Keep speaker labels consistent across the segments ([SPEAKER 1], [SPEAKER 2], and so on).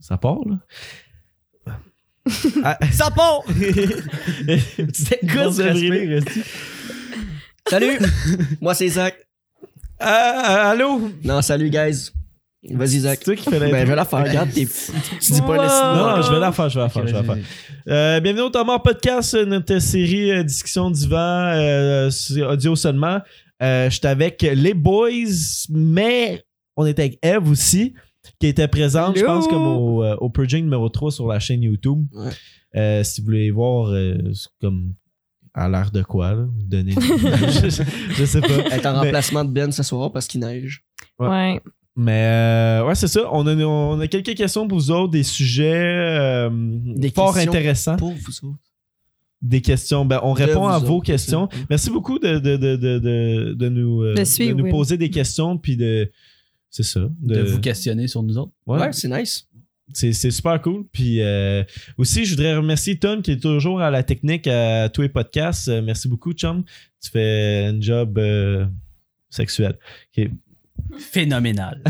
[SPEAKER 1] Ça part, là? Ah,
[SPEAKER 2] Ça part!
[SPEAKER 1] Petite grosse
[SPEAKER 2] de
[SPEAKER 1] respire,
[SPEAKER 2] brûlé.
[SPEAKER 1] esti.
[SPEAKER 2] Salut! Moi, c'est Zach. Euh,
[SPEAKER 1] Ah, allô?
[SPEAKER 2] Non, salut, guys. Vas-y, Zach.
[SPEAKER 1] C'est toi qui fais l'intro.
[SPEAKER 2] Ben, je vais la faire. Regarde, t'es- tu dis pas
[SPEAKER 3] Wow.
[SPEAKER 1] Non,
[SPEAKER 2] le
[SPEAKER 1] non,
[SPEAKER 3] Ah.
[SPEAKER 1] je vais la faire, je vais la faire,
[SPEAKER 2] Ok,
[SPEAKER 1] je vais la
[SPEAKER 2] vas-y,
[SPEAKER 1] faire. Euh, bienvenue au Tomard Podcast, notre série euh, Discussion d'Ivan, euh, sur- audio seulement. Euh, J'étais avec les boys, mais on était avec Eve aussi, qui était présente, je
[SPEAKER 3] Hello.
[SPEAKER 1] pense, comme au, euh, au purging numéro 3 sur la chaîne YouTube.
[SPEAKER 2] Ouais.
[SPEAKER 1] Euh, si vous voulez voir, euh, c'est comme à l'air de quoi, là, vous donnez. je, je sais pas.
[SPEAKER 2] Être en
[SPEAKER 1] Mais-
[SPEAKER 2] remplacement de Ben ce soir parce qu'il neige.
[SPEAKER 1] Ouais.
[SPEAKER 3] Ouais.
[SPEAKER 1] Mais euh, ouais, c'est ça. On a, on a quelques questions pour vous autres, des sujets euh,
[SPEAKER 2] Des
[SPEAKER 1] fort
[SPEAKER 2] questions
[SPEAKER 1] intéressants.
[SPEAKER 2] Pauvre, vous autres.
[SPEAKER 1] Des questions. Ben, on
[SPEAKER 2] De
[SPEAKER 1] répond à
[SPEAKER 2] vous
[SPEAKER 1] vos
[SPEAKER 2] autres,
[SPEAKER 1] questions.
[SPEAKER 2] c'est-
[SPEAKER 1] Merci beaucoup de, de, de, de, de, de nous, euh,
[SPEAKER 3] De suivre,
[SPEAKER 1] nous
[SPEAKER 3] oui.
[SPEAKER 1] poser des questions. Puis de. C'est ça.
[SPEAKER 4] de,
[SPEAKER 1] De,
[SPEAKER 4] vous questionner sur nous autres.
[SPEAKER 1] ouais,
[SPEAKER 2] Ouais, c'est nice.
[SPEAKER 1] c'est, c'est super cool. Puis euh, aussi, je voudrais remercier Tom qui est toujours à la technique à tous les podcasts. Euh, merci beaucoup, chum. Tu fais un job euh, sexuel.
[SPEAKER 4] Phénoménal.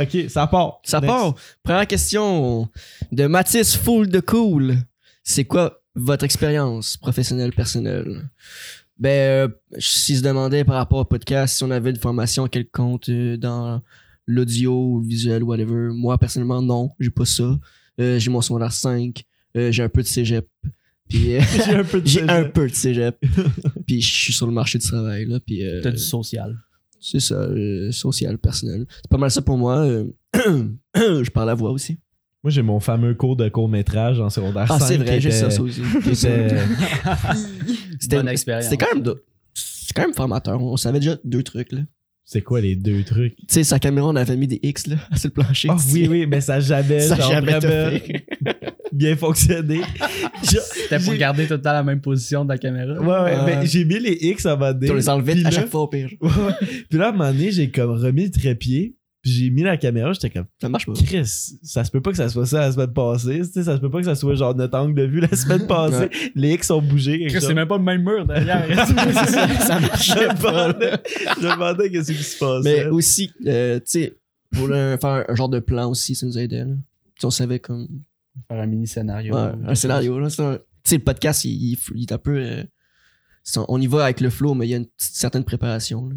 [SPEAKER 1] Ok, ça part.
[SPEAKER 2] Ça
[SPEAKER 1] Next.
[SPEAKER 2] part. Première question de Mathis Fool de Cool. C'est quoi votre expérience professionnelle, personnelle? Ben, euh, s'il se demandait par rapport au podcast si on avait une formation quelconque euh, dans l'audio ou le visuel, whatever. Moi, personnellement, non, j'ai pas ça. Euh, j'ai mon secondaire 5. euh, j'ai un peu de cégep. Puis, euh,
[SPEAKER 1] J'ai un peu de
[SPEAKER 2] j'ai un
[SPEAKER 1] cégep.
[SPEAKER 2] peu de cégep. puis, je suis sur le marché du travail, là. Puis, euh,
[SPEAKER 4] T'as du social.
[SPEAKER 2] c'est ça, euh, social, personnel. C'est pas mal ça pour moi. euh, je parle à voix aussi.
[SPEAKER 1] Moi, j'ai mon fameux cours de court-métrage en secondaire
[SPEAKER 2] Ah,
[SPEAKER 1] 5
[SPEAKER 2] c'est vrai,
[SPEAKER 1] qui
[SPEAKER 2] j'ai
[SPEAKER 1] était-
[SPEAKER 2] ça, ça aussi.
[SPEAKER 1] qui était- euh,
[SPEAKER 2] C'était
[SPEAKER 4] Bonne expérience.
[SPEAKER 2] C'était quand même de- c'est quand même formateur. On savait déjà deux trucs là.
[SPEAKER 1] C'est quoi les deux trucs?
[SPEAKER 2] Tu sais, sa caméra, on avait mis des X là, sur le plancher.
[SPEAKER 1] Ah oui, oui, mais ça a jamais,
[SPEAKER 2] Ça a
[SPEAKER 1] genre,
[SPEAKER 2] jamais
[SPEAKER 1] vraiment
[SPEAKER 2] toffé.
[SPEAKER 1] bien fonctionné.
[SPEAKER 4] C'était pour garder tout le temps la même position de la caméra.
[SPEAKER 1] Ouais, ouais,
[SPEAKER 2] Ouais.
[SPEAKER 1] mais j'ai mis les X à un moment donné.
[SPEAKER 2] On les enlevait
[SPEAKER 1] Puis
[SPEAKER 2] à
[SPEAKER 1] là-
[SPEAKER 2] chaque fois au pire.
[SPEAKER 1] Ouais, ouais. Puis là, à un moment donné, j'ai comme remis le trépied, puis j'ai mis la caméra, j'étais comme,
[SPEAKER 2] Ça marche pas.
[SPEAKER 1] Chris, ça se peut pas que ça soit ça la semaine passée, tu sais, ça se peut pas que ça soit genre notre angle de vue la semaine passée, les X ont bougé. quelque
[SPEAKER 4] Chris,
[SPEAKER 1] chose.
[SPEAKER 4] c'est même pas le même mur derrière.
[SPEAKER 2] ça marche
[SPEAKER 1] Je me
[SPEAKER 2] pas. là.
[SPEAKER 1] demandais, je me demandais qu'est-ce qui se passait.
[SPEAKER 2] Mais aussi, euh, tu sais, pour le- faire un genre de plan aussi, ça nous aidait. Là. Tu sais, on savait comme.
[SPEAKER 4] Faire un mini scénario.
[SPEAKER 2] Ouais, un scénario. là, c'est un- Tu sais, le podcast, il, il- il est un peu. euh, c'est un- on y va avec le flow, mais il y a une petite- certaine préparation. là.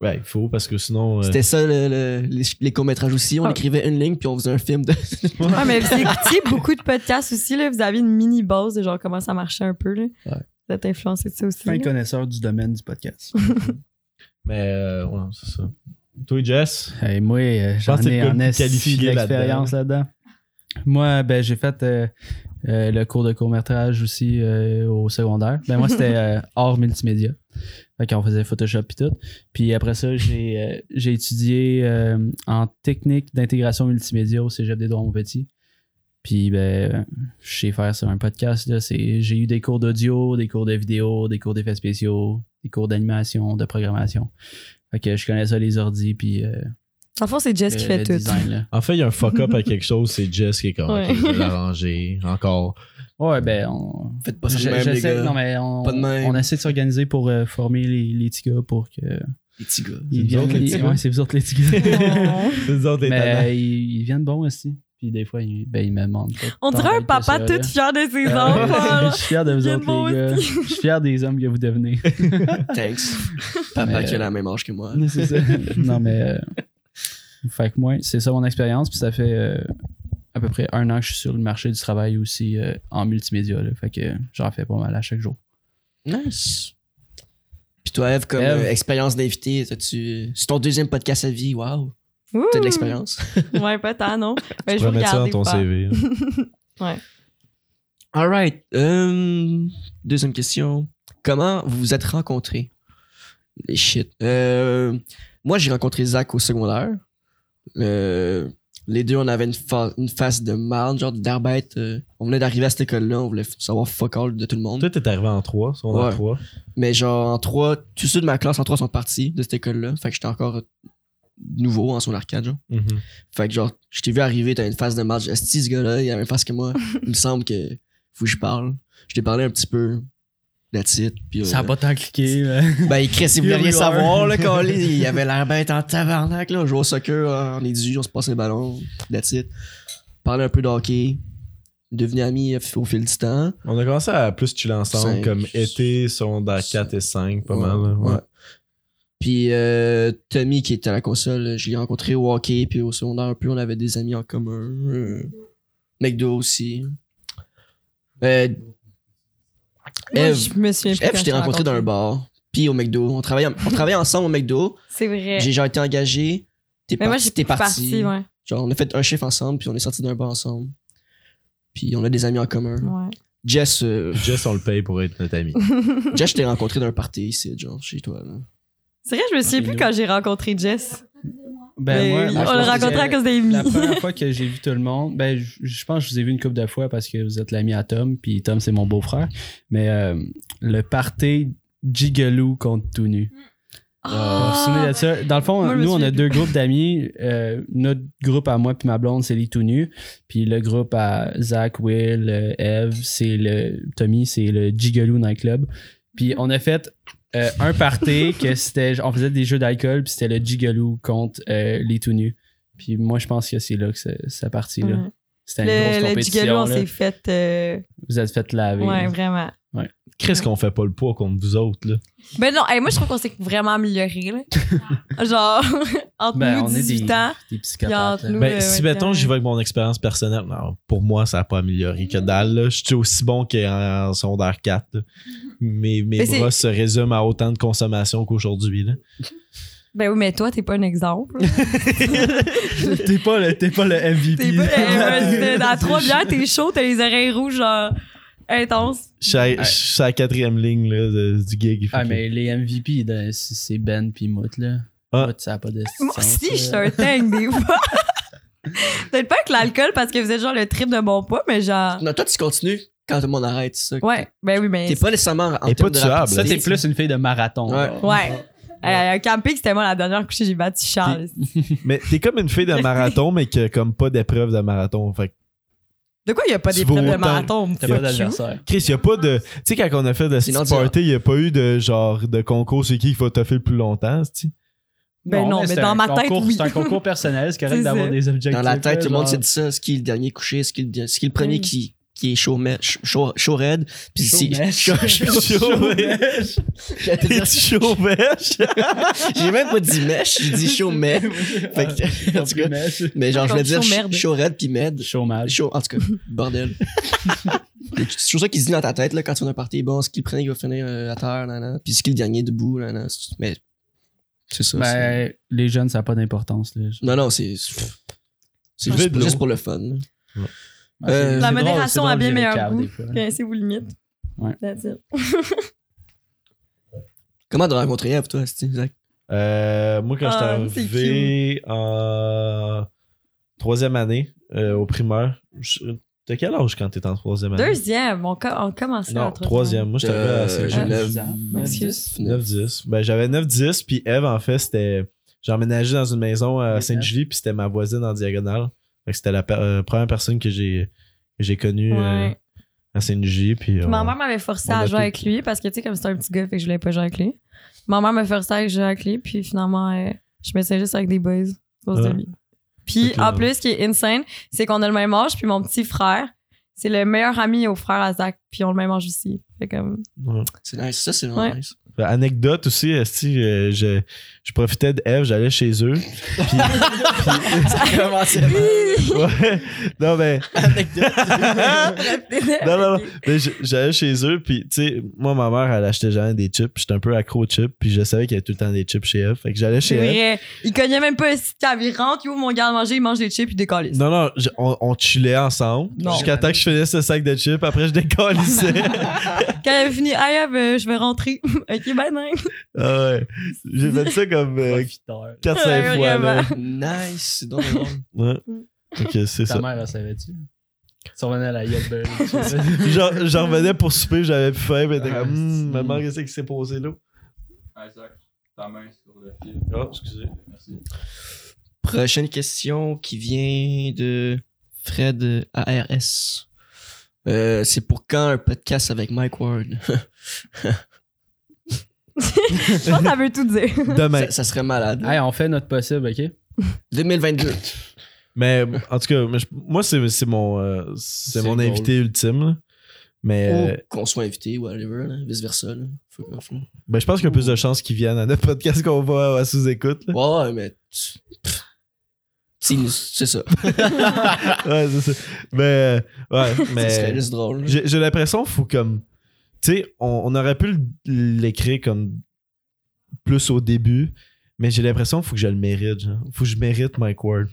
[SPEAKER 1] Ouais, il faut, parce que sinon... euh,
[SPEAKER 2] C'était ça, le- le- les, les courts-métrages aussi. On
[SPEAKER 3] Ah.
[SPEAKER 2] écrivait une ligne, puis on faisait un film de.
[SPEAKER 3] Ah, mais vous écoutiez beaucoup de podcasts aussi, là. Vous avez une mini base de genre comment ça marchait un peu, là.
[SPEAKER 2] Ouais.
[SPEAKER 3] Vous êtes influencé de ça aussi.
[SPEAKER 4] Fin
[SPEAKER 3] là.
[SPEAKER 4] connaisseur du domaine du podcast.
[SPEAKER 1] Mais euh, ouais, c'est ça. Toi, Jess?
[SPEAKER 4] Hey, moi, euh,
[SPEAKER 1] pense
[SPEAKER 4] j'en
[SPEAKER 1] que c'est
[SPEAKER 4] ai
[SPEAKER 1] le gars
[SPEAKER 4] en
[SPEAKER 1] le plus
[SPEAKER 4] esti
[SPEAKER 1] qualifié
[SPEAKER 4] de l'expérience là-dedans. Moi, ben, j'ai fait euh, euh, le cours de court-métrage aussi euh, au secondaire. Ben, moi, c'était euh, hors multimédia. Fait qu'on faisait Photoshop et tout. Puis après ça, j'ai euh, j'ai étudié euh, en technique d'intégration multimédia au Cégep des Dons-Petit. Puis, ben, je sais faire sur un podcast. là, c'est- J'ai eu des cours d'audio, des cours de vidéo, des cours d'effets spéciaux, des cours d'animation, de programmation. Fait que je connais ça, les ordi, puis... euh,
[SPEAKER 3] Dans le fond, c'est
[SPEAKER 2] Euh,
[SPEAKER 3] Jess qui fait tout.
[SPEAKER 1] En fait, il y a un fuck-up à quelque chose, c'est Jess qui est comme,
[SPEAKER 3] Ouais.
[SPEAKER 1] ok, je vais l'arranger encore.
[SPEAKER 4] Ouais, ben, on.
[SPEAKER 2] Faites pas ça
[SPEAKER 4] Je-
[SPEAKER 2] de même, les
[SPEAKER 4] j'essaie-
[SPEAKER 2] gars.
[SPEAKER 4] non, mais on,
[SPEAKER 2] Pas de même.
[SPEAKER 4] on essaie de s'organiser pour euh, former les, les petits gars pour que.
[SPEAKER 2] Les petits gars.
[SPEAKER 4] ils
[SPEAKER 1] vous
[SPEAKER 4] viennent-
[SPEAKER 1] autres, les
[SPEAKER 4] ils-
[SPEAKER 1] petits gars?
[SPEAKER 4] ouais, c'est vous autres les petits gars.
[SPEAKER 3] Oh.
[SPEAKER 1] Les autres, les
[SPEAKER 4] mais
[SPEAKER 1] tannants.
[SPEAKER 4] euh, ils, ils viennent bons aussi. Puis des fois, ils, ben, ils me demandent.
[SPEAKER 3] On dirait un papa tout fier de ses
[SPEAKER 4] Euh,
[SPEAKER 3] enfants, là.
[SPEAKER 4] je suis fier de vous
[SPEAKER 3] Viens de
[SPEAKER 4] autres,
[SPEAKER 3] moi
[SPEAKER 4] les gars.
[SPEAKER 3] aussi.
[SPEAKER 4] Je suis fier des hommes que vous devenez.
[SPEAKER 2] Thanks. Papa
[SPEAKER 4] Mais-
[SPEAKER 2] qui a la même âge que moi.
[SPEAKER 4] c'est ça. non, mais. euh, fait que moi, c'est ça mon expérience. Puis ça fait euh, à peu près un an que je suis sur le marché du travail aussi euh, en multimédia. là. Fait que euh, j'en fais pas mal à chaque jour.
[SPEAKER 2] Nice. Puis toi, Eve, comme
[SPEAKER 4] Ève.
[SPEAKER 2] euh, expérience d'invité, t'as-tu- c'est ton deuxième podcast à vie. Waouh.
[SPEAKER 3] Ouh.
[SPEAKER 4] Hmm.
[SPEAKER 2] T'as de l'expérience.
[SPEAKER 3] Ouais, pas tant, non.
[SPEAKER 1] tu
[SPEAKER 3] Mais Ben, je
[SPEAKER 1] pourrais
[SPEAKER 3] vais
[SPEAKER 1] mettre ça dans
[SPEAKER 3] regarder.
[SPEAKER 1] ton
[SPEAKER 3] pas.
[SPEAKER 1] CV.
[SPEAKER 2] All right. Euh, deuxième question. Comment vous vous êtes rencontrés? Les shit. Euh, moi, j'ai rencontré Zach au secondaire. Euh, les deux, on avait une, fa- une face de marde, genre d'arbête. euh, on venait d'arriver à cette école-là, on voulait f- savoir fuck all de tout le monde.
[SPEAKER 1] Toi, t'es arrivé en 3, on en
[SPEAKER 2] Ouais.
[SPEAKER 1] 3.
[SPEAKER 2] Mais genre, en trois, tous ceux de ma classe en trois sont partis de cette école-là. Fait que j'étais encore nouveau en son arcade, genre.
[SPEAKER 1] Mhm.
[SPEAKER 2] Fait que genre, je t'ai vu arriver, t'as une face de match. Esti, ce gars-là, il a la même face que moi. Il me semble que faut que je parle. Je t'ai parlé un petit peu. That's it. Puis, euh,
[SPEAKER 4] Ça n'a pas tant cliqué.
[SPEAKER 2] Ben, il crée, si vous
[SPEAKER 4] Here
[SPEAKER 2] rien
[SPEAKER 4] we are.
[SPEAKER 2] savoir, là, quand il euh, avait l'air bête en tabarnak, là. On jouait au soccer, on est dû, on se passe les ballons. That's it. parler un peu de hockey, devenir amis au fil du temps.
[SPEAKER 1] On a commencé à plus chiller ensemble,
[SPEAKER 2] Cinq.
[SPEAKER 1] comme été, sont à 4 et 5, pas
[SPEAKER 2] Ouais,
[SPEAKER 1] mal. là, Ouais.
[SPEAKER 2] ouais. Puis euh, Tommy, qui était à la console, je l'ai rencontré au hockey, puis au secondaire un peu, on avait des amis en commun. Euh, McDo aussi. Euh,
[SPEAKER 3] Moi,
[SPEAKER 2] Eve,
[SPEAKER 3] je me souviens plus.
[SPEAKER 2] Eve,
[SPEAKER 3] quand
[SPEAKER 2] je t'ai rencontré dans un bar, puis au McDo. On travaillait, on travaillait ensemble au McDo.
[SPEAKER 3] C'est vrai.
[SPEAKER 2] J'ai genre été engagé. T'es
[SPEAKER 3] Mais moi,
[SPEAKER 2] parti.
[SPEAKER 3] j'ai
[SPEAKER 2] t'es
[SPEAKER 3] parti.
[SPEAKER 2] parti.
[SPEAKER 3] ouais.
[SPEAKER 2] Genre, on a fait un chiffre ensemble, puis on est sorti d'un bar ensemble. Puis on a des amis en commun.
[SPEAKER 3] ouais.
[SPEAKER 2] Jess, euh,
[SPEAKER 1] Jess, on le paye pour être notre ami.
[SPEAKER 2] Jess, je t'ai rencontré d'un party ici, genre, chez toi. là.
[SPEAKER 3] C'est vrai, je me souviens
[SPEAKER 4] Chez
[SPEAKER 3] plus
[SPEAKER 4] nous.
[SPEAKER 3] quand j'ai rencontré Jess.
[SPEAKER 4] Ben,
[SPEAKER 3] Mais
[SPEAKER 4] moi,
[SPEAKER 2] je
[SPEAKER 3] on
[SPEAKER 2] pense
[SPEAKER 3] l'a
[SPEAKER 2] que
[SPEAKER 3] rencontré
[SPEAKER 2] j'ai-
[SPEAKER 3] à cause des
[SPEAKER 4] La
[SPEAKER 3] mi.
[SPEAKER 4] première fois que j'ai vu tout le monde, ben, je- je pense que je vous ai vu une couple de fois parce que vous êtes l'ami à Tom, puis Tom, c'est mon beau-frère. Mais euh, le party Gigaloo contre tout nu.
[SPEAKER 2] Oh,
[SPEAKER 4] Vous vous
[SPEAKER 3] Ah!
[SPEAKER 4] souvenez de ça? Dans le fond,
[SPEAKER 3] Moi, je me
[SPEAKER 4] nous, on a
[SPEAKER 3] souviens
[SPEAKER 4] deux groupes d'amis. Euh, notre groupe à moi puis ma blonde, c'est les tout nus. Puis le groupe à Zach, Will, euh, Eve, c'est le Tommy, c'est le Gigaloo Nightclub. Puis on a fait euh, un party que c'était. On faisait des jeux d'alcool, puis c'était le Gigaloo contre euh, les tout nus. Puis moi, je pense que c'est là que c'est- ça partie là.
[SPEAKER 3] Ouais.
[SPEAKER 4] C'était une grosse
[SPEAKER 3] Le, le
[SPEAKER 4] compétition.
[SPEAKER 3] gigolo, on
[SPEAKER 4] là.
[SPEAKER 3] s'est fait. euh,
[SPEAKER 4] Vous êtes fait laver.
[SPEAKER 3] ouais,
[SPEAKER 4] là.
[SPEAKER 3] vraiment.
[SPEAKER 1] Qu'est-ce qu'on fait pas le poids contre vous autres, là?
[SPEAKER 3] Ben non, hey, moi, je trouve qu'on s'est vraiment amélioré. Là. Genre, entre
[SPEAKER 4] Ben,
[SPEAKER 3] nous,
[SPEAKER 4] on est
[SPEAKER 3] 18
[SPEAKER 4] des-
[SPEAKER 3] ans.
[SPEAKER 4] Des psychopathes.
[SPEAKER 3] Puis entre
[SPEAKER 4] là.
[SPEAKER 3] nous,
[SPEAKER 1] Ben,
[SPEAKER 3] Ouais,
[SPEAKER 1] si,
[SPEAKER 3] ouais,
[SPEAKER 1] mettons,
[SPEAKER 3] ouais.
[SPEAKER 1] j'y vais avec mon expérience personnelle, non, pour moi, ça n'a pas amélioré que dalle. là. Je suis aussi bon qu'en en secondaire 4. là. Mes, mes
[SPEAKER 3] Mais c'est-
[SPEAKER 1] bras se résument à autant de consommation qu'aujourd'hui. là.
[SPEAKER 3] Ben oui, mais toi, t'es pas un exemple.
[SPEAKER 4] T'es pas le, t'es pas le MVP.
[SPEAKER 3] T'es pas
[SPEAKER 4] Ouais.
[SPEAKER 3] euh, dans trois bières, t'es chaud, t'as les oreilles rouges, genre, intenses.
[SPEAKER 1] Je suis à- je suis à la quatrième ligne là, de- du gig.
[SPEAKER 4] Ah,
[SPEAKER 1] Fait que-
[SPEAKER 4] mais les MVP, de- c'est c'est Ben pis Mout, là.
[SPEAKER 1] Ah.
[SPEAKER 4] Mout, ça a pas de sens.
[SPEAKER 3] Moi aussi, je suis
[SPEAKER 4] là.
[SPEAKER 3] un tank des fois. Peut-être pas avec l'alcool parce que vous êtes genre le trip de bon poids, mais genre.
[SPEAKER 2] Non, toi, tu continues quand tout le monde arrête, c'est ça.
[SPEAKER 3] Ouais, ben oui, mais.
[SPEAKER 2] T'es pas nécessairement en
[SPEAKER 1] Et
[SPEAKER 2] termes
[SPEAKER 1] pas
[SPEAKER 2] de
[SPEAKER 1] tuable.
[SPEAKER 2] rapidité.
[SPEAKER 4] Ça, t'es plus une fille de marathon.
[SPEAKER 2] Ouais.
[SPEAKER 4] là.
[SPEAKER 3] Ouais. Euh, un camping, c'était moi la dernière couchée, j'ai battu Charles.
[SPEAKER 1] Mais t'es comme une fille de marathon, mais qui a comme pas d'épreuve de marathon. Fait que,
[SPEAKER 3] De quoi il y a pas
[SPEAKER 1] Tu
[SPEAKER 3] des preuves
[SPEAKER 1] vaux
[SPEAKER 3] de
[SPEAKER 1] autant.
[SPEAKER 3] marathon?
[SPEAKER 4] T'as pas
[SPEAKER 3] fuck you.
[SPEAKER 4] d'adversaire.
[SPEAKER 1] Chris, y a pas de. Tu sais, quand on a fait de
[SPEAKER 2] C'est
[SPEAKER 1] cette
[SPEAKER 2] non-dire.
[SPEAKER 1] party, y a pas eu de genre de concours c'est qui qui va te faire le plus longtemps, c'ti.
[SPEAKER 3] Ben non, mais
[SPEAKER 4] c'est
[SPEAKER 3] dans
[SPEAKER 4] un
[SPEAKER 3] ma tête,
[SPEAKER 4] concours-
[SPEAKER 3] oui.
[SPEAKER 4] C'est un concours personnel, c'est
[SPEAKER 3] C'est
[SPEAKER 4] correct d'avoir
[SPEAKER 3] ça.
[SPEAKER 4] des objectifs.
[SPEAKER 2] Dans la tête,
[SPEAKER 4] là,
[SPEAKER 2] tout le monde
[SPEAKER 4] genre.
[SPEAKER 2] s'est dit ça. Ce qui est le dernier couché, ce qui est le, ce qui est le premier
[SPEAKER 3] Oui.
[SPEAKER 2] qui, qui est chaud, mais- chaud, chaud raide. Puis
[SPEAKER 4] Chaud
[SPEAKER 2] si.
[SPEAKER 4] mèche.
[SPEAKER 2] chaud- chaud- chaud-
[SPEAKER 1] mèche.
[SPEAKER 2] J'allais te dire-
[SPEAKER 1] T'es-tu chaud, mèche?
[SPEAKER 2] J'ai même pas dit mèche, j'ai dit chaud mais. Fait
[SPEAKER 4] Ah,
[SPEAKER 2] que, en tout cas,
[SPEAKER 4] Mèche.
[SPEAKER 2] mais genre, je voulais dire
[SPEAKER 3] Chaud
[SPEAKER 2] ch-
[SPEAKER 3] merde.
[SPEAKER 2] chaud raide puis med.
[SPEAKER 4] Chômage.
[SPEAKER 2] Chaud, en tout cas, bordel. C'est toujours ça qui se dit dans ta tête là, quand tu as un party. Bon, ce qui le premier qui va finir euh, à terre, là, là. puis ce qui est le dernier debout. Là, là. C'est- Mais c'est ça. c'est-
[SPEAKER 4] Ben, les jeunes, ça a pas d'importance. là.
[SPEAKER 2] Non, non, c'est. C'est
[SPEAKER 1] Veux
[SPEAKER 2] juste,
[SPEAKER 1] de l'eau.
[SPEAKER 2] juste pour le fun. là.
[SPEAKER 4] Ouais,
[SPEAKER 2] Euh,
[SPEAKER 4] c'est- c'est
[SPEAKER 2] La
[SPEAKER 4] drôle,
[SPEAKER 3] modération
[SPEAKER 4] c'est drôle,
[SPEAKER 3] a bien
[SPEAKER 4] j'ai
[SPEAKER 3] meilleur
[SPEAKER 4] des caves,
[SPEAKER 3] goût.
[SPEAKER 4] des fois.
[SPEAKER 3] Connaissez-vous limite.
[SPEAKER 4] Ouais.
[SPEAKER 3] That's it.
[SPEAKER 2] Comment t'as rencontré Eve, toi, Asti, Zach?
[SPEAKER 1] Euh, moi, quand
[SPEAKER 3] Ah,
[SPEAKER 1] j'étais arrivé en troisième année euh, au primaire, je- t'as quel âge quand t'étais en troisième année?
[SPEAKER 3] Deuxième, on, co- on commençait
[SPEAKER 1] Non,
[SPEAKER 3] la
[SPEAKER 1] troisième. Moi, j'étais arrivé à
[SPEAKER 2] Euh,
[SPEAKER 1] Saint-Jean.
[SPEAKER 2] j'ai neuf-
[SPEAKER 3] Excuse.
[SPEAKER 1] 9-10. Ben, j'avais 9-10, puis Eve, en fait, c'était. J'ai emménagé dans une maison à
[SPEAKER 4] D'accord.
[SPEAKER 1] Sainte-Julie, puis c'était ma voisine en diagonale. Fait que c'était la pe- euh, première personne que j'ai que j'ai connue
[SPEAKER 3] Ouais.
[SPEAKER 1] euh, à Sainte-Julie. Puis, euh,
[SPEAKER 3] Puis
[SPEAKER 1] on-
[SPEAKER 3] Ma mère m'avait forcé
[SPEAKER 1] on
[SPEAKER 3] à
[SPEAKER 1] a
[SPEAKER 3] jouer
[SPEAKER 1] tout.
[SPEAKER 3] avec lui parce que, tu sais, comme c'était un petit gars, fait que je voulais pas jouer avec lui. Ma mère m'a forcé à jouer avec lui, puis finalement, euh, je me suis juste avec des boys à cause de
[SPEAKER 1] Ah.
[SPEAKER 3] lui. Puis
[SPEAKER 1] Ok,
[SPEAKER 3] en
[SPEAKER 1] ouais.
[SPEAKER 3] plus, ce qui est insane, c'est qu'on a le même âge, puis mon petit frère, c'est le meilleur ami au frère à Zach, puis on le même âge aussi. Fait comme.
[SPEAKER 1] Ouais.
[SPEAKER 2] C'est nice, ça, c'est vraiment
[SPEAKER 3] Ouais.
[SPEAKER 2] nice.
[SPEAKER 1] Fait, Anecdote aussi, esti, euh, je, je profitais de Eve, j'allais chez eux. Puis,
[SPEAKER 2] Comment c'est
[SPEAKER 1] ouais. Non, ben, Non, non, non. Mais je- j'allais chez eux, puis tu sais, moi, ma mère, elle achetait jamais des chips. puis J'étais un peu accro aux chips, puis je savais qu'il y avait tout le temps des chips chez elle. Fait que j'allais
[SPEAKER 3] C'est
[SPEAKER 1] chez elle.
[SPEAKER 3] vrai. Il connaît même pas si quand il rentre, il ouvre mon garde-manger, il mange des chips, il décolle.
[SPEAKER 1] Non, non, je- on, on chillait ensemble.
[SPEAKER 3] Non.
[SPEAKER 1] Jusqu'à temps que je finisse le sac de chips, après je décollissais.
[SPEAKER 3] Quand elle a fini, hey, Eve, euh, je vais rentrer. ok, ben non.
[SPEAKER 1] ah ouais. J'ai fait ça comme euh,
[SPEAKER 4] Profiteur.
[SPEAKER 1] 4-5
[SPEAKER 3] Ouais,
[SPEAKER 1] fois.
[SPEAKER 3] vraiment.
[SPEAKER 1] Là.
[SPEAKER 2] Nice, c'est donc drôle.
[SPEAKER 1] Ouais. Ok, c'est
[SPEAKER 4] Ta
[SPEAKER 1] ça.
[SPEAKER 4] mère, elle savait-tu? Tu revenais à la Yelbel.
[SPEAKER 1] J'en j'en revenais pour souper, j'avais plus faim, mais t'es
[SPEAKER 4] Ah,
[SPEAKER 1] comme, Hum,
[SPEAKER 4] c'est-
[SPEAKER 1] maman, qu'est-ce qui s'est passé là?
[SPEAKER 5] Isaac, Ah, ta main sur le fil.
[SPEAKER 1] Oh, excusez.
[SPEAKER 5] Merci.
[SPEAKER 2] Prochaine question qui vient de Fred euh, ARS. Euh, c'est pour quand un podcast avec Mike Ward?
[SPEAKER 3] Je pense que ça veut tout dire.
[SPEAKER 1] Demain.
[SPEAKER 4] Ah,
[SPEAKER 2] ça, ça serait malade.
[SPEAKER 4] on fait notre possible, OK?
[SPEAKER 2] 2022.
[SPEAKER 1] Mais en tout cas, mais je- moi, c'est c'est mon, euh, c'est
[SPEAKER 4] C'est
[SPEAKER 1] mon
[SPEAKER 4] drôle.
[SPEAKER 1] invité ultime. là. Mais euh,
[SPEAKER 2] Ou qu'on soit invité, whatever, là, vice-versa. là. Fuck off, là.
[SPEAKER 1] ben, je pense qu'il y a plus de chances qu'il vienne à notre podcast qu'on va à sous-écoute. là.
[SPEAKER 2] Ouais, ouais, mais. tu- pff. Tu- C'est ça.
[SPEAKER 1] ouais, c'est ça. Mais, euh, ouais,
[SPEAKER 2] Mais... Ce serait
[SPEAKER 1] mais
[SPEAKER 2] juste drôle.
[SPEAKER 4] Mm.
[SPEAKER 2] là.
[SPEAKER 1] j'ai j'ai l'impression qu'il faut comme. Tu sais, on, on aurait pu l'écrire comme plus au début, mais j'ai l'impression qu'il faut que je le mérite. Genre. Faut que je mérite Mike Ward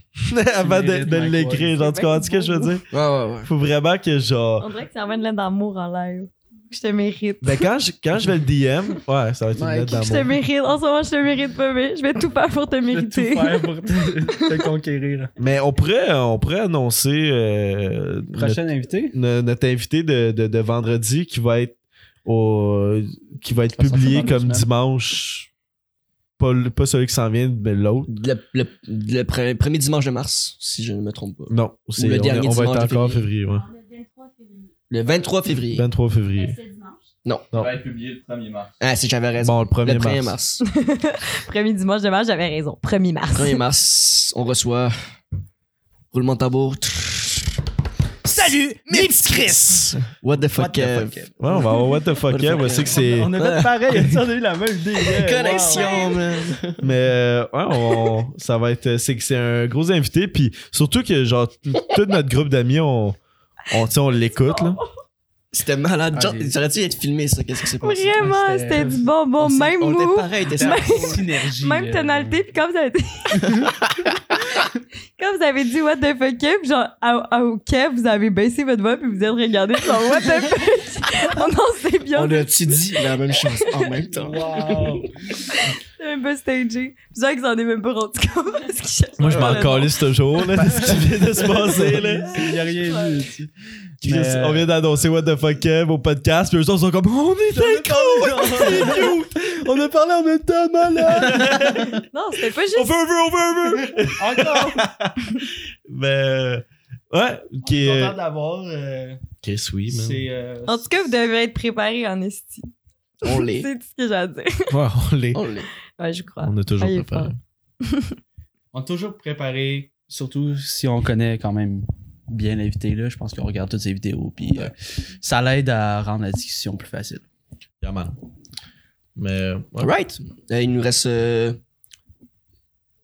[SPEAKER 1] avant de,
[SPEAKER 4] mérites
[SPEAKER 1] de
[SPEAKER 4] Mike
[SPEAKER 1] l'écrire. Genre, tu
[SPEAKER 4] Ward.
[SPEAKER 3] C'est bien
[SPEAKER 1] comprends ce que je veux
[SPEAKER 3] beau.
[SPEAKER 1] dire?
[SPEAKER 2] Ouais, ouais, ouais.
[SPEAKER 1] Faut vraiment que genre.
[SPEAKER 3] On dirait que ça va une lettre d'amour en live. Je te mérite.
[SPEAKER 1] Ben, quand je, quand je vais le DM, ouais, ça va être une
[SPEAKER 2] Mike,
[SPEAKER 1] lettre
[SPEAKER 3] Je te
[SPEAKER 1] d'amour.
[SPEAKER 3] mérite. En ce moment, je te mérite pas, mais je vais tout faire pour te
[SPEAKER 4] Je vais tout
[SPEAKER 3] mériter.
[SPEAKER 4] faire pour te, te conquérir.
[SPEAKER 1] Mais on pourrait, on pourrait annoncer euh, notre,
[SPEAKER 4] Prochain invité?
[SPEAKER 1] no- notre invité de, de- de vendredi qui va être au, qui va être
[SPEAKER 4] Ça va sortir
[SPEAKER 1] publié
[SPEAKER 4] dans deux
[SPEAKER 1] comme
[SPEAKER 4] semaines.
[SPEAKER 1] dimanche. Pas, le- pas celui qui s'en vient, mais l'autre.
[SPEAKER 2] Le, le- le pre- premier dimanche de mars, si je ne me trompe pas.
[SPEAKER 1] Non, c'est-
[SPEAKER 2] le
[SPEAKER 1] on,
[SPEAKER 2] dernier
[SPEAKER 1] on va être
[SPEAKER 2] dimanche de
[SPEAKER 1] encore en février, ouais.
[SPEAKER 6] Le 23 février.
[SPEAKER 2] Le
[SPEAKER 1] 23
[SPEAKER 2] 23 février.
[SPEAKER 1] février.
[SPEAKER 6] C'est dimanche.
[SPEAKER 7] Ça va être publié le 1er mars.
[SPEAKER 2] Ah, si j'avais raison.
[SPEAKER 1] Bon, le 1er
[SPEAKER 2] le 1er
[SPEAKER 1] mars.
[SPEAKER 2] mars.
[SPEAKER 3] Premier dimanche de mars, j'avais raison. Premier mars.
[SPEAKER 2] 1er mars, on reçoit. Roulement de tambour. Salut, Mips Chris! What the fuck, Kev?
[SPEAKER 1] Ouais, on va avoir what the
[SPEAKER 2] What
[SPEAKER 1] fuck,
[SPEAKER 2] the
[SPEAKER 1] yeah,
[SPEAKER 2] fuck,
[SPEAKER 1] ouais, c'est que c'est.
[SPEAKER 4] On a fait pareil, on a eu la même idée. Yeah,
[SPEAKER 2] Connexion, man!
[SPEAKER 1] Mais euh, ouais, on- ça va être. C'est que c'est un gros invité. Puis surtout que, genre, tout tout notre groupe d'amis, on, on, tu sais, on l'écoute. là.
[SPEAKER 2] C'était malade. Genre,
[SPEAKER 4] Allez.
[SPEAKER 2] J'aurais dû être filmé, ça. Qu'est-ce qui s'est passé?
[SPEAKER 3] Vraiment,
[SPEAKER 4] C'était-
[SPEAKER 3] c'était du bonbon.
[SPEAKER 2] s'est-
[SPEAKER 3] Même
[SPEAKER 2] on était
[SPEAKER 3] mou,
[SPEAKER 2] pareil, t'es
[SPEAKER 4] Wow.
[SPEAKER 2] sûr.
[SPEAKER 4] Synergie.
[SPEAKER 3] même
[SPEAKER 4] euh,
[SPEAKER 3] tonalité. Puis comme vous avez dit... Quand vous avez dit What the fuck, Kev, genre, à, à- au Kev, vous avez baissé votre voix puis vous êtes regardé genre What the fuck. on en sait bien.
[SPEAKER 2] On a-tu dit la même chose en même temps?
[SPEAKER 4] Wow.
[SPEAKER 3] C'était même pas stagé. Puis Jacques s'en est même pas rendu compte. parce qu'il cherchait
[SPEAKER 1] Moi, je m'en
[SPEAKER 3] le nom.
[SPEAKER 1] calisse toujours là, de ce qui vient de se passer. Là.
[SPEAKER 4] Il y a rien vu. tu sais.
[SPEAKER 1] Chris,
[SPEAKER 4] Mais-
[SPEAKER 1] On vient d'annoncer What the fuck Kev au podcast. Puis eux autres sont comme On est synchro! C'est cute! On a parlé en même temps, malade!
[SPEAKER 3] Non, c'était pas
[SPEAKER 1] On
[SPEAKER 3] juste.
[SPEAKER 1] veut, on veut, on veut, on veut!
[SPEAKER 4] Encore!
[SPEAKER 1] Mais. euh, Ouais, qui est.
[SPEAKER 4] content d'avoir. euh,
[SPEAKER 1] Chris, oui,
[SPEAKER 4] c'est, euh,
[SPEAKER 3] En tout cas, vous devez être préparé en esti.
[SPEAKER 2] On
[SPEAKER 3] C'est
[SPEAKER 2] l'est.
[SPEAKER 3] tout ce que j'ai à dire.
[SPEAKER 1] Ouais, on l'est.
[SPEAKER 2] On l'est.
[SPEAKER 3] Ouais, je crois.
[SPEAKER 1] On a toujours
[SPEAKER 3] Ah, il est
[SPEAKER 1] préparé.
[SPEAKER 3] fort.
[SPEAKER 4] on est toujours préparé, surtout si on connaît quand même bien l'invité là. Je pense qu'on regarde toutes ses vidéos, puis euh, ça l'aide à rendre la discussion plus facile.
[SPEAKER 1] Yeah, man. Mais. ouais.
[SPEAKER 2] Alright. Euh, il nous reste euh,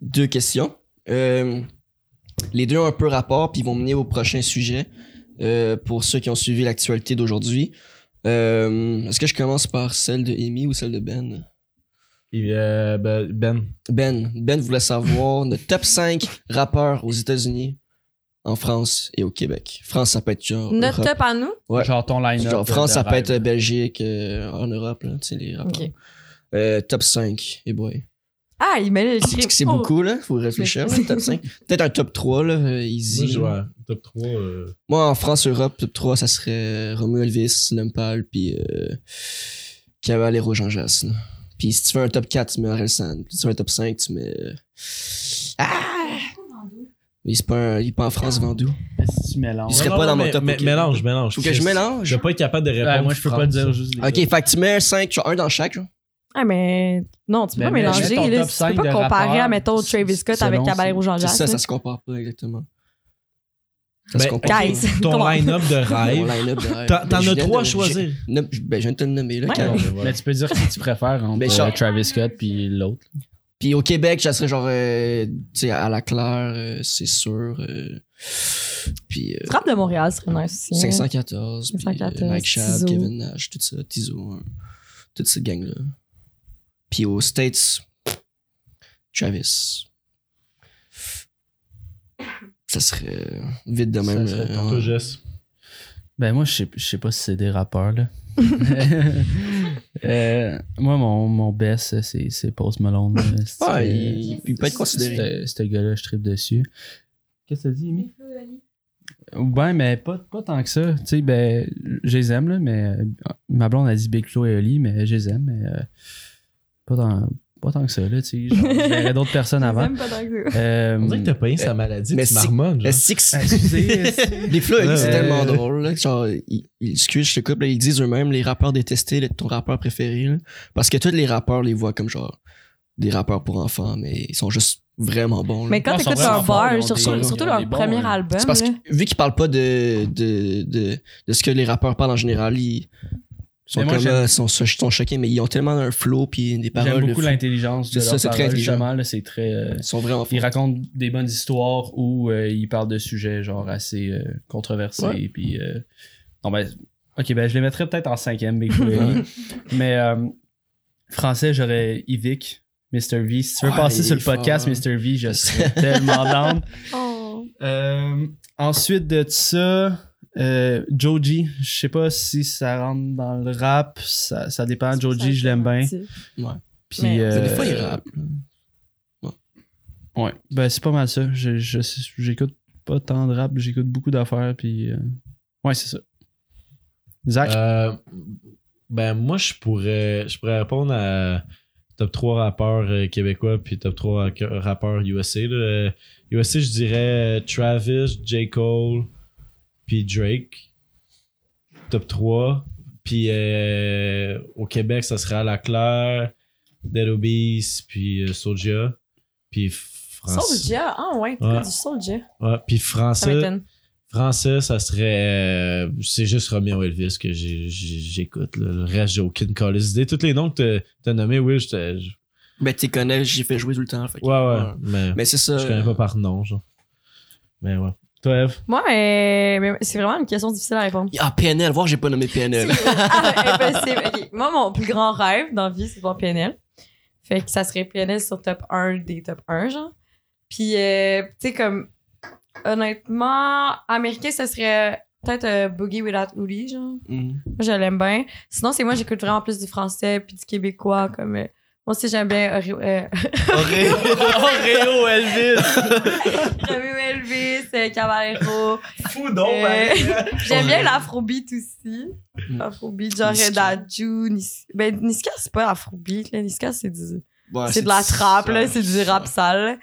[SPEAKER 2] deux questions. Euh, les deux ont un peu rapport, puis ils vont mener au prochain sujet euh, pour ceux qui ont suivi l'actualité d'aujourd'hui. Euh, Est-ce que je commence par celle de Amy ou celle de Ben?
[SPEAKER 1] Et, euh, ben- ben.
[SPEAKER 2] Ben, Ben voulait savoir notre top 5 rappeurs aux États-Unis, en France et au Québec. France, ça peut être genre.
[SPEAKER 3] Notre
[SPEAKER 2] Europe.
[SPEAKER 3] top à nous.
[SPEAKER 2] Ouais.
[SPEAKER 4] Genre ton line-up.
[SPEAKER 2] Genre
[SPEAKER 4] de-
[SPEAKER 2] France,
[SPEAKER 4] de
[SPEAKER 2] ça peut
[SPEAKER 4] rêve.
[SPEAKER 2] être Belgique, euh, en Europe, là, tu sais, les rappeurs.
[SPEAKER 3] Ok.
[SPEAKER 2] Euh, top 5, et boy.
[SPEAKER 3] Ah, il met le Oh.
[SPEAKER 2] C'est c'est beaucoup, là. Faut réfléchir.
[SPEAKER 3] C'est-
[SPEAKER 2] là, top 5. Peut-être un top 3, là. euh, Easy.
[SPEAKER 1] Moi, je vois top 3. euh,
[SPEAKER 2] Moi, en France, Europe, top 3, ça serait euh, Romeo Elvis, Lumpal, puis euh, Caballero Jean Jass. là. Puis si tu veux un top 4, tu mets Aurel San. Puis si tu veux un top 5, tu mets. euh, Ah! Mais c'est pas un- il est pas en France, Vendoux.
[SPEAKER 4] Si tu mélanges.
[SPEAKER 2] euh, Il serait pas dans mon top,
[SPEAKER 1] mais-
[SPEAKER 2] ok.
[SPEAKER 1] Mélange, mélange.
[SPEAKER 2] Faut que je
[SPEAKER 1] Chris. Je
[SPEAKER 2] mélange.
[SPEAKER 1] vais pas être capable de répondre.
[SPEAKER 4] Ouais, moi, je peux pas
[SPEAKER 1] France.
[SPEAKER 4] le dire juste. les
[SPEAKER 2] Ok,
[SPEAKER 4] deux.
[SPEAKER 2] fait que tu mets un 5, genre un dans chaque, genre.
[SPEAKER 3] Ah, mais non, tu peux
[SPEAKER 4] Ben,
[SPEAKER 3] pas
[SPEAKER 4] mais je mets
[SPEAKER 3] mélanger.
[SPEAKER 4] ton
[SPEAKER 3] Là,
[SPEAKER 4] top
[SPEAKER 3] tu
[SPEAKER 4] cinq
[SPEAKER 3] peux
[SPEAKER 4] de
[SPEAKER 3] pas comparer à,
[SPEAKER 4] rappeurs.
[SPEAKER 3] mettons, Travis Scott avec
[SPEAKER 4] Selon
[SPEAKER 3] Caballero Jean
[SPEAKER 2] C'est
[SPEAKER 3] Jacques.
[SPEAKER 2] ça, ça se compare pas exactement. Ça se
[SPEAKER 1] Ben,
[SPEAKER 2] compare
[SPEAKER 3] Guys.
[SPEAKER 2] pas.
[SPEAKER 1] Ton
[SPEAKER 3] Comment?
[SPEAKER 1] line-up de
[SPEAKER 2] Mon
[SPEAKER 1] rêve.
[SPEAKER 2] line-up de rêve.
[SPEAKER 1] T'en
[SPEAKER 2] Mais
[SPEAKER 1] t'en
[SPEAKER 2] je
[SPEAKER 1] as
[SPEAKER 2] viens
[SPEAKER 1] trois à
[SPEAKER 2] de-
[SPEAKER 1] choisir.
[SPEAKER 2] j'ai- nomme- Ben, je viens de te le nommer, là.
[SPEAKER 3] Ouais.
[SPEAKER 2] Karen.
[SPEAKER 4] Mais tu peux dire qui tu préfères entre
[SPEAKER 2] Mais genre-
[SPEAKER 4] euh, Travis Scott puis l'autre.
[SPEAKER 2] Puis au Québec, ça serait genre, euh, tu sais, à la claire, euh, c'est sûr. euh, puis euh,
[SPEAKER 3] Rap de Montréal serait nice aussi. hein.
[SPEAKER 2] 514, puis, euh,
[SPEAKER 3] 514,
[SPEAKER 2] Mike Shab,
[SPEAKER 3] Tizo.
[SPEAKER 2] Kevin Nash, tout ça, Tizo, hein, toute cette gang-là. Puis aux States, Travis. Ça serait euh, vite de
[SPEAKER 4] Ça
[SPEAKER 2] même.
[SPEAKER 4] serait
[SPEAKER 2] euh,
[SPEAKER 4] ton
[SPEAKER 2] ouais.
[SPEAKER 1] Toi, Jess.
[SPEAKER 4] Ben moi, je sais, je sais pas si c'est des rappeurs, là. Euh, moi, mon, mon best, euh, c'est, c'est Post Malone. là. C'est-
[SPEAKER 2] Ouais, il, il peut être considéré.
[SPEAKER 4] c'est- Ce gars-là, je tripe dessus. Qu'est-ce que t'as dit, Amy?
[SPEAKER 6] Les feux Oli.
[SPEAKER 4] Ouais, mais pas, pas tant que ça. Tu sais, ben, je les aime, là, mais euh, ma blonde a dit Big Flo et Oli, mais je les aime, mais euh, pas, tant, pas tant que ça, là, tu sais. Genre, je verrais d'autres personnes avant. Euh,
[SPEAKER 1] On dirait que t'as payé sa maladie.
[SPEAKER 2] mais
[SPEAKER 1] Tu
[SPEAKER 2] c'est-
[SPEAKER 1] marmonnes. genre.
[SPEAKER 2] Est-ce que c'est-
[SPEAKER 4] excusez, excusez.
[SPEAKER 2] Les flots,
[SPEAKER 1] Ouais,
[SPEAKER 2] c'est
[SPEAKER 1] ouais.
[SPEAKER 2] tellement drôle. Là, que genre, ils, ils- excuse, je te coupe, là, ils disent eux-mêmes les rappeurs détestés, là, ton rappeur préféré. là. parce que tous les rappeurs les voient comme genre des rappeurs pour enfants, mais ils sont juste vraiment bons. là.
[SPEAKER 3] Mais quand
[SPEAKER 4] Non, ils sont
[SPEAKER 3] t'écoutes
[SPEAKER 4] vraiment
[SPEAKER 3] un
[SPEAKER 4] forts, ils
[SPEAKER 3] bar,
[SPEAKER 4] ont des-
[SPEAKER 3] surtout, surtout
[SPEAKER 4] ils ont
[SPEAKER 3] leur
[SPEAKER 4] des bons,
[SPEAKER 3] premier
[SPEAKER 4] là.
[SPEAKER 3] album,
[SPEAKER 2] C'est parce
[SPEAKER 3] là,
[SPEAKER 2] que, vu qu'ils parlent pas de, de, de, de ce que les rappeurs parlent en général, ils sont,
[SPEAKER 4] Mais moi,
[SPEAKER 2] comme,
[SPEAKER 4] j'aime-
[SPEAKER 2] euh, sont, sont choqués, mais ils ont tellement un flow puis des paroles.
[SPEAKER 4] J'aime
[SPEAKER 2] de
[SPEAKER 4] beaucoup
[SPEAKER 2] fou.
[SPEAKER 4] l'intelligence de
[SPEAKER 2] C'est ça,
[SPEAKER 4] leurs
[SPEAKER 2] c'est très
[SPEAKER 4] paroles,
[SPEAKER 2] intelligent.
[SPEAKER 4] justement, là, c'est très... euh,
[SPEAKER 2] Ils sont vraiment
[SPEAKER 4] ils
[SPEAKER 2] forts.
[SPEAKER 4] racontent des bonnes histoires où euh, ils parlent de sujets genre assez euh, controversés.
[SPEAKER 2] Ouais.
[SPEAKER 4] Puis, euh, non, ben, ok, ben, je les mettrais peut-être en cinquième, Big Flo et Oli. mais euh, français, j'aurais Yvick, Mr. V. Si tu veux
[SPEAKER 2] Ouais, Ah, il
[SPEAKER 4] passer
[SPEAKER 2] est
[SPEAKER 4] sur le podcast,
[SPEAKER 2] fort.
[SPEAKER 4] Mr. V, je serais tellement down.
[SPEAKER 3] Oh.
[SPEAKER 4] Euh, ensuite de ça, euh, Joji, je sais pas si ça rentre dans le rap, ça, ça dépend. Joji, je l'aime bien. Puis,
[SPEAKER 3] Mais-
[SPEAKER 4] euh,
[SPEAKER 2] Des fois, ils rappent. là.
[SPEAKER 4] Ouais, ben c'est pas mal ça. Je- je- J'écoute pas tant de rap, j'écoute beaucoup d'affaires, puis. euh, Ouais, c'est ça. Zach,
[SPEAKER 1] Euh, ben, moi, je pourrais, je pourrais répondre à top 3 rappeurs euh, québécois puis top 3 que- rappeurs USA. là. Euh, USA, je dirais euh, Travis, J. Cole, puis Drake. Top 3. Puis euh, au Québec, ça serait La Claire, Dead Obese, puis euh, Soulja. Puis français.
[SPEAKER 6] Soldier. Ah ouais,
[SPEAKER 1] Ouais.
[SPEAKER 6] t'as du Soldier.
[SPEAKER 1] Ouais, puis
[SPEAKER 3] ça
[SPEAKER 1] français.
[SPEAKER 3] m'étonne.
[SPEAKER 1] Français, ça serait. euh, c'est juste Roméo Elvis que j'ai- j'ai- j'écoute. là. Le reste, j'ai aucune calice idée. Tous les noms que t'as- t'as nommés, oui, je te- je-
[SPEAKER 2] Ben, tu connais, j'y fais jouer tout le temps. fait que-
[SPEAKER 1] Ouais, ouais. Mais,
[SPEAKER 2] Mais euh, c'est ça.
[SPEAKER 1] je connais pas par nom, genre. Mais ouais. Toi, Eve,
[SPEAKER 3] Moi, euh, mais c'est vraiment une question difficile à répondre.
[SPEAKER 2] Ah, PNL, voir, j'ai pas nommé PNL.
[SPEAKER 3] Ah, impossible. Ok. Moi, mon plus grand rêve dans la vie, c'est de voir PNL. Fait que ça serait PNL sur top 1 des top 1, genre. Puis, euh, tu sais, comme, honnêtement, américain, ça serait peut-être euh, Boogie Without Uli, genre.
[SPEAKER 2] Mm.
[SPEAKER 3] Moi, je l'aime bien. Sinon, c'est moi, j'écoute vraiment plus du français puis du québécois, comme. euh, moi aussi, j'aime bien Oreo- euh,
[SPEAKER 2] Oreo, Oreo Elvis.
[SPEAKER 3] Romeo Ah Elvis, euh, Caballero.
[SPEAKER 1] Fou
[SPEAKER 3] Euh, J'aime bien l'afrobeat aussi. Afrobeat, genre
[SPEAKER 2] Niska.
[SPEAKER 3] Daju. Nis... Ben, Niska, c'est pas afrobeat. Là. Niska, c'est du...
[SPEAKER 2] Ouais,
[SPEAKER 3] c'est de la
[SPEAKER 2] Ah, du-
[SPEAKER 3] trappe, là.
[SPEAKER 2] ouais,
[SPEAKER 3] C'est du rap sale.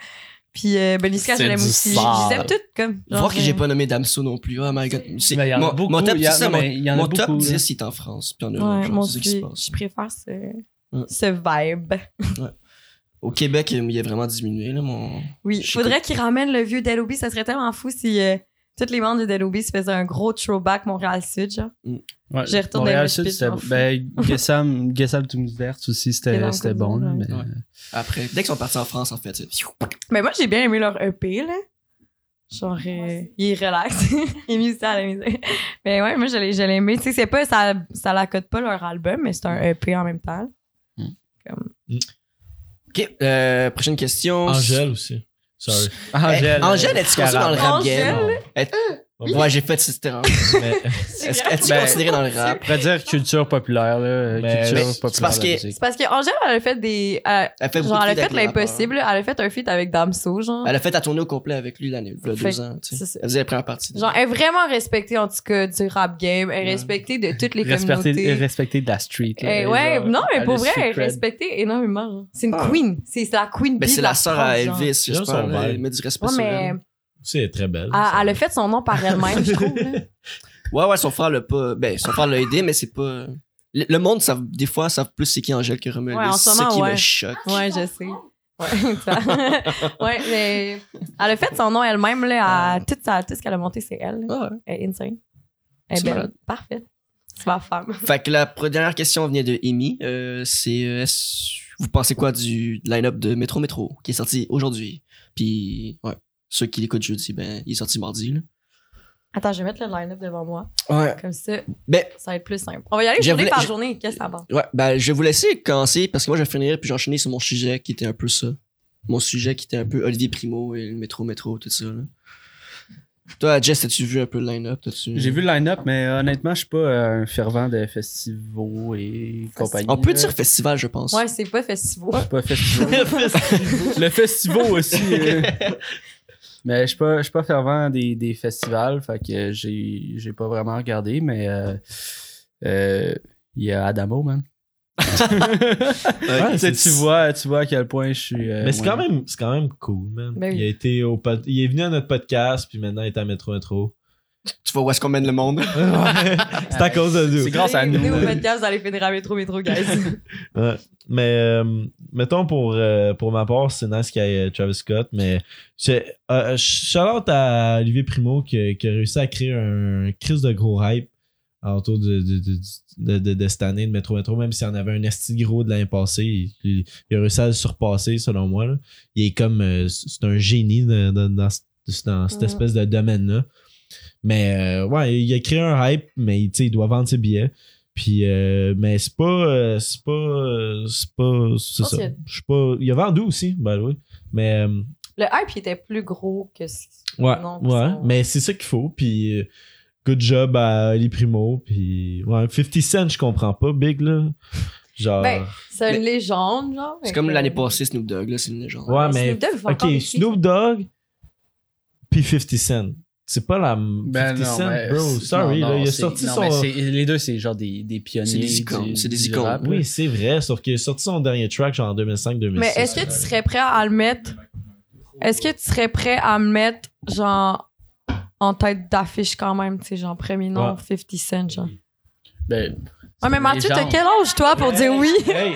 [SPEAKER 3] Puis, euh, ben, Niska, je
[SPEAKER 4] C'est
[SPEAKER 3] l'aime
[SPEAKER 4] du
[SPEAKER 3] aussi.
[SPEAKER 4] sale.
[SPEAKER 3] Je les aime toutes, comme. genre,
[SPEAKER 2] Voir que
[SPEAKER 3] euh,
[SPEAKER 2] j'ai pas nommé Damso non plus. Oh my god. C'est-
[SPEAKER 4] Ben, il y en a
[SPEAKER 2] mon-
[SPEAKER 4] beaucoup,
[SPEAKER 2] Mon top,
[SPEAKER 4] il y en-
[SPEAKER 2] c'est ça,
[SPEAKER 4] non,
[SPEAKER 2] mon-
[SPEAKER 4] mais il y en a
[SPEAKER 2] mon top
[SPEAKER 4] beaucoup, là.
[SPEAKER 2] 10, il est en France. Puis en Europe,
[SPEAKER 3] euh, Ouais,
[SPEAKER 2] genre,
[SPEAKER 3] moi
[SPEAKER 2] c'est ça qui se
[SPEAKER 3] aussi,
[SPEAKER 2] passe. Mm.
[SPEAKER 3] je préfère ce,
[SPEAKER 2] Ouais.
[SPEAKER 3] ce vibe.
[SPEAKER 2] Au Québec, il a vraiment diminué, là, mon.
[SPEAKER 3] Oui,
[SPEAKER 2] Je sais
[SPEAKER 3] faudrait qu'ils ramènent le vieux Delobi. Ça serait tellement fou si euh, tous les membres de Delobi se faisaient un gros throwback Montréal-Sud, genre.
[SPEAKER 4] ouais,
[SPEAKER 3] j'ai retourné
[SPEAKER 4] Montréal
[SPEAKER 3] le
[SPEAKER 4] Sud,
[SPEAKER 3] speech,
[SPEAKER 4] c'était.
[SPEAKER 3] m'en fous.
[SPEAKER 4] Ben, Gessam, Gessam Tumsdert aussi, c'était
[SPEAKER 3] Gessam
[SPEAKER 4] c'était bon. là,
[SPEAKER 3] Tumsdert,
[SPEAKER 4] mais- euh,
[SPEAKER 2] ouais. Après, dès qu'ils sont partis en France, en fait, c'est-
[SPEAKER 3] Mais moi, j'ai bien aimé leur EP, là. Genre, euh, il est relax. il est mis ça à la musique. Mais ouais, moi, je l'ai je l'ai aimé. Tu sais, c'est pas, ça, ça l'accote pas leur album, mais c'est un EP en même temps.
[SPEAKER 2] Ok, euh, prochaine question.
[SPEAKER 1] Angèle aussi. Sorry.
[SPEAKER 4] Ah,
[SPEAKER 2] Angèle, Angèle est-tu considérée dans le rap game?
[SPEAKER 3] Angèle?
[SPEAKER 1] Oui.
[SPEAKER 2] Ouais, j'ai fait cette erreur.
[SPEAKER 1] Mais-
[SPEAKER 2] Est-ce que- Est-ce
[SPEAKER 4] Ben-
[SPEAKER 2] considérée dans le rap?
[SPEAKER 4] On pourrait dire culture populaire, là. euh,
[SPEAKER 1] Mais-
[SPEAKER 4] culture
[SPEAKER 1] Mais
[SPEAKER 2] c'est
[SPEAKER 4] populaire.
[SPEAKER 2] parce
[SPEAKER 4] de
[SPEAKER 2] que-
[SPEAKER 4] la musique.
[SPEAKER 3] C'est parce qu'Angèle, elle a fait des. euh,
[SPEAKER 2] Elle fait beaucoup
[SPEAKER 3] genre,
[SPEAKER 2] de
[SPEAKER 3] elle
[SPEAKER 2] feats
[SPEAKER 3] a fait
[SPEAKER 2] avec les
[SPEAKER 3] l'impossible. Elle a fait un feat avec Damso, genre.
[SPEAKER 2] rappeurs. Elle a fait la tournée au complet avec lui l'année, il y a
[SPEAKER 3] Fait-
[SPEAKER 2] deux ans. tu sais.
[SPEAKER 3] c'est ça.
[SPEAKER 2] Elle faisait la première partie. de-
[SPEAKER 3] Genre, elle est vraiment respectée, en tout cas, du rap game. Elle est
[SPEAKER 2] Ouais.
[SPEAKER 3] respectée de toutes les
[SPEAKER 4] Respecter,
[SPEAKER 3] communautés.
[SPEAKER 4] respecter de la street. là,
[SPEAKER 3] Eh,
[SPEAKER 4] et
[SPEAKER 3] ouais,
[SPEAKER 4] genre,
[SPEAKER 3] non, mais
[SPEAKER 4] elle
[SPEAKER 3] pour
[SPEAKER 4] est
[SPEAKER 3] vrai, elle est
[SPEAKER 4] secret.
[SPEAKER 3] respectée énormément. genre. C'est une
[SPEAKER 2] Ah.
[SPEAKER 3] queen. C'est c'est la queen
[SPEAKER 2] Ben,
[SPEAKER 3] bee
[SPEAKER 2] c'est
[SPEAKER 3] de
[SPEAKER 2] la sœur à
[SPEAKER 3] France, genre.
[SPEAKER 2] Elvis,
[SPEAKER 1] Ils ont
[SPEAKER 2] j'espère.
[SPEAKER 1] son
[SPEAKER 2] là.
[SPEAKER 1] vibe.
[SPEAKER 2] Elle met du respect
[SPEAKER 3] Ouais,
[SPEAKER 2] sur
[SPEAKER 3] mais
[SPEAKER 2] elle.
[SPEAKER 1] C'est très belle.
[SPEAKER 3] elle,
[SPEAKER 1] ça.
[SPEAKER 3] Ah, elle a fait son nom par elle-même, je trouve. là.
[SPEAKER 2] Ouais, ouais, son frère l'a pas. Ben, son frère l'a aidé, mais c'est pas. Le, le monde, savent- des fois, savent plus c'est qui Angèle que Roméo.
[SPEAKER 3] Ouais,
[SPEAKER 2] Elvis.
[SPEAKER 3] en ce
[SPEAKER 2] c'est ça
[SPEAKER 3] moment,
[SPEAKER 2] qui me
[SPEAKER 3] ouais.
[SPEAKER 2] choque.
[SPEAKER 3] Ouais, je sais. Ouais, ça- ouais, mais elle a fait son nom elle-même, là, à tout, ça, tout ce qu'elle a monté, c'est elle.
[SPEAKER 2] Ouais.
[SPEAKER 3] Elle est insane. Elle est
[SPEAKER 2] C'est
[SPEAKER 3] belle.
[SPEAKER 2] malade.
[SPEAKER 3] Parfaite. C'est ma femme.
[SPEAKER 2] Fait que la pre- dernière question venait de Amy. Euh, c'est euh, est-ce- vous pensez quoi du line-up de Métro Métro qui est sorti aujourd'hui? Puis ouais, ceux qui l'écoutent jeudi, ben il est sorti mardi. Là.
[SPEAKER 3] Attends, je vais mettre le line-up devant moi.
[SPEAKER 2] Ouais.
[SPEAKER 3] Comme ça,
[SPEAKER 2] Ben
[SPEAKER 3] ça va être plus simple. On va y aller
[SPEAKER 2] Je
[SPEAKER 3] journée
[SPEAKER 2] voulais-
[SPEAKER 3] par
[SPEAKER 2] je-
[SPEAKER 3] journée. Qu'est-ce que ça va?
[SPEAKER 2] ouais, ben je vais vous laisser commencer parce que moi je vais finir puis j'enchaîner sur mon sujet qui était un peu ça. Mon sujet qui était un peu Olivier Primo et le Métro Métro tout ça. Là. Toi, Jess, as-tu vu un peu le line-up? T'as-tu-
[SPEAKER 8] J'ai vu le line-up, mais honnêtement, je suis pas euh, un fervent de festivals et compagnie.
[SPEAKER 2] On peut
[SPEAKER 8] là.
[SPEAKER 2] dire festival, je pense.
[SPEAKER 3] Ouais, c'est pas festival.
[SPEAKER 8] Je suis pas festival. le festival aussi. euh. Mais je suis pas, je suis pas fervent des, des festivals, fait que j'ai, j'ai pas vraiment regardé, mais euh, euh, il y a Adamo, man.
[SPEAKER 1] Ouais,
[SPEAKER 8] Tu sais,
[SPEAKER 1] c'est-
[SPEAKER 8] tu, vois, tu vois à quel point je suis. euh,
[SPEAKER 1] Mais c'est
[SPEAKER 8] moins-
[SPEAKER 1] quand, même- c'est quand même cool, man.
[SPEAKER 3] Ben oui.
[SPEAKER 1] il, a été au pod- il est venu à notre podcast, puis maintenant il est à Métro Métro.
[SPEAKER 2] Tu vois où est-ce qu'on mène le monde.
[SPEAKER 1] c'est à cause de
[SPEAKER 4] C'est grâce à nous.
[SPEAKER 3] Venez au podcast, vous allez finir à Métro Métro, guys.
[SPEAKER 1] Ouais. Mais euh, mettons pour, euh, pour ma part, c'est nice qu'il y ait euh, Travis Scott, mais c'est euh, shout-out à Olivier Primo qui, qui a réussi à créer un crise de gros hype autour de, de, de, de, de- de cette année de Metro Metro, même s'il y en avait un esti gros de l'année passée, il, il- il a réussi à le surpasser selon moi. là. Il est comme euh, c'est un génie de- de- dans, ce- dans cette
[SPEAKER 3] Mhm.
[SPEAKER 1] espèce de domaine-là. Mais euh, ouais, il a créé un hype, mais il, tu sais, il doit vendre ses billets. Puis, euh, mais c'est pas. euh, c'est pas. euh, c'est pas. C'est
[SPEAKER 3] pense
[SPEAKER 1] ça.
[SPEAKER 3] qu'il y a-
[SPEAKER 1] Je suis pas. Il a vendu aussi, ben oui. Mais. euh,
[SPEAKER 3] Le hype il était plus gros que ce
[SPEAKER 1] ouais.
[SPEAKER 3] Non,
[SPEAKER 1] ouais.
[SPEAKER 3] ça-
[SPEAKER 1] Mais c'est ça qu'il faut. Puis. euh, good job à Oli Primo. Puis. Ouais, 50 Cent, je comprends pas. Big, là. Genre.
[SPEAKER 3] Ben, c'est
[SPEAKER 2] Mais-
[SPEAKER 3] une légende, genre.
[SPEAKER 2] C'est
[SPEAKER 3] fait
[SPEAKER 2] comme
[SPEAKER 3] que-
[SPEAKER 2] l'année passée, Snoop Dogg, là, c'est une légende.
[SPEAKER 1] ouais, Ah, mais.
[SPEAKER 3] euh, Snoop Dogg, il fait encore
[SPEAKER 1] ok,
[SPEAKER 3] des
[SPEAKER 1] Snoop Dogg. Puis 50 Cent. C'est pas la. 50
[SPEAKER 4] Ben non,
[SPEAKER 1] Cent,
[SPEAKER 4] mais-
[SPEAKER 1] bro. Sorry,
[SPEAKER 4] non,
[SPEAKER 1] là,
[SPEAKER 4] non,
[SPEAKER 1] il a
[SPEAKER 4] c'est-
[SPEAKER 1] sorti
[SPEAKER 4] non,
[SPEAKER 1] son.
[SPEAKER 4] mais c'est- les deux, c'est genre des, des pionniers.
[SPEAKER 2] C'est des icônes,
[SPEAKER 4] du-
[SPEAKER 2] c'est des
[SPEAKER 4] du
[SPEAKER 2] icônes.
[SPEAKER 4] rap, là.
[SPEAKER 1] Oui, c'est vrai, sauf qu'il a sorti son dernier track genre en 2005-2006.
[SPEAKER 3] Mais est-ce que tu serais prêt à le mettre? Est-ce que tu serais prêt à le mettre, genre, en tête d'affiche quand même, tu sais, genre, premier nom,
[SPEAKER 1] Ouais.
[SPEAKER 3] 50 Cent, genre.
[SPEAKER 4] Ben,
[SPEAKER 3] Ouais, Ah, mais
[SPEAKER 4] une
[SPEAKER 3] Mathieu, t'as
[SPEAKER 4] légende.
[SPEAKER 3] quel âge, toi, pour dire oui?
[SPEAKER 1] Hey,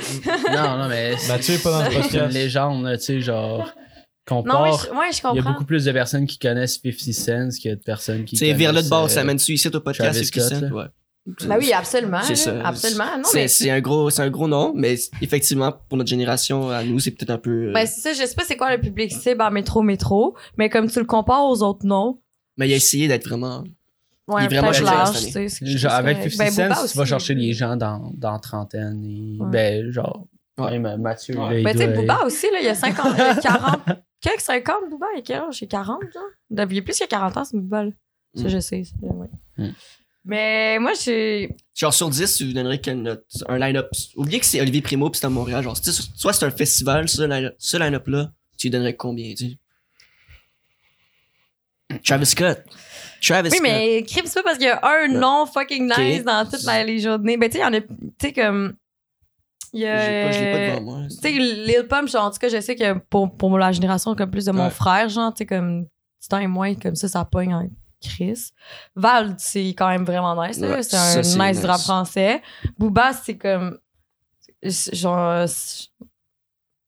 [SPEAKER 4] non, non, mais c'est
[SPEAKER 1] Mathieu est pas dans le
[SPEAKER 4] c'est une
[SPEAKER 1] podcast.
[SPEAKER 4] légende, là, tu sais, genre, qu'on
[SPEAKER 3] Non, mais
[SPEAKER 4] part.
[SPEAKER 3] je, ouais, je
[SPEAKER 4] Il y a
[SPEAKER 3] comprends.
[SPEAKER 4] beaucoup plus de personnes qui connaissent 50 Cent qu'il y a de personnes qui
[SPEAKER 2] Tu sais, vire-le de
[SPEAKER 4] connaissent,
[SPEAKER 2] bord,
[SPEAKER 4] euh,
[SPEAKER 2] ça mène-tu ici au podcast,
[SPEAKER 4] Travis
[SPEAKER 2] c'est qui
[SPEAKER 4] Scott,
[SPEAKER 2] ça?
[SPEAKER 4] là.
[SPEAKER 2] Ouais.
[SPEAKER 3] Ben oui, absolument.
[SPEAKER 2] C'est
[SPEAKER 3] là,
[SPEAKER 2] ça.
[SPEAKER 3] Absolument. Non,
[SPEAKER 2] C'est
[SPEAKER 3] mais.
[SPEAKER 2] c'est un gros, c'est un gros nom, mais c'est- effectivement, pour notre génération, à nous, c'est peut-être un peu. euh,
[SPEAKER 3] Ben, c'est ça, je sais pas c'est quoi le public cible à Métro Métro, mais comme tu le compares aux autres noms,
[SPEAKER 2] mais il a essayé d'être vraiment.
[SPEAKER 3] ouais,
[SPEAKER 2] Il est vraiment
[SPEAKER 3] peut-être
[SPEAKER 2] généreux
[SPEAKER 3] large,
[SPEAKER 2] cette
[SPEAKER 3] tu sais. c'est-
[SPEAKER 4] Genre, avec
[SPEAKER 3] Ben,
[SPEAKER 4] 50
[SPEAKER 3] Booba
[SPEAKER 4] Cent, tu
[SPEAKER 3] aussi.
[SPEAKER 4] vas chercher les gens dans, dans trentaine. Et,
[SPEAKER 3] Ouais.
[SPEAKER 4] Ben, genre,
[SPEAKER 2] Ouais.
[SPEAKER 4] même Mathieu.
[SPEAKER 9] Ouais.
[SPEAKER 4] là, il
[SPEAKER 3] Mais Ben, tu sais,
[SPEAKER 4] doit-
[SPEAKER 3] Booba aussi, là, il y a 50, il y a 40. Quelques 50, Booba, il y a quel âge? Il y a 40, genre. Ben, Il y a plus qu'il y a 40 ans, ce Booba, là. Ça,
[SPEAKER 2] Mm.
[SPEAKER 3] je sais. ça, ouais.
[SPEAKER 2] Hmm.
[SPEAKER 4] Mm.
[SPEAKER 3] Mais moi, j'ai.
[SPEAKER 2] Genre, sur 10, tu lui donnerais quelle note? Un line-up. Oubliez que c'est Olivier Primo, puis c'est à Montréal. Genre, tu sais, soit c'est un festival, ce line- ce line-up-là, tu lui donnerais combien, tu sais? Travis Scott. Travis
[SPEAKER 3] Oui,
[SPEAKER 2] Scott.
[SPEAKER 3] mais crime, c'est pas parce qu'il y a un nom fucking nice
[SPEAKER 2] Ok.
[SPEAKER 3] dans toutes la- les journées. Ben, tu sais, il y en a. Tu sais, comme. Il y
[SPEAKER 2] J'ai
[SPEAKER 3] a.
[SPEAKER 2] pas- Je l'ai pas devant moi.
[SPEAKER 3] euh, Tu sais, Lil Pump, genre, en tout cas, je sais que pour, pour la génération comme plus de mon
[SPEAKER 2] Ouais.
[SPEAKER 3] frère, genre, tu sais, comme du temps et moins, comme ça, ça pogne en crise. Val, c'est quand même vraiment nice. là.
[SPEAKER 2] Ouais,
[SPEAKER 3] c'est
[SPEAKER 2] ça,
[SPEAKER 3] un
[SPEAKER 2] c'est
[SPEAKER 3] nice,
[SPEAKER 2] nice.
[SPEAKER 3] rap français. Booba, c'est comme. c'est- Genre. c'est-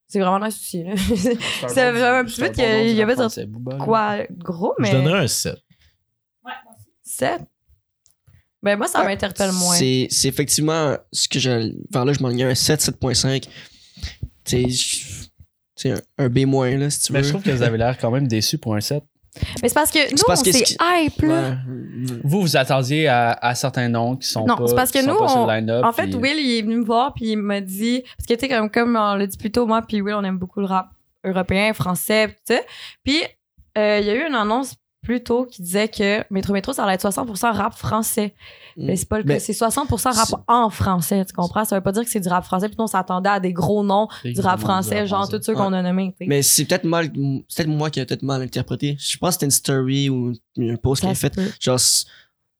[SPEAKER 3] C'est vraiment nice aussi, là.
[SPEAKER 4] C'est
[SPEAKER 3] Ça
[SPEAKER 4] bon-
[SPEAKER 3] fait un petit
[SPEAKER 4] c'est
[SPEAKER 3] bout
[SPEAKER 4] bon
[SPEAKER 3] qu'il y a-
[SPEAKER 4] nom
[SPEAKER 3] il y
[SPEAKER 4] du
[SPEAKER 3] avait
[SPEAKER 4] rap
[SPEAKER 3] dans-
[SPEAKER 4] français, Booba, là.
[SPEAKER 3] Quoi, gros,
[SPEAKER 1] Je
[SPEAKER 3] mais.
[SPEAKER 1] donnerais un 7.
[SPEAKER 3] 7. Ben, moi, ça
[SPEAKER 2] Ouais,
[SPEAKER 3] m'interpelle moins.
[SPEAKER 2] C'est, c'est effectivement ce que je. Vers là, je m'en ai un 7, 7.5. Tu sais, je- tu sais, un, un B moins, là, si tu veux.
[SPEAKER 4] Mais Ben, je trouve que vous avez l'air quand même déçu pour un set.
[SPEAKER 3] Mais c'est parce que nous,
[SPEAKER 2] parce que
[SPEAKER 3] on
[SPEAKER 2] ce
[SPEAKER 3] s'est
[SPEAKER 2] qui-
[SPEAKER 3] hype, là.
[SPEAKER 2] Ouais.
[SPEAKER 4] Vous, vous attendiez à, à certains noms qui sont
[SPEAKER 3] Non,
[SPEAKER 4] pas,
[SPEAKER 3] c'est parce que
[SPEAKER 4] qui sont
[SPEAKER 3] nous,
[SPEAKER 4] pas sur
[SPEAKER 3] on-
[SPEAKER 4] le line-up.
[SPEAKER 3] En fait,
[SPEAKER 4] puis-
[SPEAKER 3] Will, il est venu me voir, puis il m'a dit. Parce que, tu sais, comme, comme on l'a dit plus tôt, moi, puis Will, on aime beaucoup le rap européen, français, puis tout ça. Puis, euh, il y a eu une annonce plus tôt qui disait que Métro Métro, ça allait être 60% rap français.
[SPEAKER 2] Mm.
[SPEAKER 3] Mais c'est pas le
[SPEAKER 2] Mais-
[SPEAKER 3] cas. C'est 60% rap en français, tu comprends? Ça veut pas dire que c'est du rap français, puis on s'attendait à des gros noms du rap français, genre tous ceux qu'on a nommés. tu sais.
[SPEAKER 2] Mais c'est peut-être mal. C'est peut-être moi qui ai peut-être mal interprété. Je pense que c'était une story ou un post qu'il a
[SPEAKER 3] Ça se
[SPEAKER 2] fait.
[SPEAKER 3] peut.
[SPEAKER 2] Genre, s-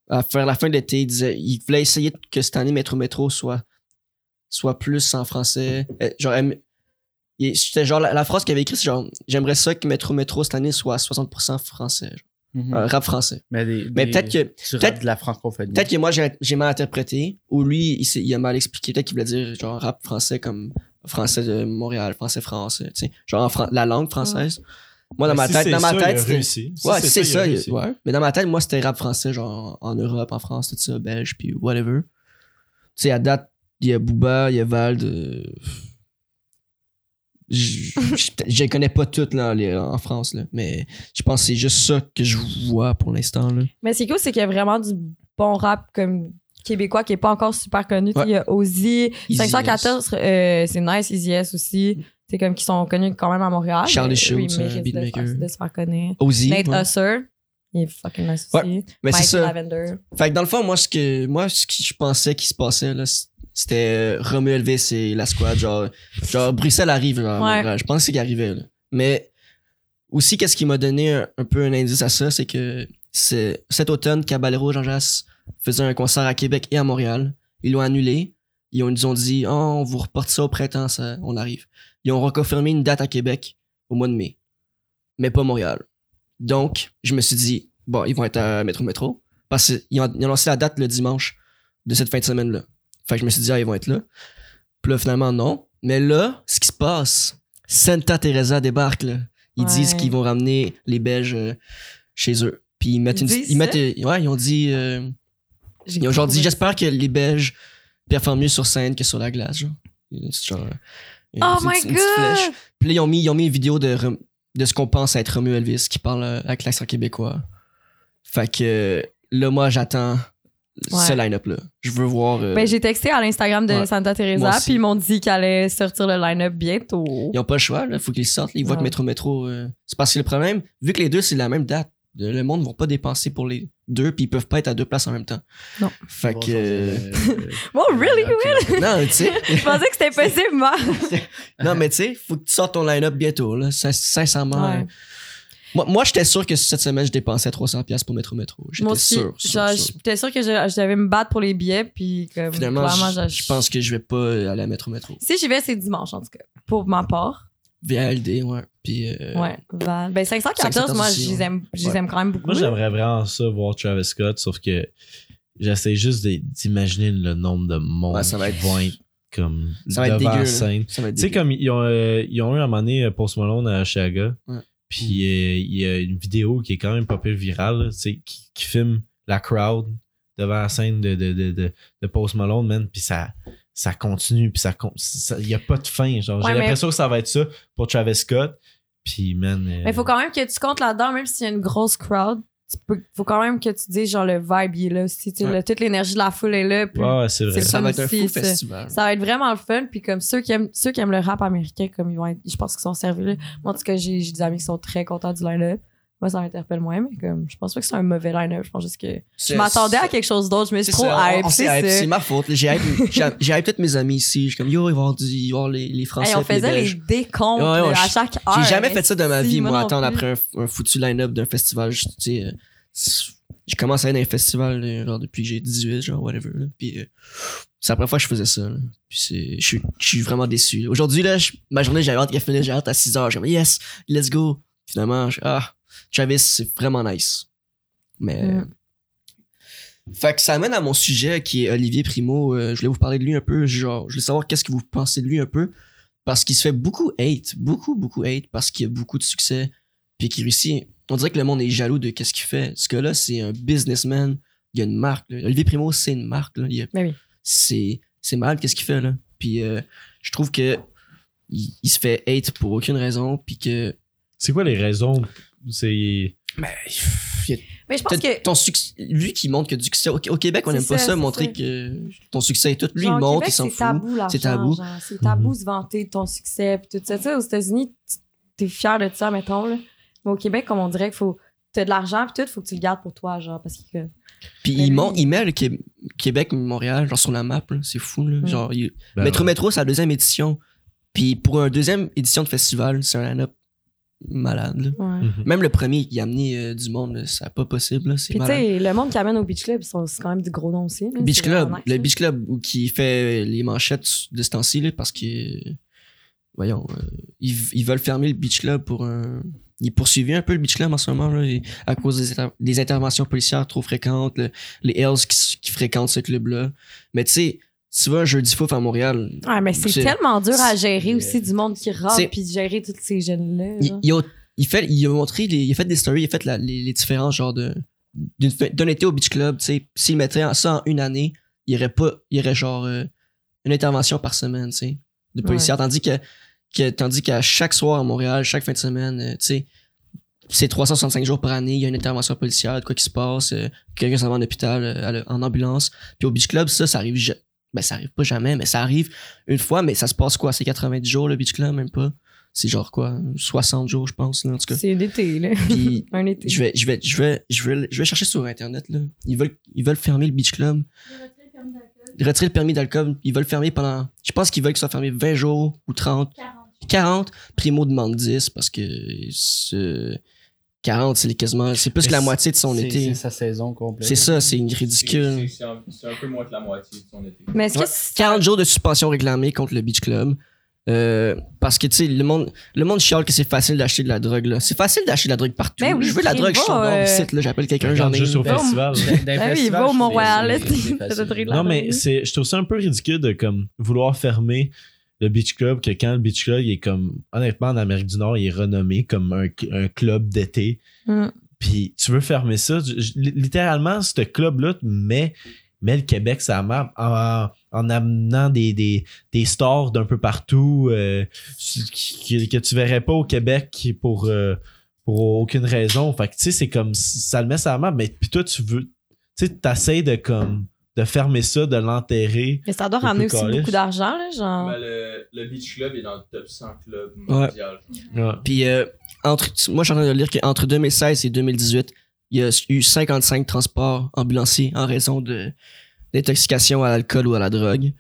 [SPEAKER 2] à faire la fin de l'été, il disait. Il voulait essayer que cette année, Métro Métro soit, soit plus en français. Euh, Genre, aime- il- c'était genre la, la phrase qu'il avait écrite, c'est genre, j'aimerais ça que Métro Métro cette année soit à 60% français. genre.
[SPEAKER 4] Mhm.
[SPEAKER 2] Euh, rap français.
[SPEAKER 4] Mais, des-
[SPEAKER 2] Mais
[SPEAKER 4] des-
[SPEAKER 2] peut-être que
[SPEAKER 4] du rap
[SPEAKER 2] peut-être-
[SPEAKER 4] de la francophonie.
[SPEAKER 2] peut-être que moi j'ai j'ai mal interprété ou lui il, s'est- il a mal expliqué peut-être qu'il voulait dire genre rap français comme français de Montréal, français français, tu sais, genre en fran- la langue française. Moi dans ma
[SPEAKER 1] Ben, Si
[SPEAKER 2] tête,
[SPEAKER 1] c'est
[SPEAKER 2] dans
[SPEAKER 1] ça,
[SPEAKER 2] ma
[SPEAKER 1] il a
[SPEAKER 2] tête c'était-
[SPEAKER 1] réussi. Si
[SPEAKER 2] Ouais, c'est
[SPEAKER 1] il a
[SPEAKER 2] ça, il-
[SPEAKER 1] réussi.
[SPEAKER 2] ouais. Mais dans ma tête, moi c'était rap français genre en Europe, en France, tout ça, belge puis whatever. Tu sais à date, il y a Booba, il y a Vald euh, Je je- je les connais pas toutes là, les- en France, là, mais je pense que c'est juste ça que je vois pour l'instant. là.
[SPEAKER 3] Mais c'est cool, c'est qu'il y a vraiment du bon rap comme québécois qui est pas encore super connu. Tu sais,
[SPEAKER 2] Ouais.
[SPEAKER 3] Il y a Ozzy,
[SPEAKER 2] Easy,
[SPEAKER 3] 514, euh, c'est nice, Easy S aussi. C'est comme qui sont connus quand même à Montréal.
[SPEAKER 2] Charlie
[SPEAKER 3] mais
[SPEAKER 2] Schultz,
[SPEAKER 3] eux, ils
[SPEAKER 2] un
[SPEAKER 3] méritent de
[SPEAKER 2] beatmaker.
[SPEAKER 3] faire- De se faire connaître.
[SPEAKER 2] Ozzy.
[SPEAKER 3] Nate
[SPEAKER 2] ouais.
[SPEAKER 3] Husser, il est fucking nice
[SPEAKER 2] Ouais,
[SPEAKER 3] aussi.
[SPEAKER 2] Mais c'est
[SPEAKER 3] Mike
[SPEAKER 2] ça.
[SPEAKER 3] Lavender.
[SPEAKER 2] Fait que dans le fond, moi, ce que, moi, ce que je pensais qui se passait, là, c'était euh, Roméo Elvis et la squad. Genre, genre Bruxelles arrive, genre, à
[SPEAKER 3] Ouais.
[SPEAKER 2] Montréal. Je pense que c'est qu'il arrivait, là. Mais aussi, qu'est-ce qui m'a donné un, un peu un indice à ça, c'est que c'est, cet automne, Caballero Jean Jass faisait un concert à Québec et à Montréal. Ils l'ont annulé. Ils ont, ils ont dit, oh, on vous reporte ça au printemps, ça, on arrive. Ils ont reconfirmé une date à Québec au mois de mai, mais pas Montréal. Donc, je me suis dit, bon, ils vont être à Métro Métro. Parce qu'ils ont, ils ont lancé la date le dimanche de cette fin de semaine-là. Fait que je me suis dit, ah, ils vont être là. Puis là, finalement, non. Mais là, ce qui se passe, Santa Teresa débarque, là. Ils
[SPEAKER 3] Ouais.
[SPEAKER 2] disent qu'ils vont ramener les Belges euh, chez eux. Puis ils mettent
[SPEAKER 3] Ils
[SPEAKER 2] une.
[SPEAKER 3] disent
[SPEAKER 2] ils mettent,
[SPEAKER 3] ça?
[SPEAKER 2] euh, ouais, ils ont dit. euh, ils ont genre dit, j'espère que les Belges performent mieux sur scène que sur la glace, genre. Une petite, genre, euh, une
[SPEAKER 3] Oh
[SPEAKER 2] petite-
[SPEAKER 3] my
[SPEAKER 2] une petite flèche. euh,
[SPEAKER 3] god!
[SPEAKER 2] Puis là, ils ont mis, ils ont mis une vidéo de, Rom- de ce qu'on pense être Romeo Elvis qui parle euh, avec l'accent québécois. Fait que euh, là, moi, j'attends ce
[SPEAKER 3] Ouais.
[SPEAKER 2] line-up-là. Je veux voir. euh,
[SPEAKER 3] Ben, j'ai texté à l'Instagram de
[SPEAKER 2] Ouais.
[SPEAKER 3] Santa
[SPEAKER 2] Moi
[SPEAKER 3] Teresa,
[SPEAKER 2] aussi.
[SPEAKER 3] puis ils m'ont dit qu'elle allait sortir le line-up bientôt.
[SPEAKER 2] ils n'ont pas le choix, il faut qu'ils sortent. là. Ils voient que
[SPEAKER 3] Ouais.
[SPEAKER 2] Métro Métro. euh, C'est parce que le problème, vu que les deux, c'est la même date, euh, le monde ne va pas dépenser pour les deux, puis ils peuvent pas être à deux places en même temps.
[SPEAKER 3] Non.
[SPEAKER 2] Fait que. euh,
[SPEAKER 3] Wow, really?
[SPEAKER 2] Ah, non, tu sais.
[SPEAKER 3] Je pensais que c'était possible, moi.
[SPEAKER 2] Non, mais tu sais, faut que tu sortes ton line-up bientôt, là. Sin- Sincèrement.
[SPEAKER 3] Ouais.
[SPEAKER 2] euh, Moi, moi j'étais sûr que cette semaine, je dépensais 300$ piastres pour Métro Métro.
[SPEAKER 3] Moi
[SPEAKER 2] J'étais
[SPEAKER 3] aussi,
[SPEAKER 2] sûr. sûr,
[SPEAKER 3] genre,
[SPEAKER 2] sûr.
[SPEAKER 3] j'étais sûre que je, je devais me battre pour les billets, puis comme,
[SPEAKER 2] Finalement,
[SPEAKER 3] clairement,
[SPEAKER 2] je, je pense que je vais pas aller à Métro Métro.
[SPEAKER 3] Si j'y vais, c'est dimanche, en tout cas, pour ma part.
[SPEAKER 2] VLD, ouais. Puis, euh,
[SPEAKER 3] ouais, Val. Ben, 514,
[SPEAKER 2] 514
[SPEAKER 3] moi,
[SPEAKER 2] aussi,
[SPEAKER 3] je les
[SPEAKER 2] ouais.
[SPEAKER 3] aime, je les
[SPEAKER 2] Ouais.
[SPEAKER 3] aime quand même beaucoup.
[SPEAKER 1] Moi, j'aimerais vraiment ça voir Travis Scott, sauf que j'essaie juste de- d'imaginer le nombre de monde
[SPEAKER 2] Ouais, ça va
[SPEAKER 1] qui
[SPEAKER 2] être-
[SPEAKER 1] vont être comme
[SPEAKER 2] Ça va être
[SPEAKER 1] devant la
[SPEAKER 2] dégueu, là.
[SPEAKER 1] scène.
[SPEAKER 2] Ça va être
[SPEAKER 1] Tu sais,
[SPEAKER 2] dégueu.
[SPEAKER 1] comme ils ont, euh, ils ont eu un moment donné euh, Post Malone à Chicago,
[SPEAKER 2] Ouais.
[SPEAKER 1] puis euh, il y a une vidéo qui est quand même pas peu virale, là, tu sais, qui, qui filme la crowd devant la scène de, de, de, de, de Post Malone, man, puis ça, ça continue, puis ça, con- ça- il y a pas de fin. Genre,
[SPEAKER 3] Ouais,
[SPEAKER 1] j'ai
[SPEAKER 3] mais-
[SPEAKER 1] l'impression que ça va être ça pour Travis Scott, puis man. euh,
[SPEAKER 3] Mais il faut quand même que tu comptes là-dedans, même s'il y a une grosse crowd. Tu peux, faut quand même que tu dises, genre, le vibe, il est là aussi. tu sais,
[SPEAKER 2] Ouais.
[SPEAKER 3] le- toute l'énergie de la foule est là. puis
[SPEAKER 1] Ouais, ouais, c'est vrai.
[SPEAKER 3] c'est
[SPEAKER 2] ça va être
[SPEAKER 3] comme
[SPEAKER 2] un
[SPEAKER 3] si
[SPEAKER 2] fou
[SPEAKER 3] ça-
[SPEAKER 2] festival.
[SPEAKER 3] Ça va être vraiment le fun. Puis comme ceux qui aiment, ceux qui aiment le rap américain, comme ils vont être, je pense qu'ils sont servis là. Moi, en tout cas, j'ai j'ai des amis qui sont très contents du line-up. Moi, ça m'interpelle moins, mais comme, je pense pas que c'est un mauvais line-up. Je pense juste que je
[SPEAKER 2] C'est-
[SPEAKER 3] m'attendais à
[SPEAKER 2] c'est-
[SPEAKER 3] quelque chose d'autre. Je me suis
[SPEAKER 2] c'est
[SPEAKER 3] trop
[SPEAKER 2] ça, on-
[SPEAKER 3] hype.
[SPEAKER 2] on s'est hype,
[SPEAKER 3] C'est
[SPEAKER 2] C'est
[SPEAKER 3] ça.
[SPEAKER 2] ma faute. là. J'ai hype, j'ai hype- j'ai hype peut-être mes amis ici. Je suis comme, yo, ils vont avoir, du- ils vont avoir les, les Français.
[SPEAKER 3] Hey, on
[SPEAKER 2] puis les
[SPEAKER 3] faisait les
[SPEAKER 2] Belges.
[SPEAKER 3] décomptes
[SPEAKER 2] Ouais, ouais,
[SPEAKER 3] là,
[SPEAKER 2] ouais,
[SPEAKER 3] à
[SPEAKER 2] je-
[SPEAKER 3] chaque heure.
[SPEAKER 2] J'ai jamais fait ça de ma
[SPEAKER 3] Ah, si,
[SPEAKER 2] vie,
[SPEAKER 3] moi
[SPEAKER 2] moi,
[SPEAKER 3] non
[SPEAKER 2] attendre
[SPEAKER 3] plus.
[SPEAKER 2] après un, un foutu line-up d'un festival. Je, tu sais, euh, c'est- je commence à aller dans un festival genre, depuis que j'ai 18, genre, whatever. là. Puis euh, c'est la première fois que je faisais ça. là. Puis c'est- je suis- je suis vraiment déçu. là. Aujourd'hui, là, je- ma journée, j'avais hâte qu'elle finisse, j'avais hâte à 6 heures. J'ai comme, yes, let's go. Finalement, je- ah, Travis, c'est vraiment nice. Mais. euh,
[SPEAKER 3] Mm.
[SPEAKER 2] Fait que ça amène à mon sujet qui est Olivier Primo. Euh, je voulais vous parler de lui un peu. Genre, je voulais savoir qu'est-ce que vous pensez de lui un peu. Parce qu'il se fait beaucoup hate. Beaucoup, beaucoup hate. Parce qu'il a beaucoup de succès. Puis qu'il réussit. On dirait que le monde est jaloux de qu'est-ce qu'il fait. Ce gars-là, c'est un businessman. Il y a une marque. là. Olivier Primo, c'est une marque. Là. Il a-
[SPEAKER 3] Ben oui.
[SPEAKER 2] C'est c'est malade qu'est-ce qu'il fait là. Puis euh, je trouve que il, il se fait hate pour aucune raison. Puis que
[SPEAKER 1] C'est quoi les raisons? C'est.
[SPEAKER 3] Mais je pense
[SPEAKER 2] Peut-être
[SPEAKER 3] que.
[SPEAKER 2] ton succès, lui qui montre que du succès au, au Québec, on
[SPEAKER 3] C'est
[SPEAKER 2] n'aime pas
[SPEAKER 3] ça,
[SPEAKER 2] ça
[SPEAKER 3] c'est
[SPEAKER 2] montrer
[SPEAKER 3] ça.
[SPEAKER 2] que ton succès est tout. Lui
[SPEAKER 3] genre,
[SPEAKER 2] il
[SPEAKER 3] au
[SPEAKER 2] monte,
[SPEAKER 3] Québec,
[SPEAKER 2] il s'en fout.
[SPEAKER 3] C'est tabou, l'argent,
[SPEAKER 2] tabou.
[SPEAKER 3] genre. C'est tabou de se vanter de ton succès. Puis tout ça. Tu sais, aux États-Unis, tu- t'es fier de ça, mettons. Là. Mais au Québec, comme on dirait qu'il faut. T'as de l'argent, puis tout, faut que tu le gardes pour toi, genre. Parce que.
[SPEAKER 2] Puis
[SPEAKER 3] Mais
[SPEAKER 2] il,
[SPEAKER 3] lui-
[SPEAKER 2] monte, il met le Qué- Québec, Montréal, genre sur la map, là. c'est fou. Là.
[SPEAKER 3] Mm.
[SPEAKER 2] Genre, il-
[SPEAKER 1] Ben,
[SPEAKER 2] Métro
[SPEAKER 1] ouais.
[SPEAKER 2] Métro, c'est la deuxième édition. Puis pour un deuxième édition de festival, c'est un line-up malade. là.
[SPEAKER 3] Ouais.
[SPEAKER 1] Mhm.
[SPEAKER 2] Même le premier, il a amené euh, du monde, là, c'est pas possible. là, C'est
[SPEAKER 3] Puis tu
[SPEAKER 2] malade.
[SPEAKER 3] sais, le monde qui amène au Beach Club, ils sont- c'est quand même du gros nom aussi. là.
[SPEAKER 2] Beach
[SPEAKER 3] C'est
[SPEAKER 2] Club,
[SPEAKER 3] vraiment nice,
[SPEAKER 2] le
[SPEAKER 3] là.
[SPEAKER 2] Beach Club où- qui fait les manchettes de ce temps-ci, là, parce que, euh, voyons, euh, ils, ils veulent fermer le Beach Club pour un. Ils poursuivaient un peu le Beach Club en ce moment, là, et- à cause des, inter- des interventions policières trop fréquentes, le- les Hells qui, s- qui fréquentent ce club-là. Mais tu sais, tu vois, un jeudi fouf à Montréal,
[SPEAKER 3] Ouais, mais c'est
[SPEAKER 2] C'est-
[SPEAKER 3] tellement dur à gérer
[SPEAKER 2] c'est-
[SPEAKER 3] aussi du monde qui rentre,
[SPEAKER 2] c'est-
[SPEAKER 3] puis gérer tous ces jeunes-là.
[SPEAKER 2] il,
[SPEAKER 3] genre.
[SPEAKER 2] il a, il fait, il a montré, les- il a fait des stories, il a fait la- les, les différents genres de. d'une fe- D'un été au Beach Club, tu sais, s'il mettrait en- ça en une année, il y aurait pas, il y aurait genre euh, une intervention par semaine, tu sais, de policière. Tandis que, que- tandis qu'à chaque soir à Montréal, chaque fin de semaine, euh, tu sais, c'est 365 jours par année, il y a une intervention policière, de quoi qui se passe, euh, quelqu'un s'en va en hôpital, euh, à le- en ambulance. Puis au Beach Club, ça, ça arrive, ja- ben ça arrive pas jamais, mais ça arrive une fois, mais ça se passe quoi? C'est 90 jours le Beach Club, même pas. C'est genre quoi? 60 jours, je pense, là, en tout cas.
[SPEAKER 3] C'est l'été, là.
[SPEAKER 2] Puis
[SPEAKER 3] Un été.
[SPEAKER 2] je vais, je vais, je vais, je vais, je vais chercher sur internet là. Ils veulent, ils veulent fermer le beach club. Retirer le permis d'alcool. Ils veulent fermer pendant. Je pense qu'ils veulent que ça soit fermé 20 jours ou 30. 40. Primo demande 10 parce que ce- 40 c'est quasiment, c'est plus
[SPEAKER 8] Mais
[SPEAKER 2] que la
[SPEAKER 8] c'est-
[SPEAKER 2] moitié de son
[SPEAKER 8] C'est-
[SPEAKER 2] été.
[SPEAKER 8] C'est sa saison complète.
[SPEAKER 2] C'est ça, c'est une
[SPEAKER 9] C'est- C'est
[SPEAKER 2] ridicule.
[SPEAKER 9] c'est un, c'est un peu moins que la moitié de son été.
[SPEAKER 3] Mais est-ce que
[SPEAKER 2] Ouais.
[SPEAKER 3] c'est-
[SPEAKER 2] 40 jours de suspension réclamée contre le beach club. Euh, parce que, tu sais, le monde, le monde chiale que c'est facile d'acheter de la drogue, là. C'est facile d'acheter de la drogue partout.
[SPEAKER 3] Ben oui,
[SPEAKER 2] je veux de la
[SPEAKER 3] crime,
[SPEAKER 2] drogue, je suis
[SPEAKER 3] va,
[SPEAKER 2] au bord
[SPEAKER 3] euh,
[SPEAKER 2] du site, là. J'appelle quelqu'un, j'en ai.
[SPEAKER 1] juste au
[SPEAKER 2] une.
[SPEAKER 3] Ben,
[SPEAKER 1] festival.
[SPEAKER 3] Ah oui, il va au Mont-Royal.
[SPEAKER 1] Non, mais c'est, je trouve ça un peu ridicule de comme, vouloir fermer le Beach Club, que quand le Beach Club, il est comme, honnêtement, en Amérique du Nord, il est renommé comme un, un club d'été.
[SPEAKER 3] Mm.
[SPEAKER 1] Puis tu veux fermer ça. je- je- littéralement, ce club-là te met, met le Québec sur la map en, en amenant des, des, des stars d'un peu partout euh, que, que tu verrais pas au Québec pour. euh, pour aucune raison. Fait que, tu sais, c'est comme, ça le met sur la map, mais puis toi, tu veux, tu sais, t'essayes de comme, de fermer ça, de l'enterrer.
[SPEAKER 3] Mais ça doit
[SPEAKER 1] C'est
[SPEAKER 3] ramener
[SPEAKER 1] plus
[SPEAKER 3] aussi
[SPEAKER 1] calice.
[SPEAKER 3] beaucoup d'argent, là, genre.
[SPEAKER 9] Ben, le, le Beach Club est dans le top 100 clubs mondial.
[SPEAKER 2] Puis, euh, entre, moi, je suis en train de lire qu'entre 2016 et 2018, il y a eu 55 transports ambulanciers en raison de d'intoxication à l'alcool ou à la drogue.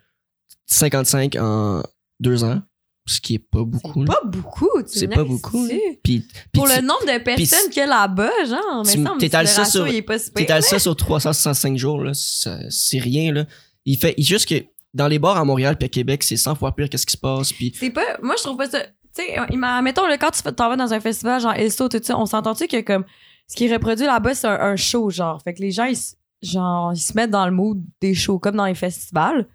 [SPEAKER 2] 55 en deux ans, ce qui est pas beaucoup. là.
[SPEAKER 3] Pas beaucoup,
[SPEAKER 2] C'est
[SPEAKER 3] tu venais
[SPEAKER 2] pas beaucoup,
[SPEAKER 3] ici.
[SPEAKER 2] Puis, puis
[SPEAKER 3] Pour
[SPEAKER 2] tu-
[SPEAKER 3] le nombre de personnes qu'il y a là-bas, genre, mais
[SPEAKER 2] tu-
[SPEAKER 3] ça,
[SPEAKER 2] t'étales ça
[SPEAKER 3] ça
[SPEAKER 2] sur-
[SPEAKER 3] il est pas si pire.
[SPEAKER 2] T'étales ça sur 365 jours, là, ça- c'est rien, là. Il fait il- juste que dans les bars à Montréal puis à Québec, c'est 100 fois pire qu'est-ce qui se passe. Puis
[SPEAKER 3] C'est pas. Moi, je trouve pas ça. Tu sais, il m'a- mettons, le, quand tu vas- t'en vas dans un festival, genre ESO, tout ça, on s'entend-tu que comme. Ce qui est reproduit là-bas, c'est un, un show, genre. Fait que les gens, ils, s- genre, ils se mettent dans le mood des shows, comme dans les festivals.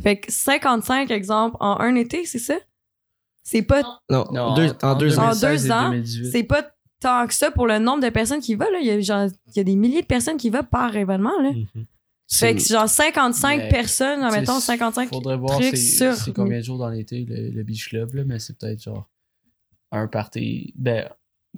[SPEAKER 3] Fait que 55 exemple en un été, c'est ça? C'est pas,
[SPEAKER 2] non, deux- en deux ans.
[SPEAKER 3] ans. En deux ans, c'est pas tant que ça pour le nombre de personnes qui vont, là. Il y a, genre, il y a des milliers de personnes qui vont par événement, là.
[SPEAKER 1] Mhm.
[SPEAKER 3] Fait
[SPEAKER 2] c'est-
[SPEAKER 3] que, genre, 55
[SPEAKER 8] Mais,
[SPEAKER 3] personnes, mettons, 55
[SPEAKER 8] Faudrait voir
[SPEAKER 3] trucs
[SPEAKER 8] c'est
[SPEAKER 3] sur-
[SPEAKER 8] c'est combien de jours dans l'été le, le beach club, là, mais c'est peut-être genre un party, ben,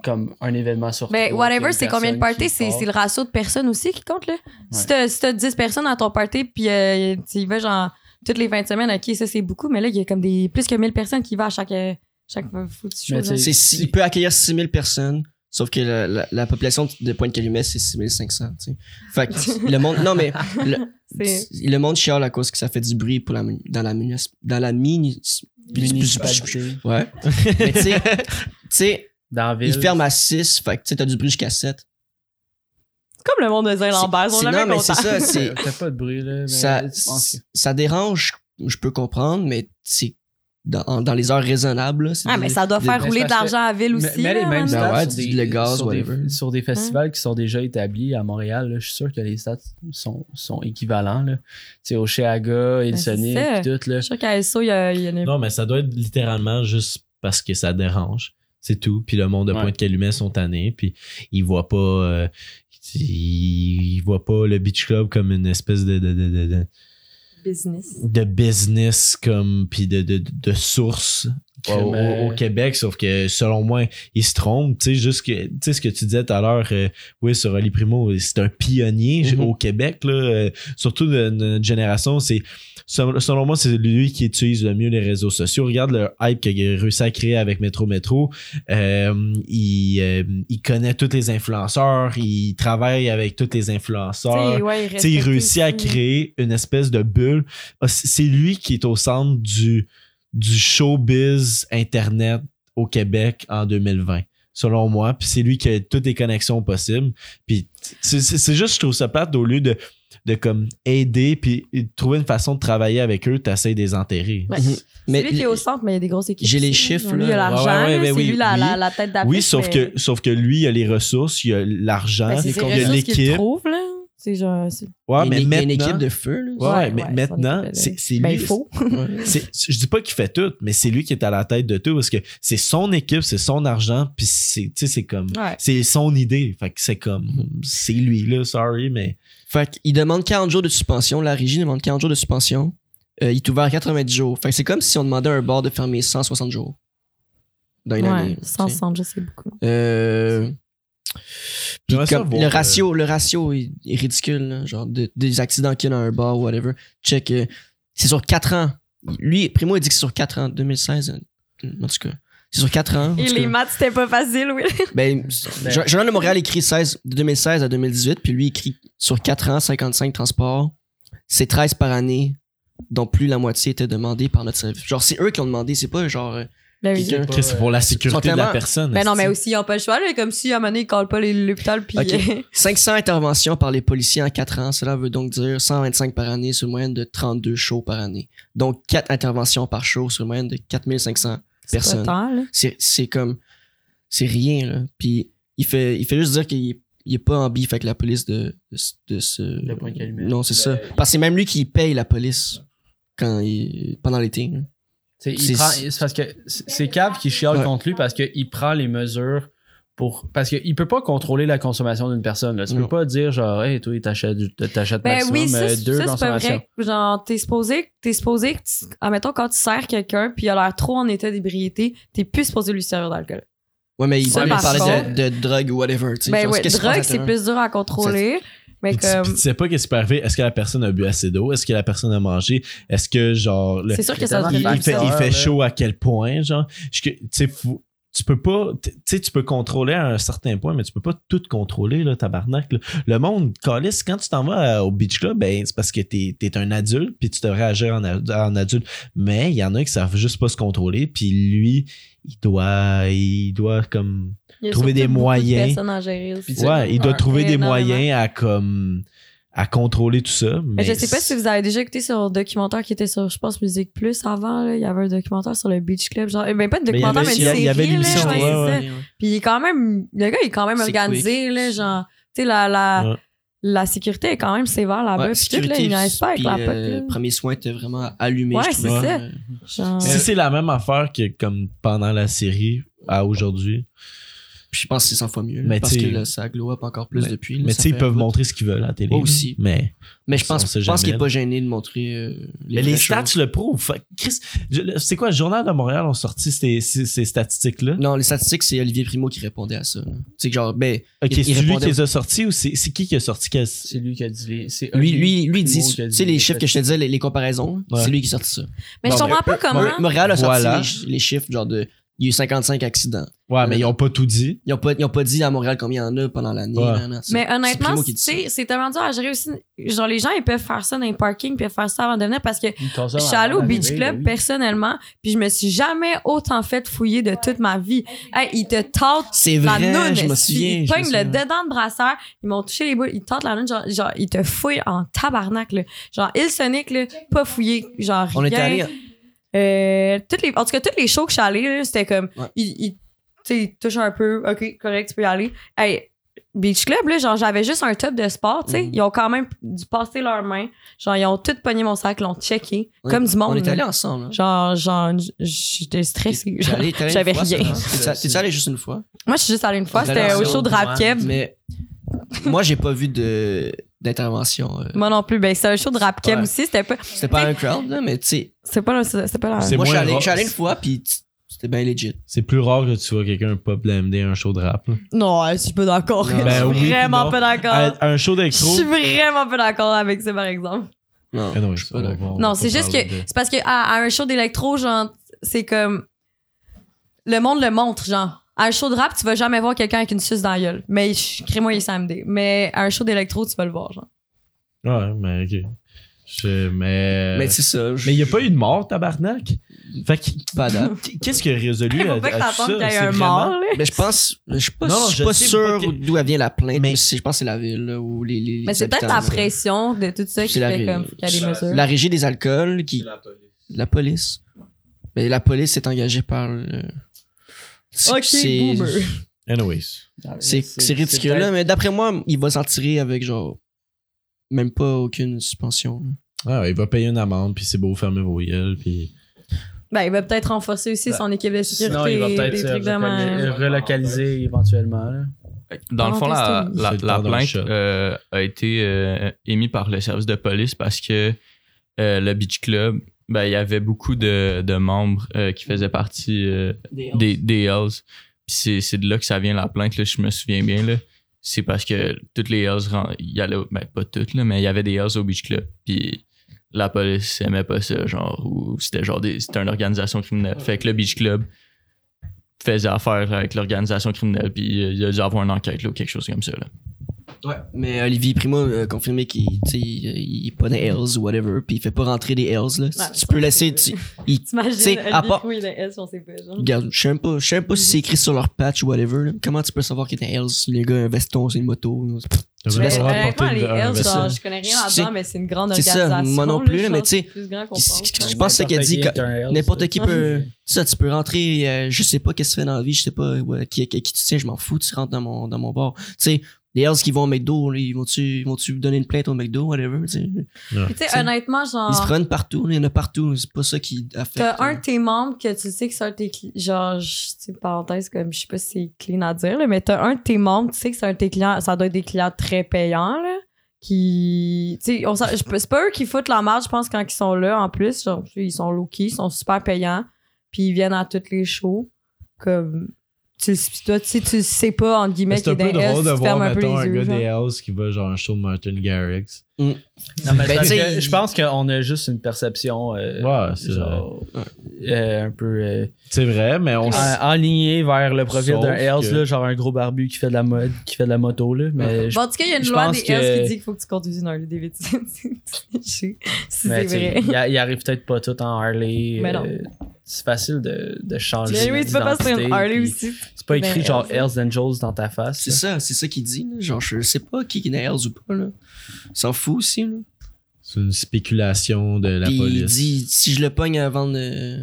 [SPEAKER 8] comme un événement sur trois,
[SPEAKER 3] Ben,
[SPEAKER 8] qu'il y a
[SPEAKER 3] whatever,
[SPEAKER 8] une
[SPEAKER 3] c'est combien de
[SPEAKER 8] personne qui
[SPEAKER 3] parties, c'est
[SPEAKER 8] part.
[SPEAKER 3] c'est le ratio de personnes aussi qui compte, là. Si t'as si t'as 10 personnes à ton party, puis euh, tu y vas genre toutes les 20 semaines, ok, ça c'est beaucoup, mais là, il y a comme des plus que 1000 personnes qui vont à chaque, euh, chaque foutu show.
[SPEAKER 8] Mais
[SPEAKER 3] genre.
[SPEAKER 8] t'sais-
[SPEAKER 2] c'est si- il peut accueillir 6000 personnes, sauf que la, la- la population de Pointe-Calumet, c'est 6500, tu sais. Fait que le monde, non mais, le,
[SPEAKER 3] C'est-
[SPEAKER 2] le monde chiale à cause que ça fait du bruit pour la, mun- dans la, munis- dans la mini,
[SPEAKER 8] Municipalité,
[SPEAKER 2] ouais. mais tu sais, tu sais,
[SPEAKER 8] dans la ville.
[SPEAKER 2] il ferme à 6, fait que tu sais, t'as du bruit jusqu'à 7.
[SPEAKER 3] C'est comme le monde de Zélambert, on
[SPEAKER 2] C'est-
[SPEAKER 3] l'a
[SPEAKER 2] non,
[SPEAKER 3] jamais
[SPEAKER 2] mais
[SPEAKER 3] content.
[SPEAKER 2] c'est ça, c'est,
[SPEAKER 8] T'as pas de bruit, là. mais
[SPEAKER 2] ça,
[SPEAKER 8] je pense que-
[SPEAKER 2] ça dérange, je peux comprendre, mais c'est dans, en- dans les heures raisonnables. là, c'est
[SPEAKER 3] Ah,
[SPEAKER 2] des-
[SPEAKER 3] mais ça doit
[SPEAKER 2] des-
[SPEAKER 3] faire
[SPEAKER 8] mais
[SPEAKER 3] rouler
[SPEAKER 8] c'est
[SPEAKER 3] de
[SPEAKER 8] parce
[SPEAKER 3] l'argent à la ville aussi.
[SPEAKER 8] Mais, mais les
[SPEAKER 3] là, hein.
[SPEAKER 8] mêmes
[SPEAKER 3] maintenant.
[SPEAKER 2] Ben ouais,
[SPEAKER 8] stats
[SPEAKER 2] du-
[SPEAKER 8] sur des,
[SPEAKER 2] le gaz,
[SPEAKER 8] sur,
[SPEAKER 2] whatever.
[SPEAKER 8] des, sur des festivals qui sont déjà établis à Montréal, là, je suis sûr que les stats sont, sont équivalents. Là. Tu sais, au Cheaga, Edisonic,
[SPEAKER 3] Ben, c'est ça.
[SPEAKER 8] puis tout. Là.
[SPEAKER 3] Je suis sûr qu'à SO, il y, a- il y en a.
[SPEAKER 1] Non, mais ça doit être littéralement juste parce que ça dérange. C'est tout. Puis le monde de
[SPEAKER 8] Ouais.
[SPEAKER 1] Pointe-Calumet sont tannés. Puis ils voient pas. euh, ils, ils voient pas le Beach Club comme une espèce de- de- de- de- de
[SPEAKER 3] business.
[SPEAKER 1] de business comme puis de, de, de source au,
[SPEAKER 8] Mais-
[SPEAKER 1] au- au Québec sauf que selon moi ils se trompent tu sais juste que tu sais ce que tu disais tout à l'heure euh, oui sur Ali Primo c'est un pionnier
[SPEAKER 2] Mhm.
[SPEAKER 1] au Québec là euh, surtout de notre génération c'est selon selon moi c'est lui qui utilise le mieux les réseaux sociaux regarde le hype qu'il a réussi à créer avec Metro Metro Euh, il, euh, il connaît tous les influenceurs il travaille avec tous les influenceurs
[SPEAKER 3] T'sais, ouais,
[SPEAKER 1] tu sais, il
[SPEAKER 3] respecte
[SPEAKER 1] réussit à
[SPEAKER 3] aussi.
[SPEAKER 1] créer une espèce de bulle. Ah, c- C'est lui qui est au centre du, du showbiz Internet au Québec en 2020, selon moi. Puis c'est lui qui a toutes les connexions possibles. Puis c'est c'est- c'est juste, je trouve ça plate, au lieu de, de comme aider puis trouver une façon de travailler avec eux, t'essayes de les enterrer.
[SPEAKER 3] Ouais.
[SPEAKER 2] Mhm.
[SPEAKER 3] C'est
[SPEAKER 2] Mais
[SPEAKER 3] lui qui est au centre, mais il y a des grosses équipes.
[SPEAKER 2] J'ai les
[SPEAKER 3] aussi,
[SPEAKER 2] chiffres,
[SPEAKER 3] genre, Lui, il y a
[SPEAKER 2] là.
[SPEAKER 3] l'argent,
[SPEAKER 1] Ouais, ouais,
[SPEAKER 3] là,
[SPEAKER 1] ouais,
[SPEAKER 3] c'est
[SPEAKER 1] oui,
[SPEAKER 3] lui la,
[SPEAKER 1] oui.
[SPEAKER 3] la, la tête d'affiche.
[SPEAKER 1] Oui, sauf,
[SPEAKER 3] mais-
[SPEAKER 1] que, sauf que lui, il a les ressources, il a l'argent,
[SPEAKER 3] Ben, c'est
[SPEAKER 1] il
[SPEAKER 3] ses
[SPEAKER 1] a
[SPEAKER 3] ressources qu'il
[SPEAKER 1] l'équipe.
[SPEAKER 3] trouve, là. C'est genre. c'est-
[SPEAKER 1] Ouais,
[SPEAKER 8] Ah,
[SPEAKER 2] il y a
[SPEAKER 1] mais
[SPEAKER 2] Ah, une- il y a une
[SPEAKER 1] maintenant-
[SPEAKER 2] équipe de feu. là.
[SPEAKER 1] Ouais,
[SPEAKER 3] Ouais,
[SPEAKER 1] mais
[SPEAKER 3] ouais,
[SPEAKER 1] maintenant,
[SPEAKER 3] son équipe,
[SPEAKER 1] c'est c'est lui.
[SPEAKER 3] Ben, il faut.
[SPEAKER 1] C'est- je dis pas qu'il fait tout, mais c'est lui qui est à la tête de tout parce que c'est son équipe, c'est son argent, puis c'est, tu sais, c'est comme,
[SPEAKER 3] Ouais.
[SPEAKER 1] c'est son idée. Fait que c'est comme, c'est lui là, sorry, mais
[SPEAKER 2] Fait qu'il demande 40 jours de suspension. La régie demande 40 jours de suspension. Euh, il est ouvert à 90 jours. Fait que c'est comme si on demandait à un bar de fermer 160 jours. Dans une année.
[SPEAKER 3] Ouais,
[SPEAKER 2] tu sais.
[SPEAKER 3] 160, je sais beaucoup.
[SPEAKER 2] Euh, puis
[SPEAKER 1] J'aimerais ça
[SPEAKER 2] comme
[SPEAKER 1] voir,
[SPEAKER 2] le
[SPEAKER 1] euh,
[SPEAKER 2] ratio, le ratio est, est ridicule, là, genre de- des accidents qu'il y a dans un bar, whatever. Check, euh, c'est sur 4 ans. Lui, Primo, il dit que c'est sur 4 ans, 2016. euh, En tout cas, c'est sur 4 ans. en
[SPEAKER 3] Et
[SPEAKER 2] tout
[SPEAKER 3] les
[SPEAKER 2] cas.
[SPEAKER 3] maths, c'était pas facile, oui.
[SPEAKER 2] Ben, Jour- Journal de Montréal écrit 16, de 2016 à 2018, puis lui écrit sur 4 ans, 55 transports. C'est 13 par année, dont plus la moitié était demandée par notre service. Genre, c'est eux qui ont demandé, c'est pas genre euh,
[SPEAKER 3] Ben oui.
[SPEAKER 4] Quelqu'un-
[SPEAKER 2] Quelqu'un-
[SPEAKER 4] pas,
[SPEAKER 1] Qu'est-ce que c'est pour la sécurité de la
[SPEAKER 2] clairement-
[SPEAKER 1] personne?
[SPEAKER 3] Ben non, mais
[SPEAKER 1] est-ce
[SPEAKER 3] aussi, ils n'ont pas le choix, là. Comme si, à un moment donné, ils collent pas les- l'hôpital, puis.
[SPEAKER 2] Ok. 500 interventions par les policiers en 4 ans. Cela veut donc dire 125 par année sur une moyenne de 32 shows par année. Donc 4 interventions par show sur une moyenne de 4500.
[SPEAKER 3] c'est pas
[SPEAKER 2] Personne.
[SPEAKER 3] tant, là.
[SPEAKER 2] C'est c'est comme. C'est rien, là. Puis il fait, il fait juste dire qu'il est- il est pas en bif avec la police de, de, ce- de ce.
[SPEAKER 4] Le point qu'il met.
[SPEAKER 2] non, c'est ça.
[SPEAKER 9] Ben,
[SPEAKER 2] Parce que c'est même lui qui paye la police quand il, pendant l'été. là.
[SPEAKER 4] Tu sais, il
[SPEAKER 2] C'est-
[SPEAKER 4] prend- c'est parce que c'est c'est Cave qui chiale
[SPEAKER 2] Ouais.
[SPEAKER 4] contre lui parce qu'il prend les mesures pour. Parce qu'il peut pas contrôler la consommation d'une personne. Là. Tu
[SPEAKER 2] Non.
[SPEAKER 4] peux pas dire genre, hey, toi, t'achètes du- t'achètes
[SPEAKER 3] Ben
[SPEAKER 4] maximum
[SPEAKER 3] oui, ça,
[SPEAKER 4] euh,
[SPEAKER 3] c'est-
[SPEAKER 4] deux
[SPEAKER 3] ça, c'est pas
[SPEAKER 4] consommations.
[SPEAKER 3] vrai. Genre, t'es supposé, t'es supposé que, tu- admettons, quand tu sers quelqu'un, puis il a l'air trop en état d'ébriété, t'es plus supposé lui servir d'alcool.
[SPEAKER 2] Ouais, mais il
[SPEAKER 3] Ça,
[SPEAKER 2] il
[SPEAKER 3] par
[SPEAKER 2] parlait
[SPEAKER 3] contre-
[SPEAKER 2] de, de drogue ou whatever. tu sais,
[SPEAKER 3] Ben
[SPEAKER 2] genre,
[SPEAKER 3] ouais,
[SPEAKER 2] qu'est-ce qui se passe
[SPEAKER 3] drogue, c'est
[SPEAKER 2] actuellement?
[SPEAKER 3] plus dur à contrôler. Mais
[SPEAKER 1] Puis tu- puis
[SPEAKER 3] comme.
[SPEAKER 1] tu sais pas qu'est-ce qui peut arriver. Est-ce que la personne a bu assez d'eau? Est-ce que la personne a mangé? Est-ce que, genre, le-
[SPEAKER 3] C'est sûr que ça
[SPEAKER 1] il,
[SPEAKER 3] se
[SPEAKER 1] il fait, il
[SPEAKER 4] facteur,
[SPEAKER 1] fait
[SPEAKER 4] là.
[SPEAKER 1] chaud à quel point, genre? Je- que- tu sais, faut- tu peux pas, tu sais, tu peux contrôler à un certain point, mais tu peux pas tout contrôler, là, tabarnak. là. Le monde, calice, quand tu t'en vas euh, au beach club, ben, c'est parce que t'es es un adulte, puis tu devrais agir en, ad- en adulte. Mais il y en a qui savent juste pas se contrôler, puis lui, il doit, il doit comme
[SPEAKER 3] Il y a
[SPEAKER 1] trouver
[SPEAKER 3] surtout
[SPEAKER 1] des
[SPEAKER 3] beaucoup de
[SPEAKER 1] moyens.
[SPEAKER 3] personnes à gérer aussi.
[SPEAKER 4] Puis tu sais,
[SPEAKER 1] Ouais, il doit
[SPEAKER 4] Ouais.
[SPEAKER 1] trouver des
[SPEAKER 3] Énormément.
[SPEAKER 1] moyens à comme à contrôler tout ça. Mais
[SPEAKER 3] Mais je sais pas si vous avez déjà écouté sur un documentaire qui était sur, je pense, Musique Plus avant. là. Il y avait un documentaire sur le Beach Club. Genre, eh ben, pas
[SPEAKER 1] Mais il
[SPEAKER 3] de
[SPEAKER 1] y
[SPEAKER 3] documentaire,
[SPEAKER 1] avait-
[SPEAKER 3] mais,
[SPEAKER 1] il y a- il y avait
[SPEAKER 3] une série.
[SPEAKER 1] l'émission,
[SPEAKER 3] là, ouais,
[SPEAKER 1] ouais,
[SPEAKER 3] c'est ça.
[SPEAKER 2] Ouais, ouais.
[SPEAKER 3] Puis il est quand même. Le gars, il est quand même
[SPEAKER 2] C'est
[SPEAKER 3] organisé.
[SPEAKER 2] quick.
[SPEAKER 3] Là, genre, tu sais, la, la,
[SPEAKER 1] Ouais.
[SPEAKER 3] la sécurité est quand même sévère là-bas.
[SPEAKER 2] Ouais,
[SPEAKER 3] puis Ah ben, tout, là,
[SPEAKER 2] sécurité,
[SPEAKER 3] il niaise pas avec
[SPEAKER 2] puis,
[SPEAKER 3] la
[SPEAKER 2] euh,
[SPEAKER 3] pote. là.
[SPEAKER 2] Premier soin était vraiment allumé.
[SPEAKER 3] Ouais,
[SPEAKER 2] je trouvais.
[SPEAKER 3] c'est ça.
[SPEAKER 2] Euh,
[SPEAKER 3] Genre,
[SPEAKER 1] Si c'est la même affaire que comme pendant la série à aujourd'hui,
[SPEAKER 2] Puis je pense que c'est 100 fois mieux.
[SPEAKER 1] Mais
[SPEAKER 2] parce que
[SPEAKER 1] t'sais-
[SPEAKER 2] là, ça glow up encore plus
[SPEAKER 1] Mais-
[SPEAKER 2] depuis. là,
[SPEAKER 1] mais
[SPEAKER 2] ça
[SPEAKER 1] tu sais ils
[SPEAKER 2] fait un
[SPEAKER 1] peuvent
[SPEAKER 2] bout.
[SPEAKER 1] montrer ce qu'ils veulent à la télé.
[SPEAKER 2] Ouais, aussi.
[SPEAKER 1] Mais
[SPEAKER 2] Mais je pense,
[SPEAKER 1] On sait
[SPEAKER 2] je pense
[SPEAKER 1] jamais,
[SPEAKER 2] qu'il est pas gêné de montrer euh, les,
[SPEAKER 1] mais les
[SPEAKER 2] vraies
[SPEAKER 1] stats
[SPEAKER 2] choses.
[SPEAKER 1] le prouvent. Fait que, Chris, je- le- c'est quoi le journal de Montréal ont sorti ces, ces- ces statistiques là
[SPEAKER 2] Non, les statistiques, c'est Olivier Primo qui répondait à ça. là. C'est que genre, ben,
[SPEAKER 1] Ok,
[SPEAKER 2] il- il
[SPEAKER 1] c'est lui qui
[SPEAKER 2] répondait-
[SPEAKER 1] les a sortis ou c'est c'est qui qui a sorti quelle-
[SPEAKER 4] C'est lui qui a dit les. c'est
[SPEAKER 2] lui,
[SPEAKER 4] Olivier
[SPEAKER 2] lui, lui il
[SPEAKER 4] Primo
[SPEAKER 2] dit,
[SPEAKER 4] qui a
[SPEAKER 2] tu
[SPEAKER 4] dit
[SPEAKER 2] sais, les
[SPEAKER 4] les
[SPEAKER 2] chiffres que je te disais, les, les comparaisons,
[SPEAKER 1] Ouais.
[SPEAKER 2] c'est lui qui sortit ça.
[SPEAKER 3] Mais je
[SPEAKER 1] Non,
[SPEAKER 3] comprends pas comment.
[SPEAKER 2] Mor- Montréal a
[SPEAKER 1] Voilà.
[SPEAKER 2] sorti les, les chiffres, genre de, il y a eu 55 accidents.
[SPEAKER 1] Ouais, mais ils ont pas tout dit.
[SPEAKER 2] Ils ont pas, ils ont pas dit à Montréal combien il y en a pendant l'année.
[SPEAKER 1] Ouais.
[SPEAKER 2] nan, nan, c'est-
[SPEAKER 3] Mais
[SPEAKER 2] c'est
[SPEAKER 3] honnêtement,
[SPEAKER 2] Primo qui
[SPEAKER 3] tu
[SPEAKER 2] dit ça.
[SPEAKER 3] sais, c'est tellement dur à gérer aussi. Genre, les gens, ils peuvent faire ça dans les parkings, puis faire ça avant de venir parce que
[SPEAKER 4] Une consomme
[SPEAKER 3] je suis allée
[SPEAKER 4] avant
[SPEAKER 3] au Beach
[SPEAKER 4] d'arriver,
[SPEAKER 3] Club
[SPEAKER 4] ben oui.
[SPEAKER 3] personnellement, puis je me suis jamais autant fait fouiller de toute ma vie. Hey, ils te tentent
[SPEAKER 2] C'est
[SPEAKER 3] la
[SPEAKER 2] vrai,
[SPEAKER 3] noune.
[SPEAKER 2] je me
[SPEAKER 3] esti.
[SPEAKER 2] souviens.
[SPEAKER 3] ils
[SPEAKER 2] je me
[SPEAKER 3] pognent
[SPEAKER 2] souviens.
[SPEAKER 3] le dedans de brasseur, ils m'ont touché les boules, ils tentent la noune, genre, genre, ils te fouillent en tabarnak, là. Genre, Ilsonic, là, pas fouillé, genre,
[SPEAKER 2] On était
[SPEAKER 3] rien.
[SPEAKER 2] allé
[SPEAKER 3] Euh, toutes les, en tout cas, toutes les shows que je suis allée, là, c'était comme,
[SPEAKER 2] Ouais.
[SPEAKER 3] ils, ils- tu sais, ils touchent un peu, ok, correct, tu peux y aller. Hey, Beach Club, là, genre, j'avais juste un top de sport, tu sais.
[SPEAKER 2] Mhm.
[SPEAKER 3] Ils ont quand même dû passer leurs mains. Genre, ils ont tout pogné mon sac, l'ont checké,
[SPEAKER 2] on-
[SPEAKER 3] comme du monde.
[SPEAKER 2] On est
[SPEAKER 3] là.
[SPEAKER 2] allé ensemble. hein.
[SPEAKER 3] Genre, genre, j- j'étais stressée.
[SPEAKER 2] T'es allé- t'es allé une
[SPEAKER 3] J'avais
[SPEAKER 2] fois
[SPEAKER 3] rien.
[SPEAKER 2] seulement? T'es allé- T'es allé juste une fois?
[SPEAKER 3] Moi, je suis juste allée une fois,
[SPEAKER 2] T'es
[SPEAKER 3] c'était
[SPEAKER 2] allée
[SPEAKER 3] au
[SPEAKER 2] en
[SPEAKER 3] show de Rap Keb.
[SPEAKER 2] Mais moi, j'ai pas vu de d'intervention. euh.
[SPEAKER 3] Moi non plus, ben c'était un show de Rap Keb
[SPEAKER 2] Ouais.
[SPEAKER 3] aussi, c'était pas,
[SPEAKER 2] C'était pas un crowd, là, mais tu sais,
[SPEAKER 3] c'était pas, là- c'était pas là.
[SPEAKER 1] C'est
[SPEAKER 2] moi, je suis
[SPEAKER 1] moins
[SPEAKER 2] allé-
[SPEAKER 1] rare.
[SPEAKER 2] je suis allé une fois, puis tu- c'était bien legit.
[SPEAKER 1] C'est plus rare que tu vois quelqu'un pop de la MD à un show de rap. là.
[SPEAKER 3] Non, je suis pas d'accord.
[SPEAKER 2] Non.
[SPEAKER 1] Ben
[SPEAKER 3] je
[SPEAKER 1] oui,
[SPEAKER 3] suis vraiment
[SPEAKER 1] non. Euh,
[SPEAKER 3] pas d'accord.
[SPEAKER 1] À, à un show
[SPEAKER 3] Ah. Je
[SPEAKER 1] d'électro.
[SPEAKER 3] suis vraiment pas d'accord avec ça, par exemple.
[SPEAKER 2] Non,
[SPEAKER 1] Ah non,
[SPEAKER 2] je suis
[SPEAKER 1] on
[SPEAKER 2] pas
[SPEAKER 1] va-
[SPEAKER 2] d'accord.
[SPEAKER 1] on va
[SPEAKER 3] Non,
[SPEAKER 1] pas
[SPEAKER 3] c'est juste que.
[SPEAKER 1] parler de-
[SPEAKER 3] C'est parce que à, à un show d'électro, genre, c'est comme. Le monde le montre, genre. À un show de rap, tu vas jamais voir quelqu'un avec une suce dans la gueule. Mais je- crée-moi, il est samedi. Mais à un show d'électro, tu vas le voir, genre.
[SPEAKER 1] Ouais, mais ok. Je- mais. euh,
[SPEAKER 2] Mais c'est ça. je-
[SPEAKER 1] Mais il n'y a pas eu de mort, tabarnak. Fait que-
[SPEAKER 2] pas d'âge.
[SPEAKER 1] qu'est-ce qui a résolu
[SPEAKER 3] Faut
[SPEAKER 1] à,
[SPEAKER 3] pas que
[SPEAKER 1] à tout Euh, ah, ça?
[SPEAKER 3] t'attendes qu'il y ait
[SPEAKER 1] C'est
[SPEAKER 3] un
[SPEAKER 1] vraiment-
[SPEAKER 3] mort, là.
[SPEAKER 2] Mais je pense, je suis pas,
[SPEAKER 1] Non, non,
[SPEAKER 2] je suis
[SPEAKER 1] je
[SPEAKER 2] pas
[SPEAKER 1] sais
[SPEAKER 2] sûr
[SPEAKER 1] pas que-
[SPEAKER 2] d'où elle vient la plainte,
[SPEAKER 1] Mais-
[SPEAKER 2] mais, c'est- je pense que c'est la ville là, ou les, les-
[SPEAKER 3] Mais
[SPEAKER 2] les
[SPEAKER 3] c'est peut-être
[SPEAKER 2] habitants,
[SPEAKER 3] la
[SPEAKER 2] là.
[SPEAKER 3] pression de tout ça qui
[SPEAKER 2] C'est la
[SPEAKER 3] fait
[SPEAKER 2] ré-
[SPEAKER 3] comme qu'il y a des
[SPEAKER 9] c'est-
[SPEAKER 3] mesures.
[SPEAKER 2] La régie des alcools,
[SPEAKER 9] C'est
[SPEAKER 2] qui,
[SPEAKER 9] la police.
[SPEAKER 2] la police. Mais la police est engagée par le. C'est-
[SPEAKER 3] Ok,
[SPEAKER 2] c'est-
[SPEAKER 3] boomer.
[SPEAKER 1] Anyways.
[SPEAKER 4] Ah,
[SPEAKER 2] C'est c'est ridicule, là, mais d'après moi, il va s'en tirer avec genre. Même pas aucune suspension. là.
[SPEAKER 1] Ah, ouais, il va payer une amende, puis c'est beau, fermez vos gueules, puis.
[SPEAKER 3] Ben, il va peut-être renforcer aussi
[SPEAKER 4] Ben,
[SPEAKER 3] son équipe de sécurité.
[SPEAKER 4] Sinon, il va peut-être
[SPEAKER 3] des
[SPEAKER 4] se
[SPEAKER 3] trucs euh, de
[SPEAKER 4] relocaliser-
[SPEAKER 3] même.
[SPEAKER 9] même.
[SPEAKER 4] relocaliser éventuellement. là.
[SPEAKER 6] Dans le fond, la,
[SPEAKER 3] Parenthèse
[SPEAKER 6] la,
[SPEAKER 1] C'est le
[SPEAKER 6] la
[SPEAKER 1] temps d'un
[SPEAKER 6] plainte
[SPEAKER 1] shot.
[SPEAKER 6] euh, a été euh, émise par le service de police parce que euh, le Beach Club, ben, il y avait beaucoup de, de membres euh, qui faisaient partie euh, des, des Hells. Puis c'est, c'est de là que ça vient la plainte, là, je me souviens bien. Là. C'est parce que toutes les Hells, ren- il y allait, au- ben, pas toutes, là, mais il y avait des Hells au Beach Club. Puis la police aimait pas ça, genre, ou c'était genre des, c'était une organisation criminelle. Fait que le Beach Club faisait affaire avec l'organisation criminelle, puis euh, il y a dû avoir une enquête là, ou quelque chose comme ça. Là.
[SPEAKER 2] Ouais. Mais Olivier Primo a confirmé qu'il tu sais, il, il est pas des Hells ou whatever, puis il fait pas rentrer des Hells. Là.
[SPEAKER 3] Ouais,
[SPEAKER 2] tu peux laisser. Tu, il, tu sais,
[SPEAKER 3] T'imagines,
[SPEAKER 2] à part-
[SPEAKER 3] Olivier il a S, on sait pas, genre.
[SPEAKER 2] Regarde, je sais même pas, je sais même pas si c'est écrit sur leur patch ou whatever. là. Comment tu peux savoir qu'il est un Hells si le gars a un veston, c'est une moto
[SPEAKER 3] Mais
[SPEAKER 2] Tu laisses-
[SPEAKER 3] honnêtement, les Hells,
[SPEAKER 2] vaisseau.
[SPEAKER 3] genre, je connais rien
[SPEAKER 2] C'est-
[SPEAKER 3] là-dedans, mais c'est une grande
[SPEAKER 2] c'est ça,
[SPEAKER 3] organisation.
[SPEAKER 2] moi non
[SPEAKER 3] là,
[SPEAKER 2] plus, là,
[SPEAKER 3] genre,
[SPEAKER 2] mais tu sais,
[SPEAKER 3] c'est plus grand qu'on pense.
[SPEAKER 2] Je pense que c'est qu'il a dit que n'importe qui peut. Ça, tu peux rentrer, euh, je sais pas qu'est-ce que tu fais dans la vie, je sais pas ouais, qui, qui, qui tu tiens, je m'en fous, tu rentres dans mon, dans mon bar. Tu sais, les Hells qui vont au McDo, là, ils vont-tu vont donner une plainte au McDo, whatever. tu sais.
[SPEAKER 3] Puis tu sais,
[SPEAKER 2] C'est-
[SPEAKER 3] honnêtement,
[SPEAKER 2] Ils se
[SPEAKER 3] genre,
[SPEAKER 2] prennent partout, là, il y en a partout, c'est pas ça qui affecte.
[SPEAKER 3] Ah. t'as un de tes membres que tu sais que c'est un de tes clients. Genre, je- tu sais, parenthèse, comme, je sais pas si c'est clean à dire, là, mais t'as un de tes membres, tu sais que c'est un de tes clients, ça doit être des clients très payants, là. Qui. Tu sais, on s'en- je peux- c'est pas eux qui foutent la marge, je pense, quand ils sont là, en plus. Genre, tu sais, ils sont low-key, ils sont super payants, puis ils viennent à toutes les shows. Comme. Tu, le- toi, tu sais, tu le sais pas, entre guillemets,
[SPEAKER 1] C'est un
[SPEAKER 3] qu'il
[SPEAKER 1] peu
[SPEAKER 3] est d'un S,
[SPEAKER 1] drôle de
[SPEAKER 3] tu
[SPEAKER 1] voir,
[SPEAKER 3] fermes un peu
[SPEAKER 1] mettons, un
[SPEAKER 3] les yeux.
[SPEAKER 1] gars
[SPEAKER 3] genre.
[SPEAKER 1] des Hells qui va genre un show de Martin Garrix.
[SPEAKER 2] Ben, tu sais, il-
[SPEAKER 4] je pense qu'on a juste une perception euh,
[SPEAKER 1] Ouais, c'est
[SPEAKER 4] genre, euh, un peu euh,
[SPEAKER 1] C'est vrai, mais on. s-
[SPEAKER 4] en- enlignée vers le profil
[SPEAKER 1] Sauf
[SPEAKER 4] d'un Hells,
[SPEAKER 1] que-
[SPEAKER 4] là, genre un gros barbu qui fait de la mode, qui fait de la moto. Là, mais je-
[SPEAKER 3] Bon, en tout cas, il y a une
[SPEAKER 4] je
[SPEAKER 3] loi
[SPEAKER 4] pense
[SPEAKER 3] des
[SPEAKER 4] que-
[SPEAKER 3] S qui dit qu'il faut que tu conduises une heure des bêtises. si c'est
[SPEAKER 4] mais tu sais,
[SPEAKER 3] vrai.
[SPEAKER 4] il, a- il arrive peut-être pas tout en Harley.
[SPEAKER 3] Mais non.
[SPEAKER 4] euh, c'est facile de, de
[SPEAKER 1] Ah,
[SPEAKER 4] changer.
[SPEAKER 3] Mais oui, tu peux pas
[SPEAKER 4] d'identité,
[SPEAKER 3] sur une Harley
[SPEAKER 4] puis
[SPEAKER 3] aussi.
[SPEAKER 4] C'est pas écrit
[SPEAKER 3] Ben,
[SPEAKER 4] genre
[SPEAKER 3] Hells.
[SPEAKER 4] Hells Angels dans ta face.
[SPEAKER 2] C'est
[SPEAKER 4] là.
[SPEAKER 2] ça, c'est ça qu'il dit. là. Genre, je sais pas qui est Hells ou pas. Là. Il s'en fout aussi. Là.
[SPEAKER 1] C'est une spéculation de la
[SPEAKER 2] Puis il
[SPEAKER 1] police.
[SPEAKER 2] dit si je le pogne avant de.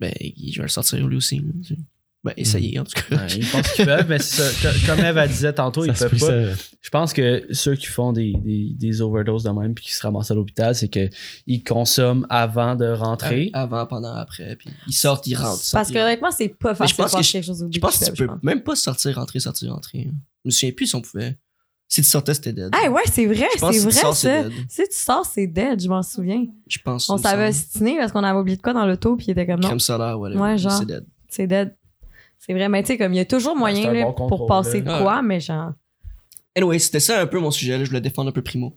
[SPEAKER 2] Ben, je vais le sortir lui aussi. là, tu sais. Ben, essayez en tout cas.
[SPEAKER 4] Ouais, ils pensent qu'ils peuvent, mais c'est ça. Co- Comme Eva disait tantôt,
[SPEAKER 1] Ça
[SPEAKER 4] ils
[SPEAKER 1] se
[SPEAKER 4] peuvent
[SPEAKER 1] peut
[SPEAKER 4] pas.
[SPEAKER 1] que ça-
[SPEAKER 4] Je pense que ceux qui font des, des, des overdoses de même puis qui se ramassent à l'hôpital, c'est que ils consomment avant de rentrer.
[SPEAKER 2] Avant, pendant, après. Puis ils sortent, ils rentrent.
[SPEAKER 3] Parce
[SPEAKER 2] sortent,
[SPEAKER 3] que
[SPEAKER 2] ils-
[SPEAKER 3] honnêtement, c'est pas
[SPEAKER 2] Mais je
[SPEAKER 3] facile de
[SPEAKER 2] pense
[SPEAKER 3] faire
[SPEAKER 2] que je-
[SPEAKER 3] quelque chose au bout
[SPEAKER 2] Je pense que tu peux même pas sortir, rentrer, sortir, rentrer. Je me souviens plus si on pouvait. Si tu sortais, c'était dead.
[SPEAKER 3] Ah ouais, c'est vrai,
[SPEAKER 2] Je pense
[SPEAKER 3] c'est
[SPEAKER 2] que si tu
[SPEAKER 3] vrai
[SPEAKER 2] sors, c'est
[SPEAKER 3] ça.
[SPEAKER 2] dead.
[SPEAKER 3] Si tu sors, c'est dead, je m'en souviens.
[SPEAKER 2] Je pense.
[SPEAKER 3] On
[SPEAKER 2] il me semble.
[SPEAKER 3] s'avait ostiné parce qu'on avait oublié de quoi dans l'auto, puis il était comme non,
[SPEAKER 2] Crème solaire, whatever.
[SPEAKER 3] Ouais, genre.
[SPEAKER 2] C'est dead.
[SPEAKER 3] c'est dead. C'est vrai, mais tu sais, comme il y a toujours moyen
[SPEAKER 4] un
[SPEAKER 3] là,
[SPEAKER 4] bon
[SPEAKER 3] pour
[SPEAKER 4] contrôle,
[SPEAKER 3] passer de
[SPEAKER 2] là.
[SPEAKER 3] quoi, mais genre.
[SPEAKER 2] Anyway, c'était ça un peu mon sujet. Là. Je voulais défendre un peu Primo.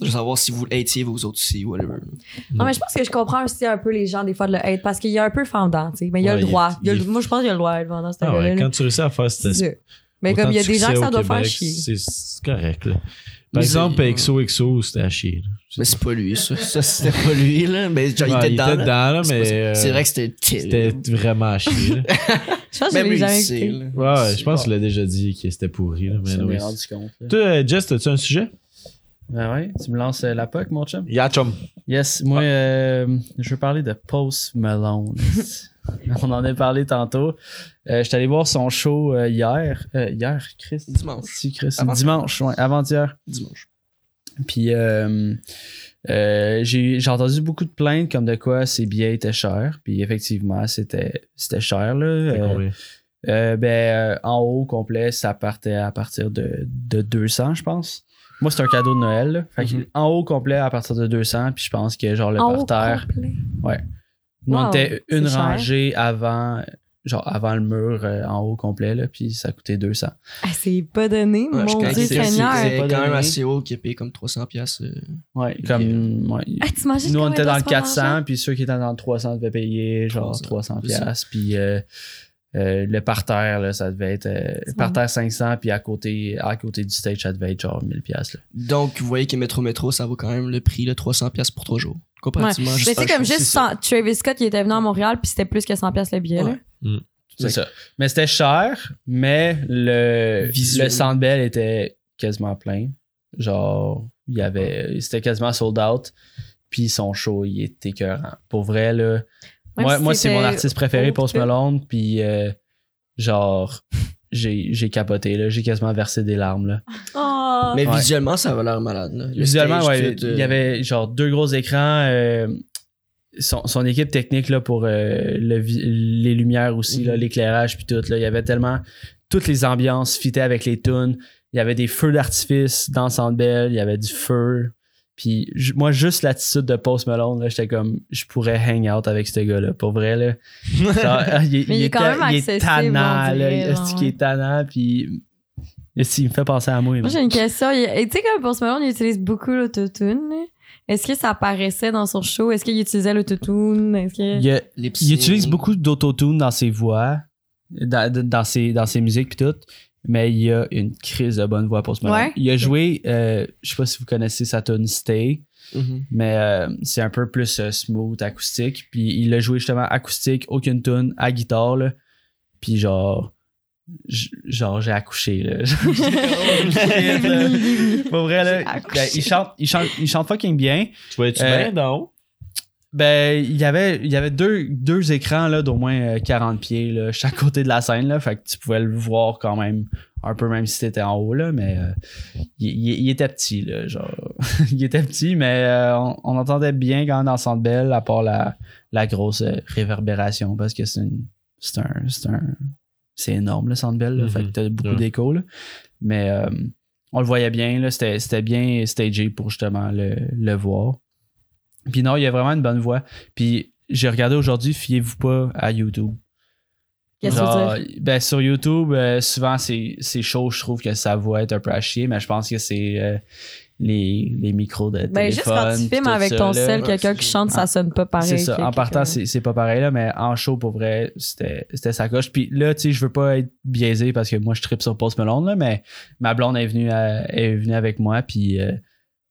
[SPEAKER 2] Je veux savoir si vous le hatiez, vous autres aussi, whatever.
[SPEAKER 3] Non, mais je pense que je comprends aussi un peu les gens des fois de le hate parce qu'il y a un peu fendant, tu sais. Mais il y a
[SPEAKER 1] Ouais,
[SPEAKER 3] le
[SPEAKER 1] il est-
[SPEAKER 3] droit. Il y a le-
[SPEAKER 1] il est-
[SPEAKER 3] moi, je pense qu'il y a le droit à être vendant, c'est un
[SPEAKER 1] Ah ouais,
[SPEAKER 3] gars-là, là.
[SPEAKER 1] quand tu réussis à faire
[SPEAKER 3] C'est
[SPEAKER 1] cette.
[SPEAKER 3] sûr. Mais
[SPEAKER 1] autant
[SPEAKER 3] comme il y a
[SPEAKER 1] de
[SPEAKER 3] des gens que
[SPEAKER 1] succès
[SPEAKER 3] ça
[SPEAKER 1] au
[SPEAKER 3] doit faire
[SPEAKER 1] Québec,
[SPEAKER 3] chier.
[SPEAKER 1] c'est- C'est correct, là.
[SPEAKER 2] Mais
[SPEAKER 1] Par exemple,
[SPEAKER 2] c'est-
[SPEAKER 1] XOXO, c'était à chier. là.
[SPEAKER 2] Mais c'est pas lui, ça. Ça, c'était pas lui, là. Mais genre,
[SPEAKER 1] Ouais,
[SPEAKER 2] il était dedans. là.
[SPEAKER 1] là,
[SPEAKER 2] C'est
[SPEAKER 1] mais.
[SPEAKER 2] pas ça.
[SPEAKER 1] euh,
[SPEAKER 2] C'est vrai que c'était
[SPEAKER 1] C'était
[SPEAKER 2] terrible.
[SPEAKER 1] vraiment à chier. là.
[SPEAKER 3] Je pense que je
[SPEAKER 2] Même
[SPEAKER 3] l'ai
[SPEAKER 2] lui,
[SPEAKER 3] jamais
[SPEAKER 2] il
[SPEAKER 3] écouté.
[SPEAKER 2] sait, là.
[SPEAKER 1] Ouais, ouais,
[SPEAKER 2] C'est
[SPEAKER 1] je pense
[SPEAKER 2] pas-
[SPEAKER 1] qu'il a déjà dit que c'était pourri. Là, mais
[SPEAKER 4] Ça
[SPEAKER 1] oui.
[SPEAKER 4] m'est rendu compte. là.
[SPEAKER 1] Toi, euh, Jess, as-tu un sujet?
[SPEAKER 4] Ah ouais, tu me lances euh, la POC, mon chum?
[SPEAKER 1] Yachum.
[SPEAKER 4] Yes, moi, euh, je veux parler de Post Malone. On en a parlé tantôt. Euh, je suis allé voir son show euh, hier. Euh, hier, Chris?
[SPEAKER 2] Dimanche.
[SPEAKER 4] Si, Chris.
[SPEAKER 2] Avant-hier.
[SPEAKER 4] Dimanche, ouais, avant-hier.
[SPEAKER 2] Dimanche.
[SPEAKER 4] Puis euh, euh, j'ai j'ai entendu beaucoup de plaintes comme de quoi ces billets étaient chers. Puis effectivement, c'était c'était cher. Là. Euh, euh, ben, euh, en haut complet, ça partait à partir de, de 200, je pense. Moi, c'est un cadeau de Noël. là. Fait que En haut complet, à partir de 200. Puis je pense que genre le
[SPEAKER 3] En haut
[SPEAKER 4] parterre.
[SPEAKER 3] complet.
[SPEAKER 4] Nous, on
[SPEAKER 3] Wow,
[SPEAKER 4] était une
[SPEAKER 3] c'est cher.
[SPEAKER 4] rangée avant, genre avant le mur euh, en haut complet. Là, puis ça coûtait 200.
[SPEAKER 3] Ah, c'est pas donné,
[SPEAKER 2] Ouais, je
[SPEAKER 3] mon
[SPEAKER 2] crois que
[SPEAKER 3] Dieu
[SPEAKER 2] c'est- c'est-
[SPEAKER 3] Seigneur.
[SPEAKER 2] C'est
[SPEAKER 4] Pas
[SPEAKER 2] quand
[SPEAKER 4] donné.
[SPEAKER 2] même assez haut qu'il a payé comme 300$. piastres, euh,
[SPEAKER 4] Ouais, comme. ouais.
[SPEAKER 3] Ah, t'imagines
[SPEAKER 4] Nous, on
[SPEAKER 3] comment
[SPEAKER 4] était
[SPEAKER 3] il
[SPEAKER 4] dans
[SPEAKER 3] doit
[SPEAKER 4] le
[SPEAKER 3] se faire l'argent?
[SPEAKER 4] 400, puis ceux qui étaient dans le 300 devaient payer genre 300
[SPEAKER 2] 300,
[SPEAKER 4] piastres, puis euh, euh, le parterre, là, ça devait être euh,
[SPEAKER 3] C'est
[SPEAKER 4] parterre 500, puis à côté, à côté du stage, ça devait être genre 1000 piastres. là.
[SPEAKER 2] Donc, vous voyez que Métro Métro, ça vaut quand même le prix, le 300$ piastres pour 3 jours. Comparativement,
[SPEAKER 3] Ouais.
[SPEAKER 2] juste
[SPEAKER 3] Mais tu sais,
[SPEAKER 2] un
[SPEAKER 3] comme
[SPEAKER 2] show,
[SPEAKER 3] juste
[SPEAKER 2] c'est ça.
[SPEAKER 3] 100 Travis Scott, il était venu à Montréal, puis c'était plus que 100$ piastres le billet. là.
[SPEAKER 2] Ouais.
[SPEAKER 4] C'est ça. Mais c'était cher, mais le,
[SPEAKER 2] Visuel.
[SPEAKER 4] le Centre Bell était quasiment plein. Genre, il y avait, c'était quasiment sold out, puis son show, il était écœurant. Pour vrai, là,
[SPEAKER 3] Même
[SPEAKER 4] moi,
[SPEAKER 3] si
[SPEAKER 4] moi, c'est
[SPEAKER 3] c'était
[SPEAKER 4] mon artiste préféré,
[SPEAKER 3] autre
[SPEAKER 4] Post
[SPEAKER 3] que-
[SPEAKER 4] Malone. Puis, euh, genre, j'ai j'ai capoté, là. J'ai quasiment versé des larmes, là.
[SPEAKER 3] Oh.
[SPEAKER 2] Mais
[SPEAKER 4] Ouais.
[SPEAKER 2] visuellement, ça va l'air malade. là. Le
[SPEAKER 4] Visuellement,
[SPEAKER 2] stage,
[SPEAKER 4] ouais,
[SPEAKER 2] tout, euh,
[SPEAKER 4] il y avait, genre, deux gros écrans. euh, son, son équipe technique, là, pour euh, le vi- les lumières aussi,
[SPEAKER 2] Mhm.
[SPEAKER 4] là, l'éclairage, puis tout, là. Il y avait tellement... Toutes les ambiances fitaient avec les tunes. Il y avait des feux d'artifice dans Centre Bell. Il y avait du feu. Puis ju- moi, juste l'attitude de Post Malone, là, j'étais comme, je pourrais hang out avec ce gars-là. Pour vrai, là. Genre, ah, il,
[SPEAKER 3] Mais il est quand
[SPEAKER 4] ta-
[SPEAKER 3] même
[SPEAKER 4] il est
[SPEAKER 3] accessible,
[SPEAKER 4] tannant,
[SPEAKER 3] on dirait,
[SPEAKER 4] là. Est-ce
[SPEAKER 3] genre,
[SPEAKER 4] qu'il est tannant, puis... Est-ce qu'il me fait penser à moi,
[SPEAKER 3] Moi,
[SPEAKER 4] man.
[SPEAKER 3] j'ai une question. Il- Et tu sais, comme pour ce moment, il utilise beaucoup l'autotune. là. Est-ce que ça apparaissait dans son show? Est-ce qu'il utilisait l'autotune? Est-ce que...
[SPEAKER 4] Il,
[SPEAKER 2] les
[SPEAKER 4] il utilise
[SPEAKER 2] petits-
[SPEAKER 4] beaucoup d'autotune dans ses voix, dans, dans ses, dans ses musiques, puis tout. mais il a une crise de bonne voix pour ce moment.
[SPEAKER 3] Ouais.
[SPEAKER 4] Il a joué, euh, je sais pas si vous connaissez sa tune Stay,
[SPEAKER 2] mhm.
[SPEAKER 4] mais euh, c'est un peu plus euh, smooth, acoustique. Puis il a joué justement acoustique, aucune tune, à guitare, là. Puis genre, j- genre j'ai accouché, là. Genre, j'ai- oh, shit, là. Pour vrai, là,
[SPEAKER 3] J'ai accouché.
[SPEAKER 4] ben, il, chante, il, chante, il chante fucking bien.
[SPEAKER 1] Tu vas être
[SPEAKER 4] Euh,
[SPEAKER 1] bien, non?
[SPEAKER 4] Ben, il y avait, il y avait deux, deux écrans là, d'au moins euh, 40 pieds, là, chaque côté de la scène. Là, fait que tu pouvais le voir quand même, un peu même si t'étais en haut, là, mais euh, il, il- il était petit. Là, genre. il était petit, mais euh, on, on entendait bien quand même dans le centre belle, à part la, la grosse euh, réverbération, parce que c'est une- c'est un. C'est un c'est énorme le centre belle, là,
[SPEAKER 1] Mhm.
[SPEAKER 4] fait que t'as beaucoup
[SPEAKER 1] Ouais.
[SPEAKER 4] d'écho. là. Mais euh, on le voyait bien, là, c'était, c'était bien stagé pour justement le, le voir. Puis non, il y a vraiment une bonne voix. Puis j'ai regardé aujourd'hui, fiez-vous pas à YouTube.
[SPEAKER 3] Qu'est-ce que tu veux
[SPEAKER 4] Genre,
[SPEAKER 3] dire?
[SPEAKER 4] ben, sur YouTube, euh, souvent, c'est c'est chaud, je trouve que ça voix est un peu à chier, mais je pense que c'est euh, les, les micros de téléphone.
[SPEAKER 3] Ben, juste quand
[SPEAKER 4] puis
[SPEAKER 3] tu filmes
[SPEAKER 4] tout
[SPEAKER 3] avec
[SPEAKER 4] ça,
[SPEAKER 3] ton
[SPEAKER 4] là.
[SPEAKER 3] sel, quelqu'un qui chante, ça sonne pas pareil.
[SPEAKER 4] C'est ça.
[SPEAKER 3] que
[SPEAKER 4] En partant,
[SPEAKER 3] quelqu'un-
[SPEAKER 4] c'est c'est pas pareil, là, mais en show, pour vrai, c'était c'était sa coche. Puis là, tu sais, je veux pas être biaisé parce que moi, je tripe sur Post Malone, là, mais ma blonde est venue, à- est venue avec moi, puis, euh, tu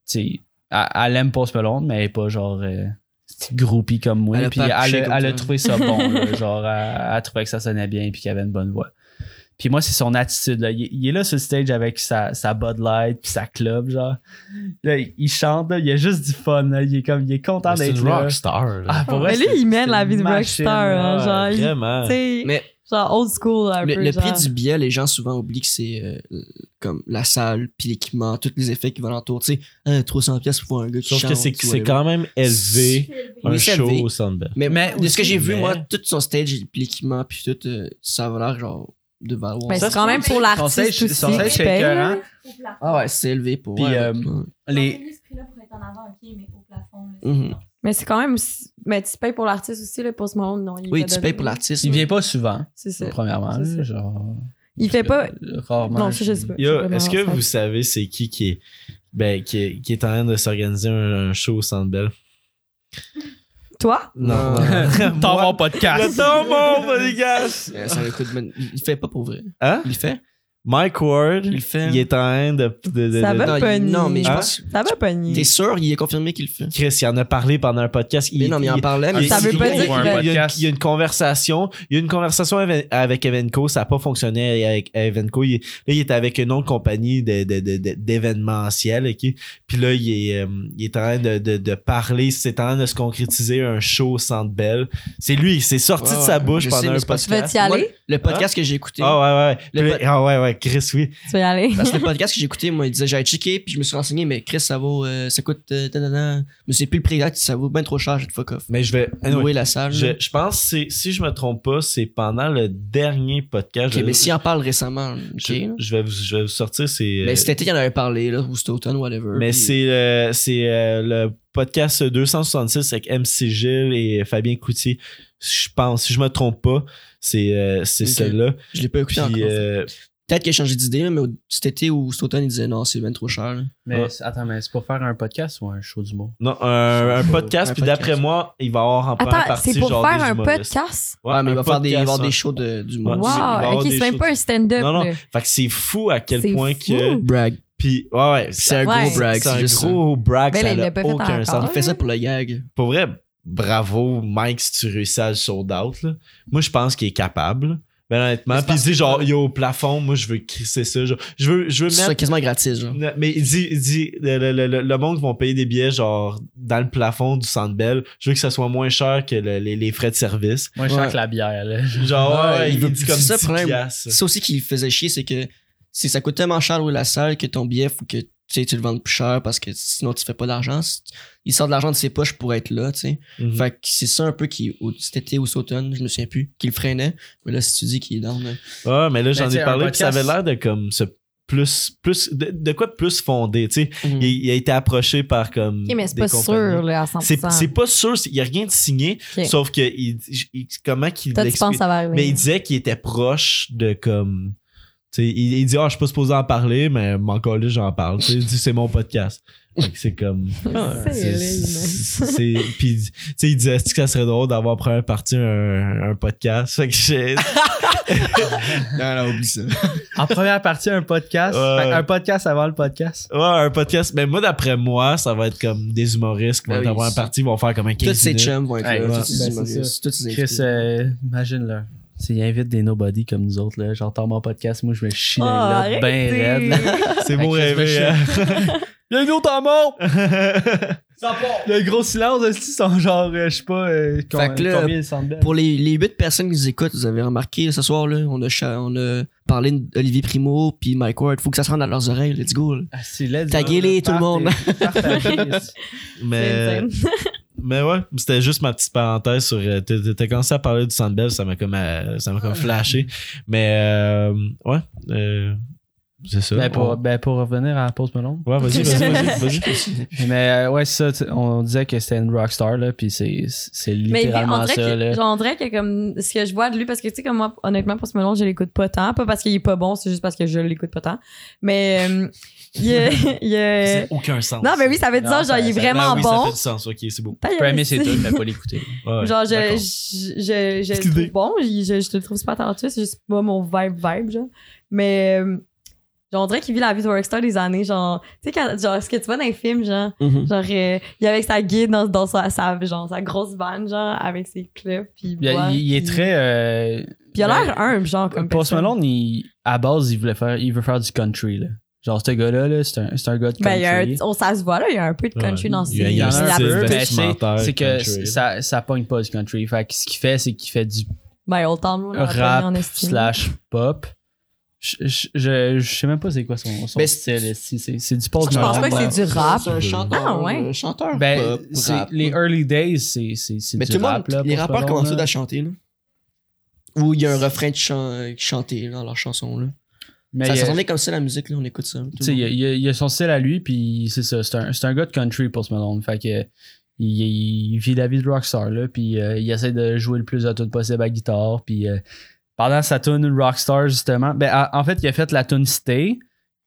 [SPEAKER 4] sais, elle, elle aime Post Malone, mais elle est pas genre. euh, petite groupie comme moi
[SPEAKER 2] Elle a
[SPEAKER 4] puis
[SPEAKER 2] pas
[SPEAKER 4] elle,
[SPEAKER 2] accouché
[SPEAKER 4] a-
[SPEAKER 2] comme
[SPEAKER 4] elle
[SPEAKER 2] toi.
[SPEAKER 4] a trouvé ça bon là, genre elle, elle trouvait que ça sonnait bien puis qu'il avait une bonne voix puis moi c'est son attitude là. Il, il est là sur le stage avec sa, sa Bud Light puis sa club genre là, il, il chante là, il a juste du fun là. il est comme il est content
[SPEAKER 10] C'est
[SPEAKER 4] d'être
[SPEAKER 10] une
[SPEAKER 4] là
[SPEAKER 10] rockstar. là.
[SPEAKER 4] ah, pour vrai,
[SPEAKER 3] Mais lui,
[SPEAKER 4] c'est-
[SPEAKER 3] il mène
[SPEAKER 4] c'est
[SPEAKER 3] la
[SPEAKER 4] une
[SPEAKER 3] vie de
[SPEAKER 4] machine,
[SPEAKER 3] rockstar.
[SPEAKER 2] Ah,
[SPEAKER 3] hein,
[SPEAKER 4] ouais.
[SPEAKER 3] genre, il-
[SPEAKER 1] Vraiment.
[SPEAKER 3] tu sais,
[SPEAKER 2] Mais-
[SPEAKER 3] genre old school, un
[SPEAKER 2] Le,
[SPEAKER 3] peu.
[SPEAKER 2] le prix
[SPEAKER 3] genre.
[SPEAKER 2] du billet, les gens souvent oublient que c'est euh, comme la salle, puis l'équipement, tous les effets qui vont l'entour. Tu sais, hein, 300 pièces pour un gars qui
[SPEAKER 1] Sauf
[SPEAKER 2] chante.
[SPEAKER 1] que c'est
[SPEAKER 2] ou
[SPEAKER 1] c'est
[SPEAKER 2] whatever.
[SPEAKER 1] quand même élevé
[SPEAKER 2] Oui,
[SPEAKER 1] un
[SPEAKER 2] c'est
[SPEAKER 1] show
[SPEAKER 2] élevé.
[SPEAKER 1] au Sandberg.
[SPEAKER 2] Mais,
[SPEAKER 4] Mais
[SPEAKER 2] de ce que j'ai
[SPEAKER 1] aussi,
[SPEAKER 2] vu,
[SPEAKER 1] mais-
[SPEAKER 2] moi, tout son stage, puis l'équipement, puis tout, euh, ça va l'air genre de valoir.
[SPEAKER 3] Mais
[SPEAKER 4] Ça,
[SPEAKER 3] c'est quand même pour
[SPEAKER 4] Son
[SPEAKER 3] l'artiste
[SPEAKER 4] stage,
[SPEAKER 3] aussi
[SPEAKER 4] son stage,
[SPEAKER 3] qui
[SPEAKER 4] c'est
[SPEAKER 3] paye, là.
[SPEAKER 4] écœurant.
[SPEAKER 2] Ah ouais, c'est élevé pour.
[SPEAKER 4] Puis,
[SPEAKER 2] ouais,
[SPEAKER 4] euh,
[SPEAKER 2] ouais.
[SPEAKER 4] Les-
[SPEAKER 2] Mhm.
[SPEAKER 3] Mais c'est quand même. Mais tu payes pour l'artiste aussi, là, pour ce moment, non. il
[SPEAKER 2] Oui,
[SPEAKER 3] va
[SPEAKER 2] tu
[SPEAKER 3] donner-
[SPEAKER 2] payes pour l'artiste.
[SPEAKER 4] Il
[SPEAKER 2] mais-
[SPEAKER 4] vient pas souvent,
[SPEAKER 3] C'est ça.
[SPEAKER 4] premièrement.
[SPEAKER 3] C'est ça.
[SPEAKER 4] là, Genre,
[SPEAKER 3] Il fait pas.
[SPEAKER 4] euh, Rarement.
[SPEAKER 3] Non, ça, je sais pas.
[SPEAKER 1] Yo,
[SPEAKER 3] C'est vraiment
[SPEAKER 1] Est-ce que
[SPEAKER 3] ça.
[SPEAKER 1] vous savez c'est qui qui est, ben, qui, est, qui est en train de s'organiser un, un show au Centre Bell?
[SPEAKER 3] Toi?
[SPEAKER 2] Non.
[SPEAKER 4] Dans mon
[SPEAKER 1] Moi,
[SPEAKER 4] podcast.
[SPEAKER 1] le temps mon podcast!
[SPEAKER 2] Euh, ça coûte bonne- Il fait pas pour vrai.
[SPEAKER 1] Hein?
[SPEAKER 2] Il le fait.
[SPEAKER 1] Mike Ward,
[SPEAKER 2] Il le fait.
[SPEAKER 1] il est en train de... de- de-
[SPEAKER 3] Ça
[SPEAKER 1] de-
[SPEAKER 3] va?
[SPEAKER 2] Non, il-
[SPEAKER 3] Pogné.
[SPEAKER 2] non, mais je
[SPEAKER 1] Hein?
[SPEAKER 2] pense.
[SPEAKER 3] Ça va pas
[SPEAKER 2] T'es
[SPEAKER 3] nier.
[SPEAKER 2] sûr, il est confirmé qu'il le fait.
[SPEAKER 1] Chris, il en a parlé pendant un podcast.
[SPEAKER 2] Mais non, mais il en parlait. Mais
[SPEAKER 3] Ça
[SPEAKER 2] il-
[SPEAKER 3] veut pas
[SPEAKER 1] il-
[SPEAKER 3] dire
[SPEAKER 1] il-
[SPEAKER 3] que-
[SPEAKER 1] il y a une- Il y a une conversation. Il y a une conversation avec- avec Evenco. Ça n'a pas fonctionné avec Evenco. Il, là, il est avec une autre compagnie de- de- de- de- d'événementiel. ok? Puis là, il est, euh, il est en train de, de- de parler. C'est en train de se concrétiser un show au Centre Bell. C'est lui. C'est sorti
[SPEAKER 2] Ouais,
[SPEAKER 1] de sa
[SPEAKER 2] ouais,
[SPEAKER 1] bouche
[SPEAKER 2] je sais,
[SPEAKER 1] pendant
[SPEAKER 2] mais
[SPEAKER 1] un
[SPEAKER 2] c'est parce
[SPEAKER 1] podcast.
[SPEAKER 3] Tu veux y
[SPEAKER 2] Moi,
[SPEAKER 3] aller?
[SPEAKER 2] le podcast que j'ai écouté.
[SPEAKER 1] Ah ouais, ouais.
[SPEAKER 2] Le
[SPEAKER 1] Puis
[SPEAKER 2] pod-
[SPEAKER 1] là, Ah ouais, ouais. Chris, oui.
[SPEAKER 3] Tu veux y aller?
[SPEAKER 2] Parce que le podcast que j'ai écouté, moi, il disait j'allais checker, puis je me suis renseigné, mais Chris, ça vaut, euh, ça coûte, euh, tadadam. mais c'est plus le prix exact, ça vaut bien trop cher, j'ai de fuck off.
[SPEAKER 1] Mais je vais.
[SPEAKER 2] Louer
[SPEAKER 1] anyway,
[SPEAKER 2] la salle.
[SPEAKER 1] Ah je,
[SPEAKER 2] là.
[SPEAKER 1] je pense, que c'est- si je me trompe pas, c'est pendant le dernier podcast.
[SPEAKER 2] Ok,
[SPEAKER 1] je-
[SPEAKER 2] mais s'il en parle récemment, ok.
[SPEAKER 1] je,
[SPEAKER 2] là.
[SPEAKER 1] je vais vous, je vais vous sortir. euh, C'est.
[SPEAKER 2] Mais cet été, il en avait parlé, là, ou cet automne, whatever.
[SPEAKER 1] Mais
[SPEAKER 2] puis-
[SPEAKER 1] c'est euh, c'est euh, le podcast 266 avec MC Gilles et Fabien Coutier. Je pense, si je me trompe pas, c'est euh, c'est
[SPEAKER 2] Ok.
[SPEAKER 1] celle-là.
[SPEAKER 2] Je l'ai pas écouté
[SPEAKER 1] Puis,
[SPEAKER 2] encore.
[SPEAKER 1] euh,
[SPEAKER 2] Peut-être qu'il a changé d'idée, là, mais au- cet été ou cet automne, il disait non, c'est bien trop cher. là.
[SPEAKER 4] Mais c'est- attends, mais c'est pour faire un podcast ou un show d'humour?
[SPEAKER 1] non, un, un podcast.
[SPEAKER 2] Un
[SPEAKER 1] puis
[SPEAKER 2] podcast.
[SPEAKER 1] d'après moi, il va y avoir en première
[SPEAKER 3] Attends,
[SPEAKER 1] partie
[SPEAKER 3] c'est pour
[SPEAKER 1] genre
[SPEAKER 3] faire
[SPEAKER 1] des
[SPEAKER 3] un
[SPEAKER 1] humoristes.
[SPEAKER 3] podcast?
[SPEAKER 1] Ouais,
[SPEAKER 2] Ouais, mais
[SPEAKER 1] un
[SPEAKER 2] il va faire des, il
[SPEAKER 1] podcast,
[SPEAKER 2] va
[SPEAKER 1] hein.
[SPEAKER 2] avoir des
[SPEAKER 1] ouais.
[SPEAKER 2] shows de, du
[SPEAKER 1] Ouais.
[SPEAKER 2] monde.
[SPEAKER 1] il va y
[SPEAKER 3] Wow,
[SPEAKER 1] avoir
[SPEAKER 3] ok,
[SPEAKER 1] des
[SPEAKER 3] c'est même
[SPEAKER 1] choses.
[SPEAKER 3] pas un stand-up.
[SPEAKER 1] Non, non.
[SPEAKER 3] là.
[SPEAKER 1] Fait que c'est fou à quel
[SPEAKER 3] C'est
[SPEAKER 1] point
[SPEAKER 3] fou.
[SPEAKER 1] que.
[SPEAKER 2] Brag.
[SPEAKER 1] Puis, ouais, ouais.
[SPEAKER 2] C'est un gros
[SPEAKER 3] Ouais.
[SPEAKER 2] brag,
[SPEAKER 1] C'est
[SPEAKER 2] c'est
[SPEAKER 1] un
[SPEAKER 2] juste ça.
[SPEAKER 1] gros brag.
[SPEAKER 3] Mais là,
[SPEAKER 1] ça
[SPEAKER 3] il
[SPEAKER 1] n'a
[SPEAKER 3] l'a pas fait
[SPEAKER 1] aucun
[SPEAKER 3] encore.
[SPEAKER 1] sens.
[SPEAKER 2] Il fait ça pour le gag.
[SPEAKER 1] Pour vrai, bravo, Mike, si tu réussis à le sold out. là. Moi, je pense qu'il est capable. Ben, honnêtement. Puis il dit genre, yo, au plafond, moi, je veux crisser ça. genre, je veux, je veux
[SPEAKER 2] C'est
[SPEAKER 1] mettre.
[SPEAKER 2] quasiment gratis, genre.
[SPEAKER 1] Non, Mais il dit, il dit le, le- le- le- le monde qui vont payer des billets genre dans le plafond du Centre Bell, je veux que ça soit moins cher que le- les, les frais de service.
[SPEAKER 4] Moi, je sens
[SPEAKER 2] Ouais.
[SPEAKER 4] que la bière, là.
[SPEAKER 1] Genre,
[SPEAKER 2] Ouais,
[SPEAKER 1] ouais,
[SPEAKER 2] il
[SPEAKER 1] il,
[SPEAKER 2] veut-
[SPEAKER 1] dit comme
[SPEAKER 2] c'est ça,
[SPEAKER 1] 10
[SPEAKER 2] problème.
[SPEAKER 1] piastres.
[SPEAKER 2] C'est aussi qui faisait chier, c'est que si ça coûte tellement cher où la salle que ton billet, faut que tu sais, tu le vendes plus cher parce que sinon tu fais pas d'argent. Si- Il sort de l'argent de ses poches pour être là, tu sais.
[SPEAKER 1] Mhm.
[SPEAKER 2] Fait que c'est ça un peu qui, au- cet été ou cet automne, je me souviens plus, qui le freinait. Mais là, si tu dis qu'il est hein. dans. le-
[SPEAKER 1] Ouais, mais là, j'en
[SPEAKER 4] t'sais,
[SPEAKER 1] ai
[SPEAKER 4] un
[SPEAKER 1] parlé, puis ça
[SPEAKER 4] podcast-
[SPEAKER 1] avait l'air de comme ce plus, plus de, de quoi de plus fondé, tu sais.
[SPEAKER 2] Mhm.
[SPEAKER 1] Il, il a été approché par comme.
[SPEAKER 3] Ok, mais c'est
[SPEAKER 1] des
[SPEAKER 3] pas
[SPEAKER 1] compagnies.
[SPEAKER 3] sûr, là, à
[SPEAKER 1] C'est
[SPEAKER 3] 100%.
[SPEAKER 1] c'est pas sûr, c'est- il n'y a rien de signé,
[SPEAKER 3] Ok.
[SPEAKER 1] sauf que il, il- comment qu'il
[SPEAKER 3] Toi, tu
[SPEAKER 1] l'explique-
[SPEAKER 3] penses que ça va arriver.
[SPEAKER 1] Mais il disait qu'il était proche de comme. tu sais, il, il dit Ah, je suis pas supposé en parler, mais mon collègue, j'en parle. Tu sais, Il dit C'est mon podcast. Fait que c'est comme. ah,
[SPEAKER 3] C'est
[SPEAKER 1] c'est-
[SPEAKER 3] lame.
[SPEAKER 1] c'est- Puis, tu sais, il disait Est-ce que ça serait drôle d'avoir pris un partie un, un podcast Fait que j'ai-
[SPEAKER 2] Non, non, oublie ça.
[SPEAKER 4] En première partie, un podcast.
[SPEAKER 1] Ouais.
[SPEAKER 4] Fait un podcast avant le podcast.
[SPEAKER 1] Ouais, un podcast. Mais moi, d'après moi, ça va être comme des humoristes qui vont
[SPEAKER 2] Ben oui,
[SPEAKER 1] avoir un
[SPEAKER 2] c'est-
[SPEAKER 1] parti, ils vont faire comme un
[SPEAKER 2] Tous
[SPEAKER 1] 15
[SPEAKER 2] ces
[SPEAKER 1] minutes.
[SPEAKER 2] chums vont être
[SPEAKER 4] Ouais,
[SPEAKER 2] là.
[SPEAKER 1] ouais.
[SPEAKER 2] Tous ces
[SPEAKER 4] Ben, c'est
[SPEAKER 2] humoristes, tous ces
[SPEAKER 4] Chris,
[SPEAKER 2] invités.
[SPEAKER 4] euh, imagine-le. S'il invite des nobody comme nous autres, là, j'entends mon podcast, moi je me chie
[SPEAKER 3] Oh,
[SPEAKER 4] là,
[SPEAKER 3] arrêtez.
[SPEAKER 4] ben raide. là.
[SPEAKER 1] C'est beau
[SPEAKER 4] Ah, Chris,
[SPEAKER 1] rêver.
[SPEAKER 4] ben,
[SPEAKER 1] hein.
[SPEAKER 4] Bienvenue au temps mort! Le gros silence aussi, sont genre, euh, je sais pas, euh, com-
[SPEAKER 2] Fait que là,
[SPEAKER 4] combien ils semblent.
[SPEAKER 2] Pour les, les 8 personnes qui nous écoutent, vous avez remarqué ce soir, là, on, a, cha- on a parlé d'Olivier Primo puis Mike Ward. Faut que ça se rende à leurs oreilles. Let's go. là.
[SPEAKER 4] Ah, c'est laid,
[SPEAKER 2] Taguez-les, tout le monde.
[SPEAKER 4] Partagez.
[SPEAKER 1] Mais, mais ouais, c'était juste ma petite parenthèse sur. euh, T'as t'as commencé à parler du Sandbell, ça m'a comme, euh, ça m'a comme flashé. Mais euh, ouais, euh, c'est ça.
[SPEAKER 4] Ben,
[SPEAKER 1] On-
[SPEAKER 4] pour, ben, pour revenir à Post Malone.
[SPEAKER 1] Ouais, vas-y, vas-y, vas-y. vas-y.
[SPEAKER 4] Mais euh, ouais, c'est ça, tu- on disait que c'était une rockstar, là, puis c'est, c'est
[SPEAKER 3] Mais lui, on
[SPEAKER 4] littéralement
[SPEAKER 3] dirait,
[SPEAKER 4] ça, là.
[SPEAKER 3] que, genre, on dirait que comme ce que je vois de lui, parce que tu sais, comme moi, honnêtement, pour ce moment, je l'écoute pas tant. Pas parce qu'il est pas bon, c'est juste parce que je l'écoute pas tant. Mais euh, il est. il
[SPEAKER 1] Ça
[SPEAKER 3] est-
[SPEAKER 1] n'a aucun sens.
[SPEAKER 3] Non, mais oui, ça fait 10
[SPEAKER 4] Non,
[SPEAKER 3] ans, genre,
[SPEAKER 4] ça-
[SPEAKER 3] il est
[SPEAKER 4] ça-
[SPEAKER 1] Ben
[SPEAKER 3] vraiment
[SPEAKER 1] oui, Ça
[SPEAKER 3] bon.
[SPEAKER 1] fait du sens, ok, c'est beau.
[SPEAKER 3] Ta
[SPEAKER 4] Je
[SPEAKER 3] gueule,
[SPEAKER 4] peux aimer ses
[SPEAKER 3] c'est-
[SPEAKER 4] trucs, mais pas l'écouter.
[SPEAKER 1] Ouais, ouais.
[SPEAKER 3] Genre, je,
[SPEAKER 4] d'accord.
[SPEAKER 3] je, je, je le
[SPEAKER 1] Excusez.
[SPEAKER 3] trouve bon, je, je, je le trouve super talentueux, c'est juste pas mon vibe, vibe, genre. Mais, euh, genre, on dirait qu'il vit la vie de Rockstar des années, genre, tu sais, quand, genre, ce que tu vois dans les films, genre,
[SPEAKER 2] Mhm.
[SPEAKER 3] genre, euh, il est avec sa guide dans, dans sa, sa- genre, sa grosse vanne, genre, avec ses clubs, puis
[SPEAKER 4] Il,
[SPEAKER 3] boit,
[SPEAKER 4] il- il est
[SPEAKER 3] puis-
[SPEAKER 4] très. euh,
[SPEAKER 3] Puis il a l'air
[SPEAKER 4] ben,
[SPEAKER 3] humble, genre, comme
[SPEAKER 4] Post
[SPEAKER 3] personne.
[SPEAKER 4] Malone, il- à base, il voulait faire, il veut faire du country, là. Genre, ce gars-là, là, c'est, un, c'est un gars de country.
[SPEAKER 3] Ben, il y a un- on, ça se voit, là, il y a un peu de country
[SPEAKER 1] Ouais.
[SPEAKER 3] dans
[SPEAKER 1] Il y a-
[SPEAKER 3] ses...
[SPEAKER 1] il y a un
[SPEAKER 3] ses
[SPEAKER 1] style
[SPEAKER 3] aptitudes.
[SPEAKER 1] de-
[SPEAKER 4] Ben, tu sais,
[SPEAKER 1] documentaire
[SPEAKER 4] c'est que
[SPEAKER 1] country.
[SPEAKER 4] ça, ça pogne pas du country. Fait que ce qu'il fait, c'est qu'il fait du
[SPEAKER 3] Ben, Old Town, là, on l'a pas
[SPEAKER 4] rap
[SPEAKER 3] mis en estime.
[SPEAKER 4] slash pop. Je, je, je, je sais même pas c'est quoi son, son
[SPEAKER 2] Mais Ben, c'est-
[SPEAKER 4] style. esti. C'est, c'est du Post
[SPEAKER 3] Je pense
[SPEAKER 4] Malone.
[SPEAKER 3] pas que c'est du rap.
[SPEAKER 2] C'est un chanteur.
[SPEAKER 3] Ah, ouais.
[SPEAKER 2] euh, chanteur
[SPEAKER 4] Ben,
[SPEAKER 2] pop,
[SPEAKER 4] c'est-
[SPEAKER 2] rap.
[SPEAKER 4] les early days, c'est, c'est, c'est
[SPEAKER 2] Mais
[SPEAKER 4] du
[SPEAKER 2] tout le monde,
[SPEAKER 4] rap, là,
[SPEAKER 2] les
[SPEAKER 4] Post
[SPEAKER 2] rappeurs
[SPEAKER 4] Malone,
[SPEAKER 2] commencent tous
[SPEAKER 4] là.
[SPEAKER 2] à chanter. Là. Où il y a un refrain de chan- euh, chanté dans leur chanson. Là.
[SPEAKER 4] Mais euh,
[SPEAKER 2] ça
[SPEAKER 4] il y a-
[SPEAKER 2] ça sonnait comme ça la musique, là, on écoute ça. tout le
[SPEAKER 4] Tu sais,
[SPEAKER 2] monde.
[SPEAKER 4] il, y a- il y a- il y a son style à lui, puis c'est ça. C'est un, c'est un gars de country pour ce Malone. Fait que. euh, Il, il vit la vie de rockstar, là, puis euh, il essaie de jouer le plus de tunes possible à guitare. Puis euh, pendant sa tune Rockstar, justement, ben, à- en fait, il a fait la tune Stay,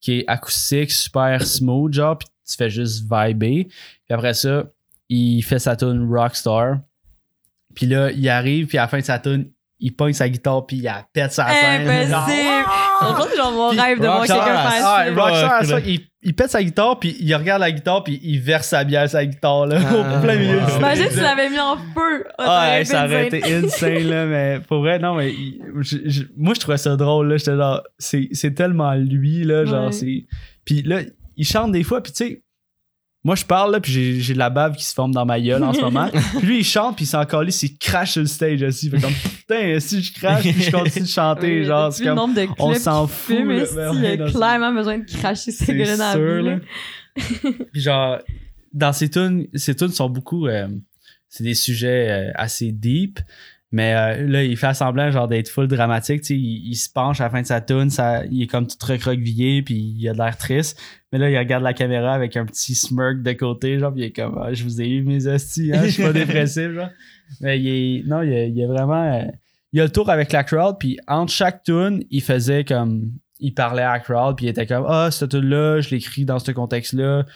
[SPEAKER 4] qui est acoustique, super smooth, genre, puis tu fais juste vibrer. Puis après ça, il fait sa tune Rockstar. Puis là, il arrive, puis à la fin de sa tune, il pogne sa guitare, puis il la pète sa scène. Genre,
[SPEAKER 3] Impossible! On dirait que, genre, mon
[SPEAKER 4] Puis
[SPEAKER 3] rêve de voir
[SPEAKER 4] Rockstar,
[SPEAKER 3] quelqu'un
[SPEAKER 4] à-
[SPEAKER 3] faire
[SPEAKER 4] ah,
[SPEAKER 3] ça.
[SPEAKER 4] Rockstar, à
[SPEAKER 1] Ouais,
[SPEAKER 4] ça, il, il pète sa guitare, puis il regarde la guitare, puis il verse sa bière sa guitare, là,
[SPEAKER 2] Ah,
[SPEAKER 4] au plein milieu.
[SPEAKER 1] wow.
[SPEAKER 4] du-
[SPEAKER 3] Imagine si tu l'avais mis en feu. Ah, ça
[SPEAKER 4] Ah,
[SPEAKER 3] aurait
[SPEAKER 4] hey, ça
[SPEAKER 3] été
[SPEAKER 4] aurait
[SPEAKER 3] insane.
[SPEAKER 4] été insane, là, mais pour vrai, non, mais il- je- je- moi, je trouvais ça drôle, là. J'étais genre, c'est c'est tellement lui, là,
[SPEAKER 3] Ouais.
[SPEAKER 4] genre, c'est. Puis là, il chante des fois, puis tu sais, moi, je parle, là, puis j'ai- j'ai de la bave qui se forme dans ma gueule en ce moment. puis lui, il chante, puis il s'en calisse, il crache sur le stage aussi. Fait comme, putain, si je crache, puis je continue de chanter,
[SPEAKER 3] Oui,
[SPEAKER 4] genre,
[SPEAKER 3] depuis
[SPEAKER 4] c'est comme.
[SPEAKER 3] le nombre de
[SPEAKER 4] on
[SPEAKER 3] clips
[SPEAKER 4] s'en
[SPEAKER 3] qu'il
[SPEAKER 4] fout,
[SPEAKER 3] fume,
[SPEAKER 4] là,
[SPEAKER 3] esti, il
[SPEAKER 4] mais ouais,
[SPEAKER 3] a
[SPEAKER 4] non, c'est-
[SPEAKER 3] euh, clairement besoin de cracher ses gueules dans la vie, là.
[SPEAKER 4] là. Puis genre, dans ces tunes, ces tunes sont beaucoup. euh, c'est des sujets euh, assez deep. Mais euh, là, il fait semblant genre d'être full dramatique. tu sais, Il, il se penche à la fin de sa tune, ça, il est comme tout recroquevillé, puis il a de l'air triste. Mais là, il regarde la caméra avec un petit smirk de côté, genre, puis il est comme Ah, Je vous ai eu mes hosties, hein, je suis pas dépressif. Genre. Mais il est, non, il est, il est vraiment. euh, il a le tour avec la crowd, puis entre chaque tune, il faisait comme. Il parlait à la crowd, puis il était comme Ah, cette tune-là, je l'écris dans ce contexte-là.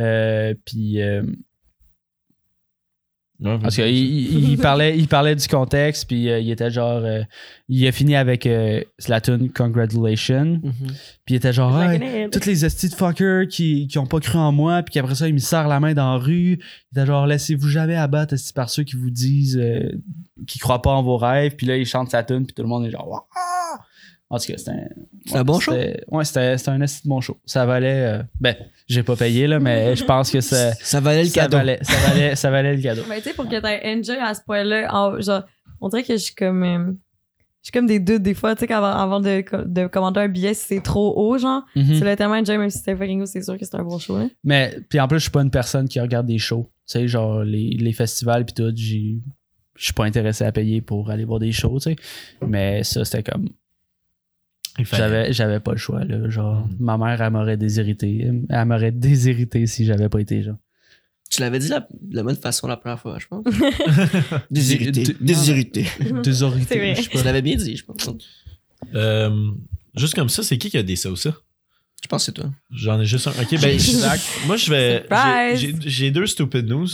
[SPEAKER 4] Euh, puis. euh, parce qu'il il, il parlait, il parlait du contexte, puis euh, il était genre. euh, il a fini avec euh, la tune Congratulations,
[SPEAKER 2] Mhm.
[SPEAKER 4] puis il était genre. Ah,
[SPEAKER 3] Like
[SPEAKER 4] toutes les hosties de fuckers qui, qui ont pas cru en moi, puis qu'après ça, ils me serrent la main dans la rue. Il était genre, laissez-vous jamais abattre esti, par ceux qui vous disent, euh, qui croient pas en vos rêves. Puis là, il chante sa tune, puis tout le monde est genre, Waouh! En tout cas, c'était un.
[SPEAKER 2] C'est un bon show.
[SPEAKER 4] c'était- Ouais, c'était c'était un esti de bon show. Ça valait. euh, ben, j'ai pas payé, là, mais je pense que ça.
[SPEAKER 2] Ça valait le
[SPEAKER 4] Euh, ça
[SPEAKER 2] cadeau.
[SPEAKER 4] valait- ça, valait, ça valait le cadeau.
[SPEAKER 3] Mais Ben, tu sais, pour que t'aies enjoy à ce point-là, en- genre, on dirait que je suis comme. euh, je suis comme des doutes des fois, tu sais, qu'avant- avant de, de commander un billet, si c'est trop haut, genre,
[SPEAKER 4] Mhm.
[SPEAKER 2] Mm-hmm.
[SPEAKER 3] tu l'as tellement enjoy, même si c'était fucking haut, c'est sûr que c'est un bon show, hein.
[SPEAKER 4] Mais puis en plus, je suis pas une personne qui regarde des shows. Tu sais, genre les, les festivals puis tout, j'ai- je suis pas intéressé à payer pour aller voir des shows, tu sais. Mais ça, c'était comme. J'avais, j'avais pas le choix, là. Genre,
[SPEAKER 1] Mhm.
[SPEAKER 4] ma mère, elle m'aurait déshérité. Elle m'aurait déshérité si j'avais pas été, genre.
[SPEAKER 2] Tu l'avais dit la, de la bonne façon la première fois, je pense.
[SPEAKER 4] Dé-
[SPEAKER 2] Déshérité.
[SPEAKER 4] dé-
[SPEAKER 2] Déshérité.
[SPEAKER 3] C'est vrai.
[SPEAKER 4] Ah, Déshérité. je sais
[SPEAKER 2] Tu l'avais bien dit, je pense.
[SPEAKER 1] Euh, juste comme ça, c'est qui qui a des ça ou ça?
[SPEAKER 2] Je pense que c'est toi.
[SPEAKER 1] J'en ai juste un. Ok, ben, je- moi, je vais. j'ai-
[SPEAKER 3] Surprise!
[SPEAKER 1] J'ai j'ai deux stupid news.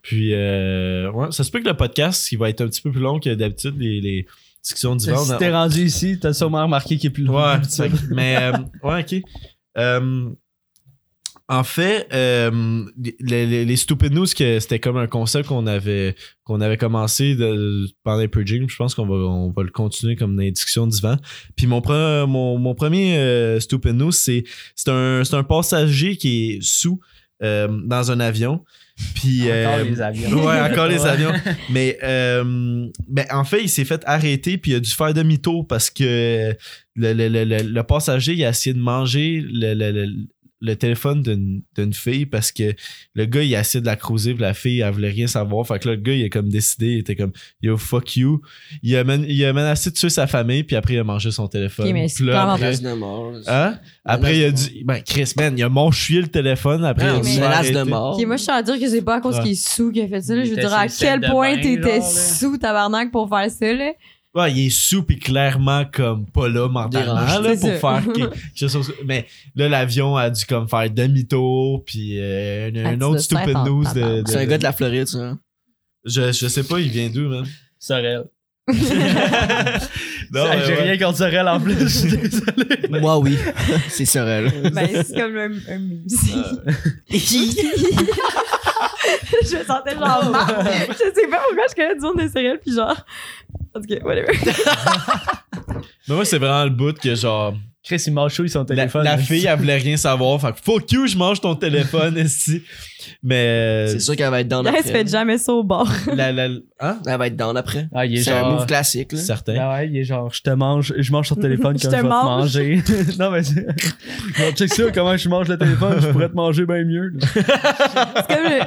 [SPEAKER 1] Puis, euh, ouais, ça se peut que le podcast, il va être un petit peu plus long que d'habitude. Les, les, discussion du
[SPEAKER 4] Si t'es rendu ici, t'as sûrement remarqué qu'il est plus loin.
[SPEAKER 1] Ouais, fait que- mais euh, ouais, ok. Euh, en fait, euh, les, les, les Stupid News, que c'était comme un concept qu'on avait, qu'on avait commencé de, pendant les purging. Je pense qu'on va, on va le continuer comme dans les discussions d'Ivan. Puis mon, pre- mon, mon premier euh, Stupid News, c'est c'est un, c'est un passager qui est sous euh, dans un avion. Puis, euh,
[SPEAKER 4] les avions.
[SPEAKER 1] Ouais, encore les
[SPEAKER 4] Ouais.
[SPEAKER 1] avions. Mais euh, ben, en fait, il s'est fait arrêter puis il a dû faire demi-tour parce que le, le- le- le- le passager il a essayé de manger le, le- le- le téléphone d'une d'une fille parce que le gars il a essayé de la croiser puis la fille elle voulait rien savoir. Fait que là, le gars il a comme décidé, il était comme yo fuck you. Il a, men- il a menacé de tuer sa famille puis après il a mangé son téléphone.
[SPEAKER 3] Ok, mais
[SPEAKER 1] Puis
[SPEAKER 3] c'est
[SPEAKER 1] là,
[SPEAKER 4] Ah.
[SPEAKER 3] clairement
[SPEAKER 1] après-
[SPEAKER 2] Menace de mort. Ah, là.
[SPEAKER 1] Hein? Après, il a
[SPEAKER 2] Menace de
[SPEAKER 1] dit, ben Chris, man, il a monchouillé le téléphone. Après,
[SPEAKER 2] mort.
[SPEAKER 1] il a
[SPEAKER 2] Non,
[SPEAKER 1] dû
[SPEAKER 3] mais-
[SPEAKER 1] se faire
[SPEAKER 2] Menace de
[SPEAKER 1] arrêter.
[SPEAKER 2] mort.
[SPEAKER 3] Ok, moi, je suis en dire que c'est pas à cause
[SPEAKER 1] Ouais.
[SPEAKER 3] qu'il est sous qu'il a fait ça. là. Je veux
[SPEAKER 4] Il
[SPEAKER 3] dire, à
[SPEAKER 4] était sur
[SPEAKER 3] quel
[SPEAKER 4] une scène de
[SPEAKER 3] point
[SPEAKER 4] bain,
[SPEAKER 3] t'étais
[SPEAKER 4] genre, là.
[SPEAKER 3] sous, tabarnak, pour faire ça, là.
[SPEAKER 1] Ouais, il est sous puis clairement comme pas là mentalement
[SPEAKER 2] Dérange,
[SPEAKER 1] là,
[SPEAKER 3] c'est
[SPEAKER 1] pour
[SPEAKER 3] ça.
[SPEAKER 1] faire quelque quelque chose. Mais là, l'avion a dû comme faire demi-tour puis euh, un,
[SPEAKER 3] Ah, tu
[SPEAKER 1] autre
[SPEAKER 3] dois
[SPEAKER 1] stupid
[SPEAKER 3] faire
[SPEAKER 1] news
[SPEAKER 3] entendre,
[SPEAKER 1] de.
[SPEAKER 3] pardon.
[SPEAKER 2] C'est un gars de la Floride, ça.
[SPEAKER 1] Je, je sais pas, il vient d'où, man.
[SPEAKER 4] Sorel.
[SPEAKER 1] Non,
[SPEAKER 4] Ça,
[SPEAKER 1] mais
[SPEAKER 4] J'ai
[SPEAKER 1] ouais.
[SPEAKER 4] rien contre Sorel en plus, je suis désolé.
[SPEAKER 2] Moi, oui. C'est Sorel.
[SPEAKER 4] Euh,
[SPEAKER 3] Ben, c'est comme un, un meme.
[SPEAKER 8] Euh.
[SPEAKER 3] je me sentais
[SPEAKER 8] Oh.
[SPEAKER 3] genre mal. Je sais pas pourquoi je connais du monde de céréales, puis genre. En tout cas, whatever.
[SPEAKER 1] Mais moi, c'est vraiment le bout que genre.
[SPEAKER 4] Chris, il mâchouille son
[SPEAKER 1] La,
[SPEAKER 4] téléphone.
[SPEAKER 1] la
[SPEAKER 2] hein.
[SPEAKER 1] fille, elle voulait rien savoir. Fait que fuck you, je mange ton téléphone ici. Mais.
[SPEAKER 2] C'est sûr qu'elle va être down
[SPEAKER 3] Là, elle se
[SPEAKER 2] après.
[SPEAKER 3] fait jamais ça au bord.
[SPEAKER 1] La, la, hein?
[SPEAKER 2] Elle va être down après.
[SPEAKER 4] Ah, il est
[SPEAKER 2] C'est un
[SPEAKER 4] genre.
[SPEAKER 2] move classique, là.
[SPEAKER 1] Certain.
[SPEAKER 4] Ah ouais, il est genre, je te mange, je mange sur le téléphone
[SPEAKER 3] Je
[SPEAKER 4] comme
[SPEAKER 3] te
[SPEAKER 4] je vais te
[SPEAKER 3] mange.
[SPEAKER 4] manger. non, mais c'est. Bon, check ça, comment je mange le téléphone, je pourrais te manger bien mieux. là.
[SPEAKER 3] C'est comme le-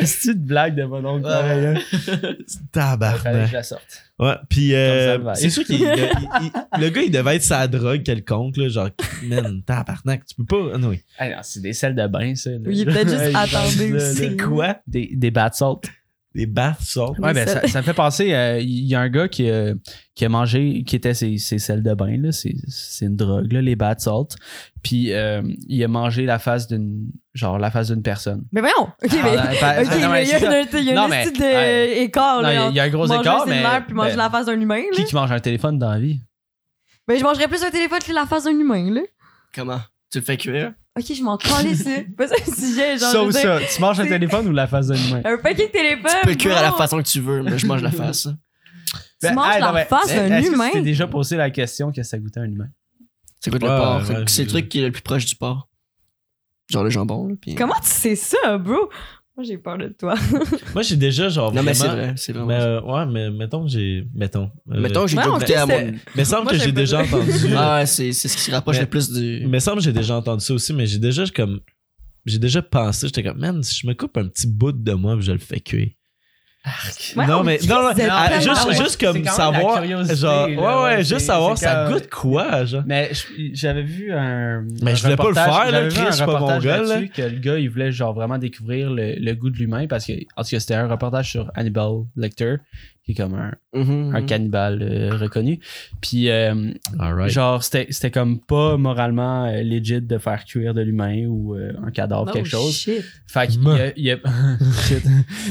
[SPEAKER 4] C'est une blague de mon oncle, pareil. hein? Fallait que
[SPEAKER 1] Tabarnak.
[SPEAKER 4] je la sorte.
[SPEAKER 1] Ouais, puis euh,
[SPEAKER 4] Comme ça, le vibe.
[SPEAKER 1] c'est sûr qu'il il- il- il- le gars il devait être sa drogue quelconque là, genre man, tabarnak, tu peux pas. Ah non, oui.
[SPEAKER 4] Ah non, c'est des salles de bain, ça. là.
[SPEAKER 3] Oui, il est peut-être juste
[SPEAKER 4] Hey,
[SPEAKER 3] attendé
[SPEAKER 4] genre,
[SPEAKER 3] aussi.
[SPEAKER 4] là, là.
[SPEAKER 1] Quoi
[SPEAKER 4] Des, des bath salts.
[SPEAKER 1] Des baths sortent.
[SPEAKER 8] Ouais, ben,
[SPEAKER 3] ça-
[SPEAKER 8] ça, ça me fait penser. euh, Il y a un gars qui, euh, qui a mangé, qui était ses, ses selles de bain, là, c'est, c'est une drogue, là, les bad salts. Puis euh, il a mangé la face d'une. Genre, la face d'une personne.
[SPEAKER 3] Mais voyons! Ok, mais.
[SPEAKER 8] Ah, ben, ben,
[SPEAKER 3] Ok,
[SPEAKER 8] non, mais
[SPEAKER 3] mais il y
[SPEAKER 8] c'est ça.
[SPEAKER 3] a un- il y a
[SPEAKER 8] Non,
[SPEAKER 3] un
[SPEAKER 8] mais-
[SPEAKER 3] petit
[SPEAKER 8] ouais.
[SPEAKER 3] écart,
[SPEAKER 8] Non, il y
[SPEAKER 3] Oh, là.
[SPEAKER 8] a- il y a un gros
[SPEAKER 3] entre
[SPEAKER 8] écart,
[SPEAKER 3] manger ses
[SPEAKER 8] mais.
[SPEAKER 3] nerfs puis manger
[SPEAKER 8] ben,
[SPEAKER 3] la face d'un humain, là.
[SPEAKER 8] qui qui mange un téléphone dans la vie?
[SPEAKER 3] Ben, je mangerais plus un téléphone que la face d'un humain, là.
[SPEAKER 2] Comment? Tu le fais cuire?
[SPEAKER 3] Ok, je m'en calisse, là. C'est Pas ça le sujet, genre. je
[SPEAKER 4] Ça
[SPEAKER 3] veux
[SPEAKER 4] ou
[SPEAKER 3] dire,
[SPEAKER 4] ça, tu manges le
[SPEAKER 3] c'est-
[SPEAKER 4] téléphone ou la face de l'humain?
[SPEAKER 3] Un paquet de téléphone.
[SPEAKER 2] Tu peux le cuire à la
[SPEAKER 3] bon.
[SPEAKER 2] façon que tu veux, mais je mange la face.
[SPEAKER 3] Tu
[SPEAKER 4] Ben,
[SPEAKER 3] manges la face d'un
[SPEAKER 4] ah, Est-ce que
[SPEAKER 3] humain?
[SPEAKER 4] tu t'es déjà posé la question que ça goûtait un humain?
[SPEAKER 2] C'est quoi le
[SPEAKER 1] Ouais,
[SPEAKER 2] porc?
[SPEAKER 1] ouais,
[SPEAKER 2] c'est le
[SPEAKER 1] je-
[SPEAKER 2] truc qui est le plus proche du porc. Genre le jambon, là. puis-
[SPEAKER 3] Comment tu sais ça, bro? Moi, j'ai peur de toi.
[SPEAKER 1] Moi j'ai déjà genre
[SPEAKER 2] Non, mais c'est
[SPEAKER 1] vraiment-
[SPEAKER 2] vrai. C'est vraiment.
[SPEAKER 1] Mais euh, ouais, mais mettons que j'ai mettons. euh,
[SPEAKER 2] Mettons, j'ai
[SPEAKER 3] Ouais,
[SPEAKER 2] déjà
[SPEAKER 3] on
[SPEAKER 2] goûté à
[SPEAKER 3] sait,
[SPEAKER 2] mon.
[SPEAKER 1] mais semble
[SPEAKER 3] Moi,
[SPEAKER 1] que j'ai
[SPEAKER 3] j'aime
[SPEAKER 1] déjà
[SPEAKER 3] pas ça.
[SPEAKER 1] entendu.
[SPEAKER 2] Ah, ouais, c'est c'est ce qui se rapproche
[SPEAKER 1] Mais-
[SPEAKER 2] le plus du.
[SPEAKER 1] Mais semble que j'ai déjà entendu ça aussi, mais j'ai déjà comme j'ai déjà pensé, j'étais comme man, si je me coupe un petit bout de moi, puis je le fais cuire.
[SPEAKER 3] Ouais,
[SPEAKER 1] non
[SPEAKER 3] on
[SPEAKER 1] mais
[SPEAKER 3] crie,
[SPEAKER 1] non non,
[SPEAKER 3] c'est
[SPEAKER 1] ah,
[SPEAKER 3] tellement-
[SPEAKER 1] juste
[SPEAKER 3] Ah ouais,
[SPEAKER 1] juste
[SPEAKER 4] c'est
[SPEAKER 1] comme
[SPEAKER 4] quand même la
[SPEAKER 1] savoir
[SPEAKER 4] curiosité,
[SPEAKER 1] genre ouais
[SPEAKER 4] là,
[SPEAKER 1] ouais,
[SPEAKER 4] ouais,
[SPEAKER 1] juste
[SPEAKER 4] c'est-
[SPEAKER 1] savoir
[SPEAKER 4] c'est
[SPEAKER 1] ça
[SPEAKER 4] quand-
[SPEAKER 1] goûte quoi genre.
[SPEAKER 4] Mais je- j'avais vu un.
[SPEAKER 1] Mais
[SPEAKER 4] un
[SPEAKER 1] je voulais pas le
[SPEAKER 4] reportage-
[SPEAKER 1] faire, là,
[SPEAKER 4] j'avais vu
[SPEAKER 1] Chris, je suis
[SPEAKER 4] un
[SPEAKER 1] pas
[SPEAKER 4] reportage
[SPEAKER 1] mongol,
[SPEAKER 4] là-dessus Que le gars, il voulait genre vraiment découvrir le, le goût de l'humain parce que, en tout cas, c'était un reportage sur Hannibal Lecter, qui est comme un,
[SPEAKER 2] Mhm.
[SPEAKER 8] Un
[SPEAKER 3] Mm-hmm.
[SPEAKER 8] cannibale euh, reconnu. Puis, euh,
[SPEAKER 1] All right.
[SPEAKER 8] genre, c'était, c'était comme pas moralement euh, legit de faire cuire de l'humain ou euh, un cadavre,
[SPEAKER 3] No
[SPEAKER 8] quelque chose.
[SPEAKER 3] shit.
[SPEAKER 8] Fait qu'il
[SPEAKER 1] Ma.
[SPEAKER 8] a, il a- Shit.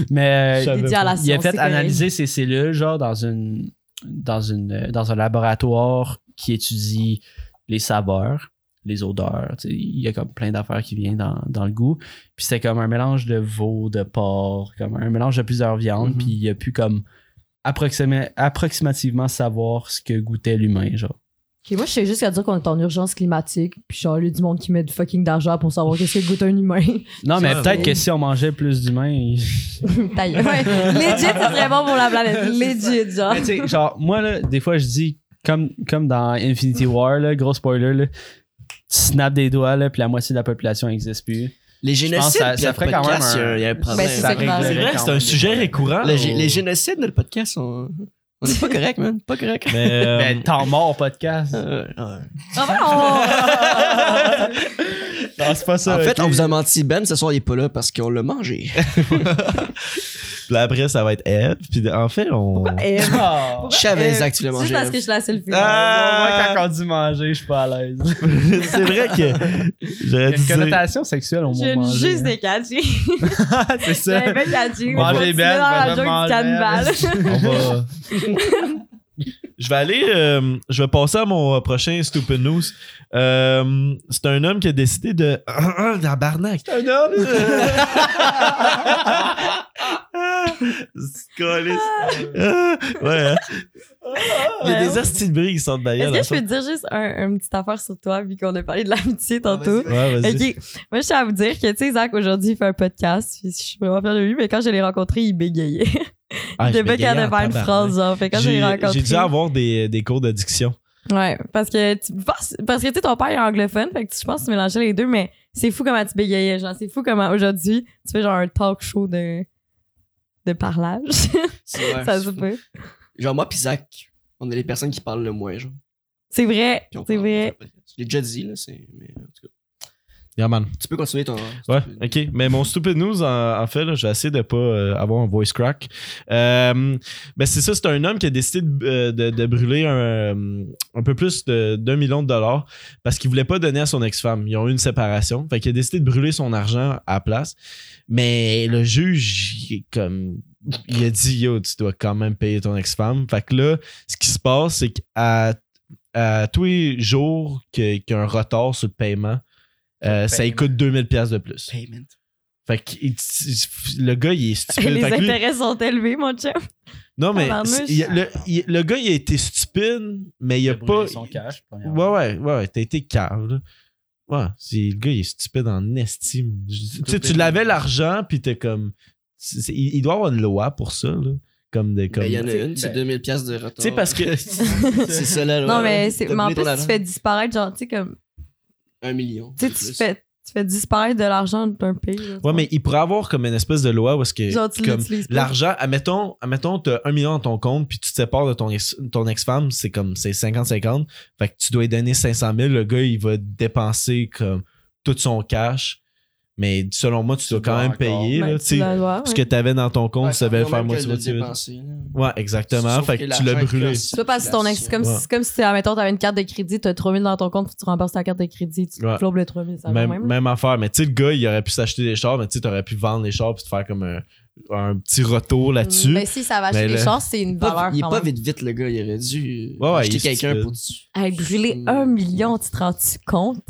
[SPEAKER 8] Mais euh,
[SPEAKER 3] Il dit à la science.
[SPEAKER 8] il a fait
[SPEAKER 3] c'est correct.
[SPEAKER 8] analyser ses cellules, genre, dans une dans une euh, dans un laboratoire qui étudie les saveurs, les odeurs. tu sais, Il y a comme plein d'affaires qui viennent dans, dans le goût. Puis c'était comme un mélange de veau, de porc, comme un mélange de plusieurs viandes.
[SPEAKER 1] Mm-hmm.
[SPEAKER 2] Mhm.
[SPEAKER 8] Puis il a pu comme approxima- approximativement savoir ce que goûtait l'humain, genre.
[SPEAKER 3] Ok, moi, je sais juste à dire qu'on est en urgence climatique, puis genre, il y a du monde qui met du fucking d'argent pour savoir qu'est-ce que goûte un humain.
[SPEAKER 8] Non,
[SPEAKER 1] Ça,
[SPEAKER 8] mais
[SPEAKER 1] ouais.
[SPEAKER 8] peut-être que si on mangeait plus d'humains, il-
[SPEAKER 3] Ta gueule. Ouais, legit, ça serait bon pour la planète. Legit, genre.
[SPEAKER 8] Mais tu sais, genre, moi, là, des fois, je dis, comme, comme dans Infinity War, là, gros spoiler, là, tu snaps des doigts, là, puis la moitié de la population n'existe plus.
[SPEAKER 2] Les
[SPEAKER 8] pense que
[SPEAKER 2] génocides,
[SPEAKER 8] ça-
[SPEAKER 2] puis
[SPEAKER 8] ça
[SPEAKER 2] notre
[SPEAKER 8] ferait quand
[SPEAKER 2] podcast,
[SPEAKER 8] même
[SPEAKER 2] il y a-
[SPEAKER 8] un-
[SPEAKER 2] il y a un
[SPEAKER 3] Ben,
[SPEAKER 2] problème.
[SPEAKER 3] c'est ça que je
[SPEAKER 1] C'est
[SPEAKER 3] pensais.
[SPEAKER 1] vrai, c'est un
[SPEAKER 4] euh,
[SPEAKER 1] sujet récurrent.
[SPEAKER 2] Le gé-
[SPEAKER 1] au-
[SPEAKER 2] les génocides de le podcast sont. On est pas correct, man. Pas correct.
[SPEAKER 1] Mais, euh,
[SPEAKER 8] Ben, temps mort podcast.
[SPEAKER 2] Euh, ouais.
[SPEAKER 3] Ah, ben, on-
[SPEAKER 4] Non, c'est pas ça.
[SPEAKER 2] en fait,
[SPEAKER 4] ok.
[SPEAKER 2] on vous a menti, Ben, ce soir, il est pas là parce qu'on l'a mangé.
[SPEAKER 1] puis après ça va être Eve, puis en fait on
[SPEAKER 3] Eh,
[SPEAKER 4] Ah,
[SPEAKER 2] Je savais
[SPEAKER 3] euh,
[SPEAKER 2] exact que tu l'as
[SPEAKER 3] Juste
[SPEAKER 2] mangé. hein.
[SPEAKER 3] parce que je suis la seule fille.
[SPEAKER 1] Ah!
[SPEAKER 4] Moi, quand on dit manger, je suis pas à l'aise.
[SPEAKER 1] c'est vrai que j'aurais
[SPEAKER 4] Il y a
[SPEAKER 1] dû
[SPEAKER 4] une
[SPEAKER 1] dire-
[SPEAKER 4] connotation sexuelle au mot
[SPEAKER 3] J'ai
[SPEAKER 4] manger.
[SPEAKER 3] juste des catchés.
[SPEAKER 4] C'est
[SPEAKER 3] J'avais
[SPEAKER 4] ça.
[SPEAKER 3] pas catchés.
[SPEAKER 4] Manger belle,
[SPEAKER 3] dans la
[SPEAKER 4] manger
[SPEAKER 3] joke du
[SPEAKER 4] belle.
[SPEAKER 3] cannibale.
[SPEAKER 4] On va-
[SPEAKER 1] Je vais aller. euh, je vais passer à mon euh, prochain Stupid News. Euh, c'est un homme qui a décidé de. Ah, barnac. C'est un homme! C'est câlisse. Ah, ouais. hein. Il y a des astis de hein, bris qui sortent d'ailleurs.
[SPEAKER 3] Est-ce que je peux te dire juste un, une petite affaire sur toi, vu qu'on a parlé de l'amitié tantôt?
[SPEAKER 1] Ouais, vas-y.
[SPEAKER 3] Ok, moi je tiens à vous dire que, tu sais, Zach, aujourd'hui, il fait un podcast, puis je suis vraiment fière de lui, mais quand je l'ai rencontré, il bégayait.
[SPEAKER 1] Ah,
[SPEAKER 3] il
[SPEAKER 1] je
[SPEAKER 3] était pas
[SPEAKER 1] bégayais en
[SPEAKER 3] capable de faire une
[SPEAKER 1] tabarnak.
[SPEAKER 3] phrase, genre. Fait que quand je l'ai
[SPEAKER 1] J'ai
[SPEAKER 3] rencontré.
[SPEAKER 1] j'ai dû avoir des, des cours de diction.
[SPEAKER 3] Ouais, parce que, tu, parce, parce que, tu sais, ton père est anglophone, fait que tu- je pense que tu mélangeais les deux, mais c'est fou comment tu bégayais, genre. C'est fou comment aujourd'hui, tu fais genre un talk show de, de parlage. ça se peut.
[SPEAKER 2] Genre, moi, pis Zach, on est les personnes qui parlent le moins, genre.
[SPEAKER 3] C'est vrai,
[SPEAKER 2] Puis on
[SPEAKER 3] c'est
[SPEAKER 2] parle-
[SPEAKER 3] vrai.
[SPEAKER 2] Je l'ai déjà dit, là, c'est. Mais en tout cas,
[SPEAKER 1] Yeah, man.
[SPEAKER 2] tu peux continuer ton.
[SPEAKER 1] Ouais, ok. Mais mon stupid news, en, en fait, là, je vais essayer de pas euh, avoir un voice crack. Euh, ben c'est ça, c'est un homme qui a décidé de, euh, de- de brûler un, euh, un peu plus de- d'un million de dollars parce qu'il voulait pas donner à son ex-femme. Ils ont eu une séparation. Fait qu'il a décidé de brûler son argent à la place. Mais le juge, il est comme. Il a dit, yo, tu dois quand même payer ton ex-femme. Fait que là, ce qui se passe, c'est qu'à à tous les jours que- qu'il y a un retard sur le paiement, euh, ça lui coûte 2000$ piastres de plus.
[SPEAKER 2] Payment.
[SPEAKER 1] Fait que il- il- le gars, il est stupide.
[SPEAKER 3] Les
[SPEAKER 1] Fait que lui-
[SPEAKER 3] intérêts sont élevés, mon chum.
[SPEAKER 1] non, mais
[SPEAKER 3] tabarnouche.
[SPEAKER 1] c'est- il- le, il- le gars, il a été stupide, mais il a pas.
[SPEAKER 8] son cash,
[SPEAKER 1] ouais, ouais, ouais, ouais, t'as été cave. là. Ouais, c'est- le gars, il est stupide en estime. Je- Tu sais, tu l'avais l'argent, puis t'es comme. c'est- c'est- il il doit avoir une loi pour ça, là. Comme des. Comme,
[SPEAKER 2] Ben, il y en a
[SPEAKER 8] c'est-
[SPEAKER 2] une, c'est
[SPEAKER 8] ben-
[SPEAKER 2] 2000 pièces de retard.
[SPEAKER 1] tu sais, parce que.
[SPEAKER 2] c'est ça, là.
[SPEAKER 3] Non, mais, c'est- mais en plus, tu fais disparaître, genre, tu sais, comme.
[SPEAKER 2] Un million.
[SPEAKER 3] Tu sais, tu fais, tu fais disparaître de l'argent d'un pays. là, tu
[SPEAKER 1] Ouais, mais il pourrait avoir comme une espèce de loi où est-ce que.
[SPEAKER 3] vois. Genre, tu
[SPEAKER 1] comme-
[SPEAKER 3] l'utilises. pas.
[SPEAKER 1] L'argent, admettons, admettons, t'as un million dans ton compte, puis tu te sépares de ton, ex- ton ex-femme, c'est comme, c'est 50-50. Fait que tu dois lui donner 500 000, le gars, il va dépenser comme tout son cash. Mais selon moi, tu dois quand
[SPEAKER 8] dois
[SPEAKER 1] même
[SPEAKER 8] encore.
[SPEAKER 1] payer,
[SPEAKER 3] Ben,
[SPEAKER 1] là,
[SPEAKER 3] tu
[SPEAKER 1] tu sais,
[SPEAKER 3] la dois,
[SPEAKER 1] ce
[SPEAKER 3] ouais.
[SPEAKER 1] que t'avais dans ton compte, tu devais le faire moitié moitié. Ouais, exactement. fait que tu l'as brûlé.
[SPEAKER 3] Tu vois, parce que ton ex, c'est comme,
[SPEAKER 1] Ouais.
[SPEAKER 3] si, c'est comme si, t'es- admettons, t'avais une carte de crédit, t'as 3000 dans ton compte, faut que tu rembourses ta carte de crédit, tu
[SPEAKER 1] Ouais.
[SPEAKER 3] flobes le 3000, ça va
[SPEAKER 1] Même,
[SPEAKER 3] même.
[SPEAKER 1] même affaire. Mais tu sais, le gars, il aurait pu s'acheter des chars, mais tu sais, t'aurais pu vendre les chars puis te faire comme un, un petit retour là-dessus. ben,
[SPEAKER 3] Mais Ben, si ça va
[SPEAKER 1] Mais
[SPEAKER 3] acheter des
[SPEAKER 1] là-
[SPEAKER 3] chances, c'est une valeur
[SPEAKER 2] Il est
[SPEAKER 3] quand
[SPEAKER 2] pas
[SPEAKER 3] même.
[SPEAKER 2] vite, vite, le gars. Il aurait dû
[SPEAKER 1] Ouais, ouais, il
[SPEAKER 2] acheter
[SPEAKER 1] est
[SPEAKER 2] quelqu'un
[SPEAKER 1] stupide.
[SPEAKER 2] pour. du-
[SPEAKER 3] Hey, brûler un million, tu te rends-tu compte?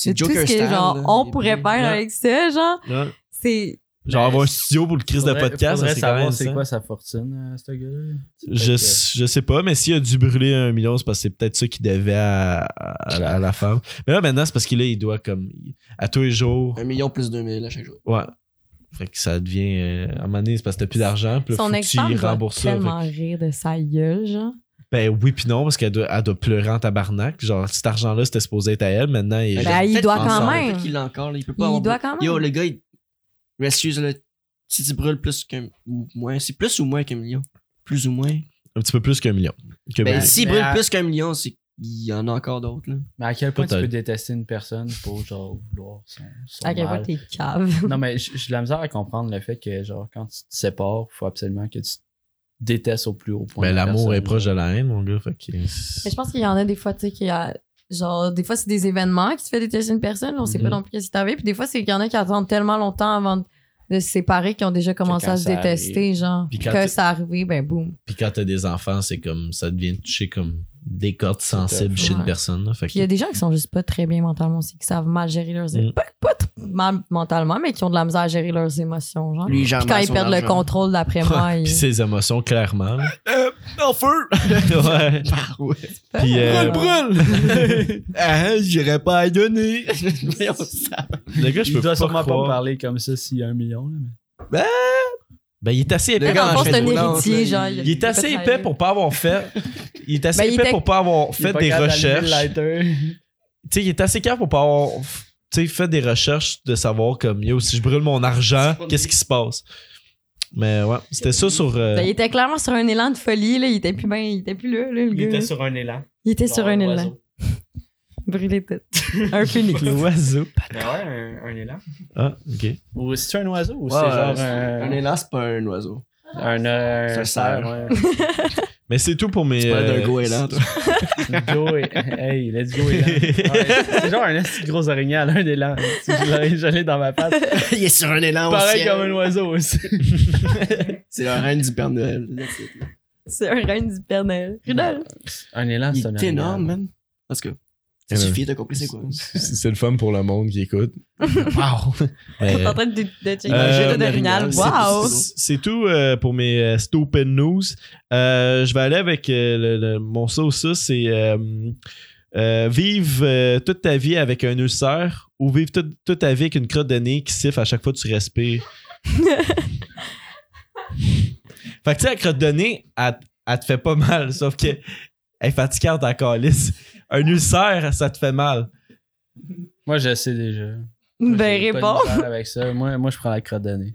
[SPEAKER 2] C'est
[SPEAKER 3] tout ce
[SPEAKER 2] Joker
[SPEAKER 3] que,
[SPEAKER 2] style,
[SPEAKER 3] genre,
[SPEAKER 2] là.
[SPEAKER 3] on
[SPEAKER 2] Il est
[SPEAKER 3] pourrait
[SPEAKER 2] bien.
[SPEAKER 3] faire
[SPEAKER 1] Ouais.
[SPEAKER 3] avec ça, genre,
[SPEAKER 1] Ouais.
[SPEAKER 3] Ben, c'est.
[SPEAKER 1] Genre avoir un studio pour le crise de podcast, ça,
[SPEAKER 8] faudrait
[SPEAKER 1] c'est quand même
[SPEAKER 8] savoir c'est
[SPEAKER 1] ça.
[SPEAKER 8] quoi sa fortune, euh, ce gars-là.
[SPEAKER 1] Je,
[SPEAKER 8] Fait que-
[SPEAKER 1] je sais pas, mais s'il a dû brûler un million, c'est parce que c'est peut-être ça qu'il devait à, à- à la- à la femme. Mais là, maintenant, c'est parce qu'il là, il doit comme à tous les jours.
[SPEAKER 2] Un million plus 2000 à chaque jour.
[SPEAKER 1] Ouais. Fait que ça devient. euh, à un moment donné, c'est parce que t'as plus d'argent. Puis là, faut
[SPEAKER 3] Son
[SPEAKER 1] que
[SPEAKER 3] ex-femme
[SPEAKER 1] tu
[SPEAKER 3] doit
[SPEAKER 1] rembourses ça. Fait
[SPEAKER 3] tellement rire de sa gueule, genre.
[SPEAKER 1] que- ben oui, puis non, parce qu'elle doit, elle doit pleurer en tabarnak. Genre, cet argent-là, c'était supposé être à elle. Maintenant, il est
[SPEAKER 2] Ben,
[SPEAKER 1] genre-
[SPEAKER 3] Ben, il
[SPEAKER 2] peut-être
[SPEAKER 3] doit
[SPEAKER 2] qu'il
[SPEAKER 3] quand
[SPEAKER 2] en-
[SPEAKER 3] même.
[SPEAKER 2] peut-être qu'il l'a encore, là, il peut pas
[SPEAKER 3] Il
[SPEAKER 2] avoir
[SPEAKER 3] doit quand même.
[SPEAKER 2] Yo, le gars, il... Rescuse, là, si tu brûles plus qu'un... Ou moins, c'est plus ou moins qu'un million. Plus ou moins.
[SPEAKER 1] un petit peu plus qu'un million. Que
[SPEAKER 2] Ben,
[SPEAKER 1] ben,
[SPEAKER 2] s'il
[SPEAKER 8] mais
[SPEAKER 2] brûle
[SPEAKER 8] à-
[SPEAKER 2] plus qu'un million, c'est qu'il y en a encore d'autres, là.
[SPEAKER 8] Mais à quel point tu
[SPEAKER 1] Peut-être.
[SPEAKER 8] peux détester une personne pour genre vouloir son, son
[SPEAKER 3] À quel point
[SPEAKER 8] mal.
[SPEAKER 3] t'es cave.
[SPEAKER 8] Non, mais j- j'ai de la misère à comprendre le fait que genre quand tu te sépares, faut absolument que tu te détestes au plus haut point.
[SPEAKER 1] ben,
[SPEAKER 8] la
[SPEAKER 1] l'amour
[SPEAKER 8] personne.
[SPEAKER 1] est proche de la haine, mon gars. Fait que.
[SPEAKER 3] Mais je pense qu'il y en a des fois, tu sais, qu'il y a. Genre, des fois, c'est des événements qui te fait détester une personne. On sait
[SPEAKER 1] Mhm.
[SPEAKER 3] pas non plus qu'est-ce qui t'arrive. Puis des fois, c'est qu'il y en a qui attendent tellement longtemps avant de se séparer qu'ils ont déjà commencé
[SPEAKER 8] quand
[SPEAKER 3] à se
[SPEAKER 8] ça
[SPEAKER 3] détester, genre.
[SPEAKER 1] Puis quand
[SPEAKER 3] que
[SPEAKER 1] t'es-
[SPEAKER 3] ça arrivait, ben boum.
[SPEAKER 1] Puis quand t'as des enfants, c'est comme. Ça devient touché comme des cordes sensibles chez
[SPEAKER 3] Ouais.
[SPEAKER 1] une personne. là. Fait
[SPEAKER 3] Puis il y a des gens qui sont juste pas très bien mentalement aussi, qui savent mal gérer leurs
[SPEAKER 1] Mhm.
[SPEAKER 3] émotions. Pas, pas t- mal mentalement, mais qui ont de la misère à gérer leurs émotions, genre.
[SPEAKER 2] Lui, il gère
[SPEAKER 3] Puis quand
[SPEAKER 2] mal
[SPEAKER 3] ils
[SPEAKER 2] son
[SPEAKER 3] perdent le
[SPEAKER 2] argent.
[SPEAKER 3] contrôle d'après moi, ils...
[SPEAKER 1] Puis ses émotions, clairement. là.
[SPEAKER 2] Euh, En feu!
[SPEAKER 1] ouais.
[SPEAKER 2] Ah ouais.
[SPEAKER 1] Puis, euh,
[SPEAKER 2] Ah, brûle! ah, j'irais pas à donner. Mais on savait.
[SPEAKER 1] le gars, je peux
[SPEAKER 8] Il doit
[SPEAKER 1] pas
[SPEAKER 8] sûrement pas
[SPEAKER 1] croire.
[SPEAKER 8] me parler comme ça s'il y a un million. là, mais-
[SPEAKER 1] Ben, il est assez épais.
[SPEAKER 2] Le gars,
[SPEAKER 1] pour-
[SPEAKER 2] en
[SPEAKER 3] c'est un
[SPEAKER 2] chaîne roulante,
[SPEAKER 3] héritier,
[SPEAKER 2] là, il-
[SPEAKER 3] genre.
[SPEAKER 1] il est assez épais pour pas avoir fait. Il est assez
[SPEAKER 3] Ben, il
[SPEAKER 1] épais
[SPEAKER 3] était-
[SPEAKER 1] pour pas avoir
[SPEAKER 8] Il est
[SPEAKER 1] fait
[SPEAKER 8] pas
[SPEAKER 1] des
[SPEAKER 8] capable d'allumer
[SPEAKER 1] recherches.
[SPEAKER 8] le lighter.
[SPEAKER 1] Tu sais, il est assez capable pour pas avoir tu sais, fait des recherches de savoir comme yo, si je brûle mon argent,
[SPEAKER 2] C'est pas
[SPEAKER 1] qu'est-ce qui se passe? Mais ouais, c'était ça sur. euh,
[SPEAKER 3] Ben, il était clairement sur un élan de folie, là. Il était plus ben, il était plus là, là, le
[SPEAKER 4] Il
[SPEAKER 3] gars.
[SPEAKER 4] était sur un élan.
[SPEAKER 3] il était sur
[SPEAKER 4] Genre
[SPEAKER 3] un élan.
[SPEAKER 4] oiseau.
[SPEAKER 3] Brûlé tout. un phénix.
[SPEAKER 1] L'oiseau.
[SPEAKER 4] Ben ouais, un, un élan.
[SPEAKER 1] Ah, ok.
[SPEAKER 8] Ou c'est un oiseau ou
[SPEAKER 2] Ouais,
[SPEAKER 8] c'est genre
[SPEAKER 2] un...
[SPEAKER 8] un.
[SPEAKER 2] élan, c'est pas un oiseau.
[SPEAKER 8] Un. euh,
[SPEAKER 2] C'est un cerf.
[SPEAKER 8] ouais.
[SPEAKER 1] Mais c'est tout pour mes.
[SPEAKER 2] C'est pas
[SPEAKER 1] euh,
[SPEAKER 2] d'un goéland, toi.
[SPEAKER 8] Go et- Hey, let's go élan. Ouais, c'est genre un esti de gros araignée à l'un élan. Je l'aurais gelé dans ma patte.
[SPEAKER 2] il est sur un élan au
[SPEAKER 8] Pareil
[SPEAKER 2] ciel.
[SPEAKER 8] comme un oiseau aussi.
[SPEAKER 2] Ah, C'est la reine du Père Noël.
[SPEAKER 3] C'est un reine du Père Noël. Rudolph.
[SPEAKER 4] Un élan,
[SPEAKER 2] Il
[SPEAKER 4] c'est un
[SPEAKER 2] est énorme, man. Parce que Eh ben. ça
[SPEAKER 11] Ouais,
[SPEAKER 2] suffit, t'as compris c'est quoi.
[SPEAKER 11] C'est c'est le fun pour le monde qui écoute.
[SPEAKER 2] Wow!
[SPEAKER 4] Euh,
[SPEAKER 3] T'es en train de, de, de checker le jeu de Dorinal.
[SPEAKER 2] c'est-
[SPEAKER 3] Wow!
[SPEAKER 1] Euh, C'est c'est tout euh, pour mes euh, stupid news. Euh, je vais aller avec euh, le, le- mon ça ou ça, c'est euh, euh, vivre euh, toute ta vie avec un ulcère ou vivre toute- toute ta vie avec une crotte de nez qui siffle à chaque fois que tu respires. fait que tu sais, la crotte de nez, elle, elle te fait pas mal, sauf que elle est fatigante à calice. Un ulcère, ça te fait mal.
[SPEAKER 4] Moi, je sais déjà.
[SPEAKER 3] Ben,
[SPEAKER 4] J'ai pas de
[SPEAKER 3] réponds.
[SPEAKER 4] misère Avec ça. Moi, moi, je prends la crotte d'année.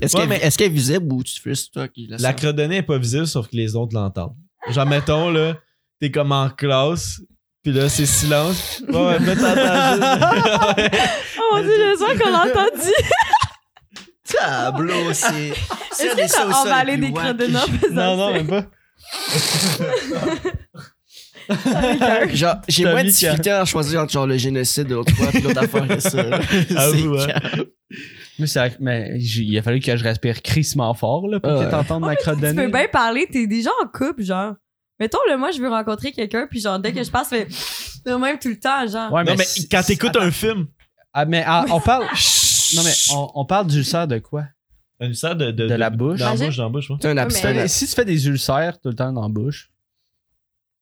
[SPEAKER 2] Est-ce
[SPEAKER 1] Ouais,
[SPEAKER 2] qu'elle
[SPEAKER 1] mais-
[SPEAKER 2] est-ce qu'elle est visible ou tu fais juste toi qui
[SPEAKER 1] La
[SPEAKER 2] la
[SPEAKER 1] crotte de nez est pas visible, sauf que les autres l'entendent. Genre, mettons, là, t'es comme en classe, puis là, c'est silence. Ouais, ouais, mais t'entends juste- Ouais.
[SPEAKER 3] Oh mon dieu, je sens qu'on l'a entendu.
[SPEAKER 2] Tableau, c'est.
[SPEAKER 3] Est-ce que t'as emballé des crottes de nez en
[SPEAKER 1] Non,
[SPEAKER 3] faisant
[SPEAKER 1] non,
[SPEAKER 3] ça?
[SPEAKER 1] même pas.
[SPEAKER 2] Genre, j'ai
[SPEAKER 4] T'as
[SPEAKER 2] moins de
[SPEAKER 4] mis
[SPEAKER 2] difficulté à choisir entre genre le génocide de l'autre fois puis l'autre affaire que ça. là.
[SPEAKER 1] Avoue,
[SPEAKER 2] C'est
[SPEAKER 1] hein.
[SPEAKER 2] clair.
[SPEAKER 4] Mais, ça, mais j'ai- il a fallu que je respire crissement fort là, pour
[SPEAKER 2] Ah
[SPEAKER 4] que
[SPEAKER 2] ouais.
[SPEAKER 4] t'entendes ma crotte
[SPEAKER 3] Tu
[SPEAKER 4] d'année.
[SPEAKER 3] peux bien parler, t'es déjà en couple, genre. Mettons, là, moi, je veux rencontrer quelqu'un, puis genre, dès que je passe, je fais de même tout le temps, genre.
[SPEAKER 4] Ouais,
[SPEAKER 1] Non, mais
[SPEAKER 4] c'est-
[SPEAKER 1] quand t'écoutes un film,
[SPEAKER 4] Ah, mais ah, on parle. non, mais on, on parle d'ulcères de quoi
[SPEAKER 1] un ulcère de, de,
[SPEAKER 4] De la bouche.
[SPEAKER 1] Dans la
[SPEAKER 3] Imagine-
[SPEAKER 1] bouche, dans la bouche, ouais.
[SPEAKER 2] T'es un abstinent.
[SPEAKER 3] Ouais.
[SPEAKER 4] Si tu fais des ulcères tout le temps dans la bouche,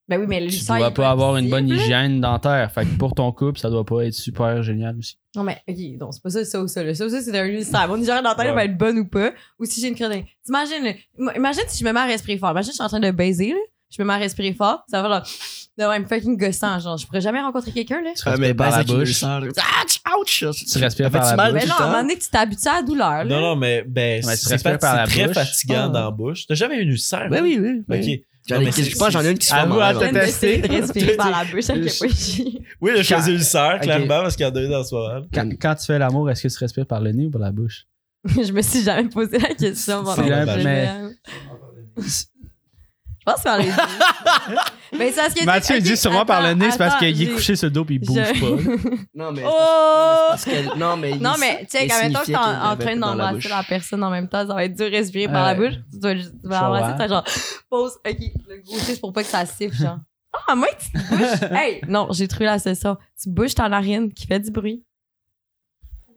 [SPEAKER 3] Ben oui, mais le
[SPEAKER 4] tu
[SPEAKER 3] sang, il
[SPEAKER 4] dois
[SPEAKER 3] est
[SPEAKER 4] pas avoir une bonne
[SPEAKER 3] visible.
[SPEAKER 4] hygiène dentaire. Fait que pour ton couple, ça doit pas être super génial aussi.
[SPEAKER 3] Non, mais ok, donc c'est pas ça, ça ou ça. là. Ça ou ça, c'est un ulcère. Mon hygiène dentaire va être bonne ou pas. Ou si j'ai une crédine. T'imagines, là, moi, imagine si je me mets à respirer fort. Imagine, je suis en train de baiser, là. Je me mets à respirer fort. Ça va, là. De même fucking gossant, genre. Je pourrais jamais rencontrer quelqu'un, là.
[SPEAKER 4] Tu
[SPEAKER 2] Ah, mais
[SPEAKER 4] respires par
[SPEAKER 2] pas
[SPEAKER 4] la
[SPEAKER 2] avec une
[SPEAKER 4] bouche.
[SPEAKER 2] ulcère, là. Ah, ouch!
[SPEAKER 4] Tu respires par la
[SPEAKER 2] Fait-tu mal
[SPEAKER 4] bouche.
[SPEAKER 3] Mais
[SPEAKER 2] tout le
[SPEAKER 3] non, à un
[SPEAKER 2] temps?
[SPEAKER 3] moment donné, tu t'habitues à la douleur, Ah, là.
[SPEAKER 1] Non, non, mais ben,
[SPEAKER 4] Ouais, tu
[SPEAKER 1] c'est
[SPEAKER 4] respires
[SPEAKER 1] fa-
[SPEAKER 4] par la
[SPEAKER 1] c'est très
[SPEAKER 4] bouche.
[SPEAKER 1] fatigant
[SPEAKER 2] Ah.
[SPEAKER 1] dans la bouche. T'as jamais eu une ulcère? hein?
[SPEAKER 2] Ben oui, oui. oui.
[SPEAKER 1] Ok.
[SPEAKER 2] J'en
[SPEAKER 1] Non,
[SPEAKER 2] ai-
[SPEAKER 1] mais c'est-
[SPEAKER 2] je pense que j'en ai une qui se fait
[SPEAKER 4] Avoue,
[SPEAKER 2] mal,
[SPEAKER 4] attends,
[SPEAKER 2] ouais.
[SPEAKER 3] En train d'essayer de
[SPEAKER 4] Tester.
[SPEAKER 3] respirer par la bouche, à quel point j'ai-
[SPEAKER 1] Oui, là, je
[SPEAKER 4] Quand-
[SPEAKER 1] faisais ulcère,
[SPEAKER 4] Ok.
[SPEAKER 1] clairement, parce qu'il y en a eu dans ce moment.
[SPEAKER 4] Quand, quand tu fais l'amour, est-ce que tu respires par le nez ou par la bouche
[SPEAKER 3] Je me suis jamais posé la question pendant
[SPEAKER 1] la-
[SPEAKER 3] que je
[SPEAKER 4] mais-
[SPEAKER 3] l'ai- Je pense par les deux. mais c'est parce que
[SPEAKER 4] Mathieu, il
[SPEAKER 3] ok,
[SPEAKER 4] dit sûrement par le
[SPEAKER 3] attends,
[SPEAKER 4] nez, c'est parce
[SPEAKER 3] attends,
[SPEAKER 4] qu'il est
[SPEAKER 3] j'ai-
[SPEAKER 4] couché sur le dos puis il bouge
[SPEAKER 3] Je-
[SPEAKER 4] pas.
[SPEAKER 2] Non, mais.
[SPEAKER 3] Oh!
[SPEAKER 2] parce que- Non, mais. il-
[SPEAKER 3] Non, mais tu sais,
[SPEAKER 2] il
[SPEAKER 3] quand
[SPEAKER 2] signifiait
[SPEAKER 3] même, toi, t'es
[SPEAKER 2] qu'il
[SPEAKER 3] en, en
[SPEAKER 2] avait
[SPEAKER 3] train
[SPEAKER 2] dans la
[SPEAKER 3] d'embrasser
[SPEAKER 2] bouche.
[SPEAKER 3] la, personne en même temps, ça va être dur de respirer par la
[SPEAKER 4] Ouais.
[SPEAKER 3] bouche. Tu dois juste tu vas
[SPEAKER 4] Genre,
[SPEAKER 3] embrasser,
[SPEAKER 4] ouais.
[SPEAKER 3] t'as genre, pause, ok, le gros c'est pour pas que ça siffle, genre. hein? Ah, moi, tu te bouches. hey, non, j'ai trouvé la solution. Tu bouches ta narine qui fait du bruit.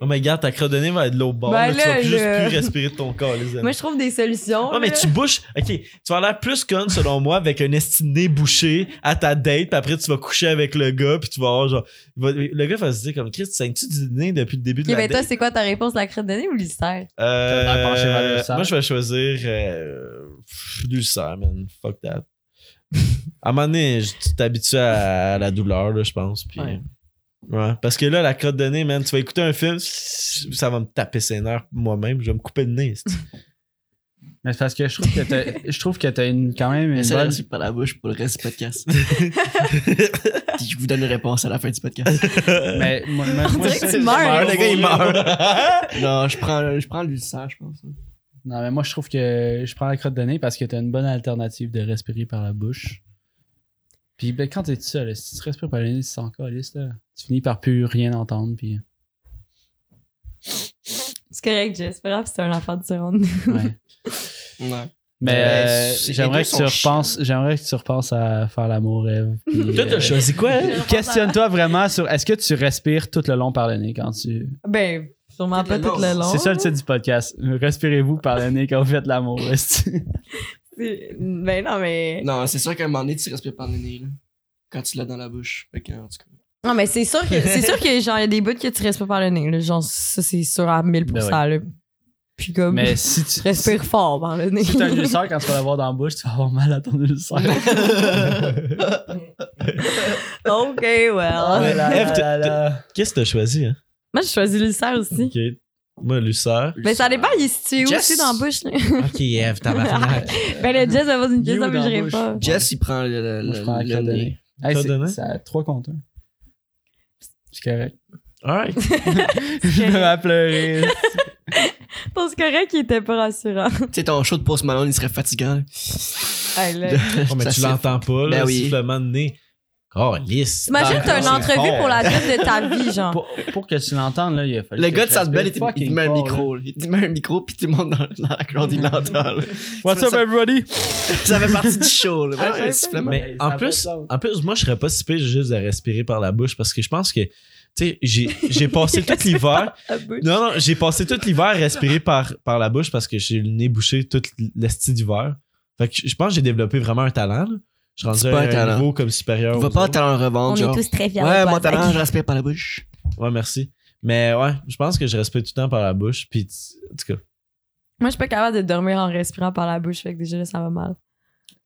[SPEAKER 1] Non, mais regarde, Oh ta crotte de nez va être de l'autre bord.
[SPEAKER 3] Ben
[SPEAKER 1] là, tu
[SPEAKER 3] là,
[SPEAKER 1] vas plus juste
[SPEAKER 3] le-
[SPEAKER 1] plus respirer de ton corps, les amis.
[SPEAKER 3] Moi, je trouve des solutions.
[SPEAKER 1] Non, mais
[SPEAKER 3] là.
[SPEAKER 1] tu bouches. Ok, tu vas l'air plus conne, selon moi, avec un estimé bouché à ta date, puis après, tu vas coucher avec le gars, puis tu vas avoir genre. il va- le gars va se dire, comme Chris, tu saignes-tu du nez depuis le début de
[SPEAKER 3] Ok,
[SPEAKER 1] la
[SPEAKER 3] ben toi,
[SPEAKER 1] date?
[SPEAKER 3] c'est quoi ta réponse, la crête de nez ou l'ulcère?
[SPEAKER 1] Euh,
[SPEAKER 4] T'as l'air penché vers l'ulcère.
[SPEAKER 1] moi, je vais choisir euh, pff, l'ulcère, man. Fuck that. à un moment donné, je- tu t'habitues à, à la douleur, là, je pense. Puis, ouais.
[SPEAKER 2] Ouais.
[SPEAKER 1] Parce que là, la crotte de nez, man, tu vas écouter un film, ça va me taper ses nerfs moi-même, je vais me couper le nez. c'est-
[SPEAKER 4] Mais c'est parce que je trouve que t'as- je trouve que t'as une, quand même
[SPEAKER 2] Mais
[SPEAKER 4] une
[SPEAKER 2] ça
[SPEAKER 4] bonne.
[SPEAKER 2] reste par la bouche pour le reste du podcast. Puis je vous donne une réponse à la fin du podcast.
[SPEAKER 4] Mais Ben, moi, moi-
[SPEAKER 3] On
[SPEAKER 4] moi,
[SPEAKER 3] dirait
[SPEAKER 4] c'est-
[SPEAKER 3] que tu meurs.
[SPEAKER 1] le gars, il meurt.
[SPEAKER 2] Non, je prends, je prends l'ulcère, je pense.
[SPEAKER 4] Non, mais moi, je trouve que je prends la crotte de nez parce que t'as une bonne alternative de respirer par la bouche. Puis ben, quand t'es tout seul, si tu respires par le nez, c'est encore liste, là. Tu finis par plus rien entendre. Puis,
[SPEAKER 3] C'est correct, Jess. Pas grave, c'est un enfant de seconde.
[SPEAKER 4] ouais.
[SPEAKER 2] Ouais. Mais
[SPEAKER 4] Mais euh,
[SPEAKER 2] c'est- les
[SPEAKER 4] j'aimerais
[SPEAKER 2] deux
[SPEAKER 4] que
[SPEAKER 2] sont
[SPEAKER 4] tu
[SPEAKER 2] chiants.
[SPEAKER 4] repenses, j'aimerais que tu repenses à faire l'amour rêve. puis,
[SPEAKER 1] Toi,
[SPEAKER 4] euh,
[SPEAKER 1] t'as choisi quoi, hein?
[SPEAKER 4] Questionne-toi vraiment sur est-ce que tu respires tout le long par le nez quand tu.
[SPEAKER 3] Ben, sûrement
[SPEAKER 2] Tout
[SPEAKER 3] pas
[SPEAKER 2] le
[SPEAKER 3] tout
[SPEAKER 2] long.
[SPEAKER 3] le long.
[SPEAKER 4] C'est ça le titre du podcast. Respirez-vous par le nez quand vous faites l'amour. esti.
[SPEAKER 3] C'est- Ben non, mais.
[SPEAKER 2] Non, c'est sûr qu'à un moment donné, tu respires par le nez, là. Quand tu l'as dans la bouche. Fait que, en tout cas.
[SPEAKER 3] Non, mais c'est sûr que c'est sûr que genre il y a des bouts que tu respires par le nez. Là. Genre ça c'est sûr à 1000%. là. Puis comme
[SPEAKER 4] Mais si tu.
[SPEAKER 3] tu respires fort par le nez.
[SPEAKER 4] Si t'as un ulcère, quand tu vas l'avoir dans la bouche, tu vas avoir mal à ton ulcère.
[SPEAKER 3] OK, well.
[SPEAKER 1] Ouais. Eve, t'as-
[SPEAKER 4] Ah là.
[SPEAKER 1] Qu'est-ce que t'as choisi, hein?
[SPEAKER 3] Moi j'ai choisi l'ulcère aussi.
[SPEAKER 1] Ok. Moi, l'ulcère.
[SPEAKER 3] Mais Ben, ça dépend, il est situé où
[SPEAKER 2] Jess.
[SPEAKER 3] aussi dans la bouche. là.
[SPEAKER 1] Ok, Eve, tabarnak.
[SPEAKER 3] ben le Jess va poser une
[SPEAKER 4] Il est
[SPEAKER 3] question
[SPEAKER 4] où
[SPEAKER 3] mais
[SPEAKER 4] dans
[SPEAKER 3] je
[SPEAKER 4] la
[SPEAKER 3] réponds.
[SPEAKER 2] Jess, il prend le, le-
[SPEAKER 4] Moi, je prends la
[SPEAKER 2] le
[SPEAKER 4] crotte de
[SPEAKER 2] nez.
[SPEAKER 4] nez. Hey,
[SPEAKER 1] T'as
[SPEAKER 4] c'est-
[SPEAKER 1] donné?
[SPEAKER 4] c'est à 3 contre 1. C'est correct.
[SPEAKER 1] Alright.
[SPEAKER 4] Je vais à pleurer.
[SPEAKER 3] Je pense correct qu'il était pas rassurant.
[SPEAKER 2] Tu sais, ton show de Post Malone, il serait fatigant.
[SPEAKER 3] Hey, là.
[SPEAKER 2] De-
[SPEAKER 1] Oh, mais
[SPEAKER 2] ça
[SPEAKER 1] tu
[SPEAKER 2] siffle.
[SPEAKER 1] l'entends pas, là,
[SPEAKER 2] Ben oui.
[SPEAKER 1] sifflement de nez. Ah. Calisse.
[SPEAKER 3] T'imagines, t'as une
[SPEAKER 12] c'est
[SPEAKER 3] entrevue
[SPEAKER 12] fort.
[SPEAKER 3] pour la job de ta vie, genre.
[SPEAKER 4] Pour, pour que tu l'entendes, là, il a fallu.
[SPEAKER 2] Le
[SPEAKER 4] que
[SPEAKER 2] gars
[SPEAKER 4] je
[SPEAKER 2] de sa belle, il te
[SPEAKER 4] respire.
[SPEAKER 2] il te met un
[SPEAKER 4] Fucking fort,
[SPEAKER 2] micro. là. Il te met un micro, puis tout le monde dans, dans la crowd, il l'entend. là.
[SPEAKER 4] What's
[SPEAKER 2] Ça-
[SPEAKER 4] up,
[SPEAKER 2] ça-
[SPEAKER 4] everybody?
[SPEAKER 2] Ça fait partie du show. Là.
[SPEAKER 3] Ah,
[SPEAKER 2] Vraiment, le sifflement.
[SPEAKER 1] Mais
[SPEAKER 4] ça a
[SPEAKER 1] en
[SPEAKER 4] pas de
[SPEAKER 1] plus,
[SPEAKER 4] sens.
[SPEAKER 1] en plus, moi, je serais pas si pire juste de respirer par la bouche parce que je pense que, tu sais, j'ai j'ai passé tout l'hiver. Non, non, j'ai passé tout l'hiver à respirer par, par la bouche parce que j'ai le nez bouché tout l'esti d'hiver. Fait que je pense que j'ai développé vraiment un talent. là. Je suis rendu
[SPEAKER 2] C'est pas
[SPEAKER 1] à
[SPEAKER 2] un talent.
[SPEAKER 1] un niveau comme supérieur.
[SPEAKER 2] Il va
[SPEAKER 4] euh,
[SPEAKER 1] aux
[SPEAKER 2] pas
[SPEAKER 1] autres.
[SPEAKER 2] talent en revente, genre.
[SPEAKER 3] très
[SPEAKER 2] Ouais, mon talent, je respire par la bouche.
[SPEAKER 1] Ouais, merci. Mais ouais, je pense que je respire tout le temps par la bouche. Puis, t- en tout cas,
[SPEAKER 3] Moi, je suis pas capable de dormir en respirant par la bouche, fait que déjà, là, ça va mal.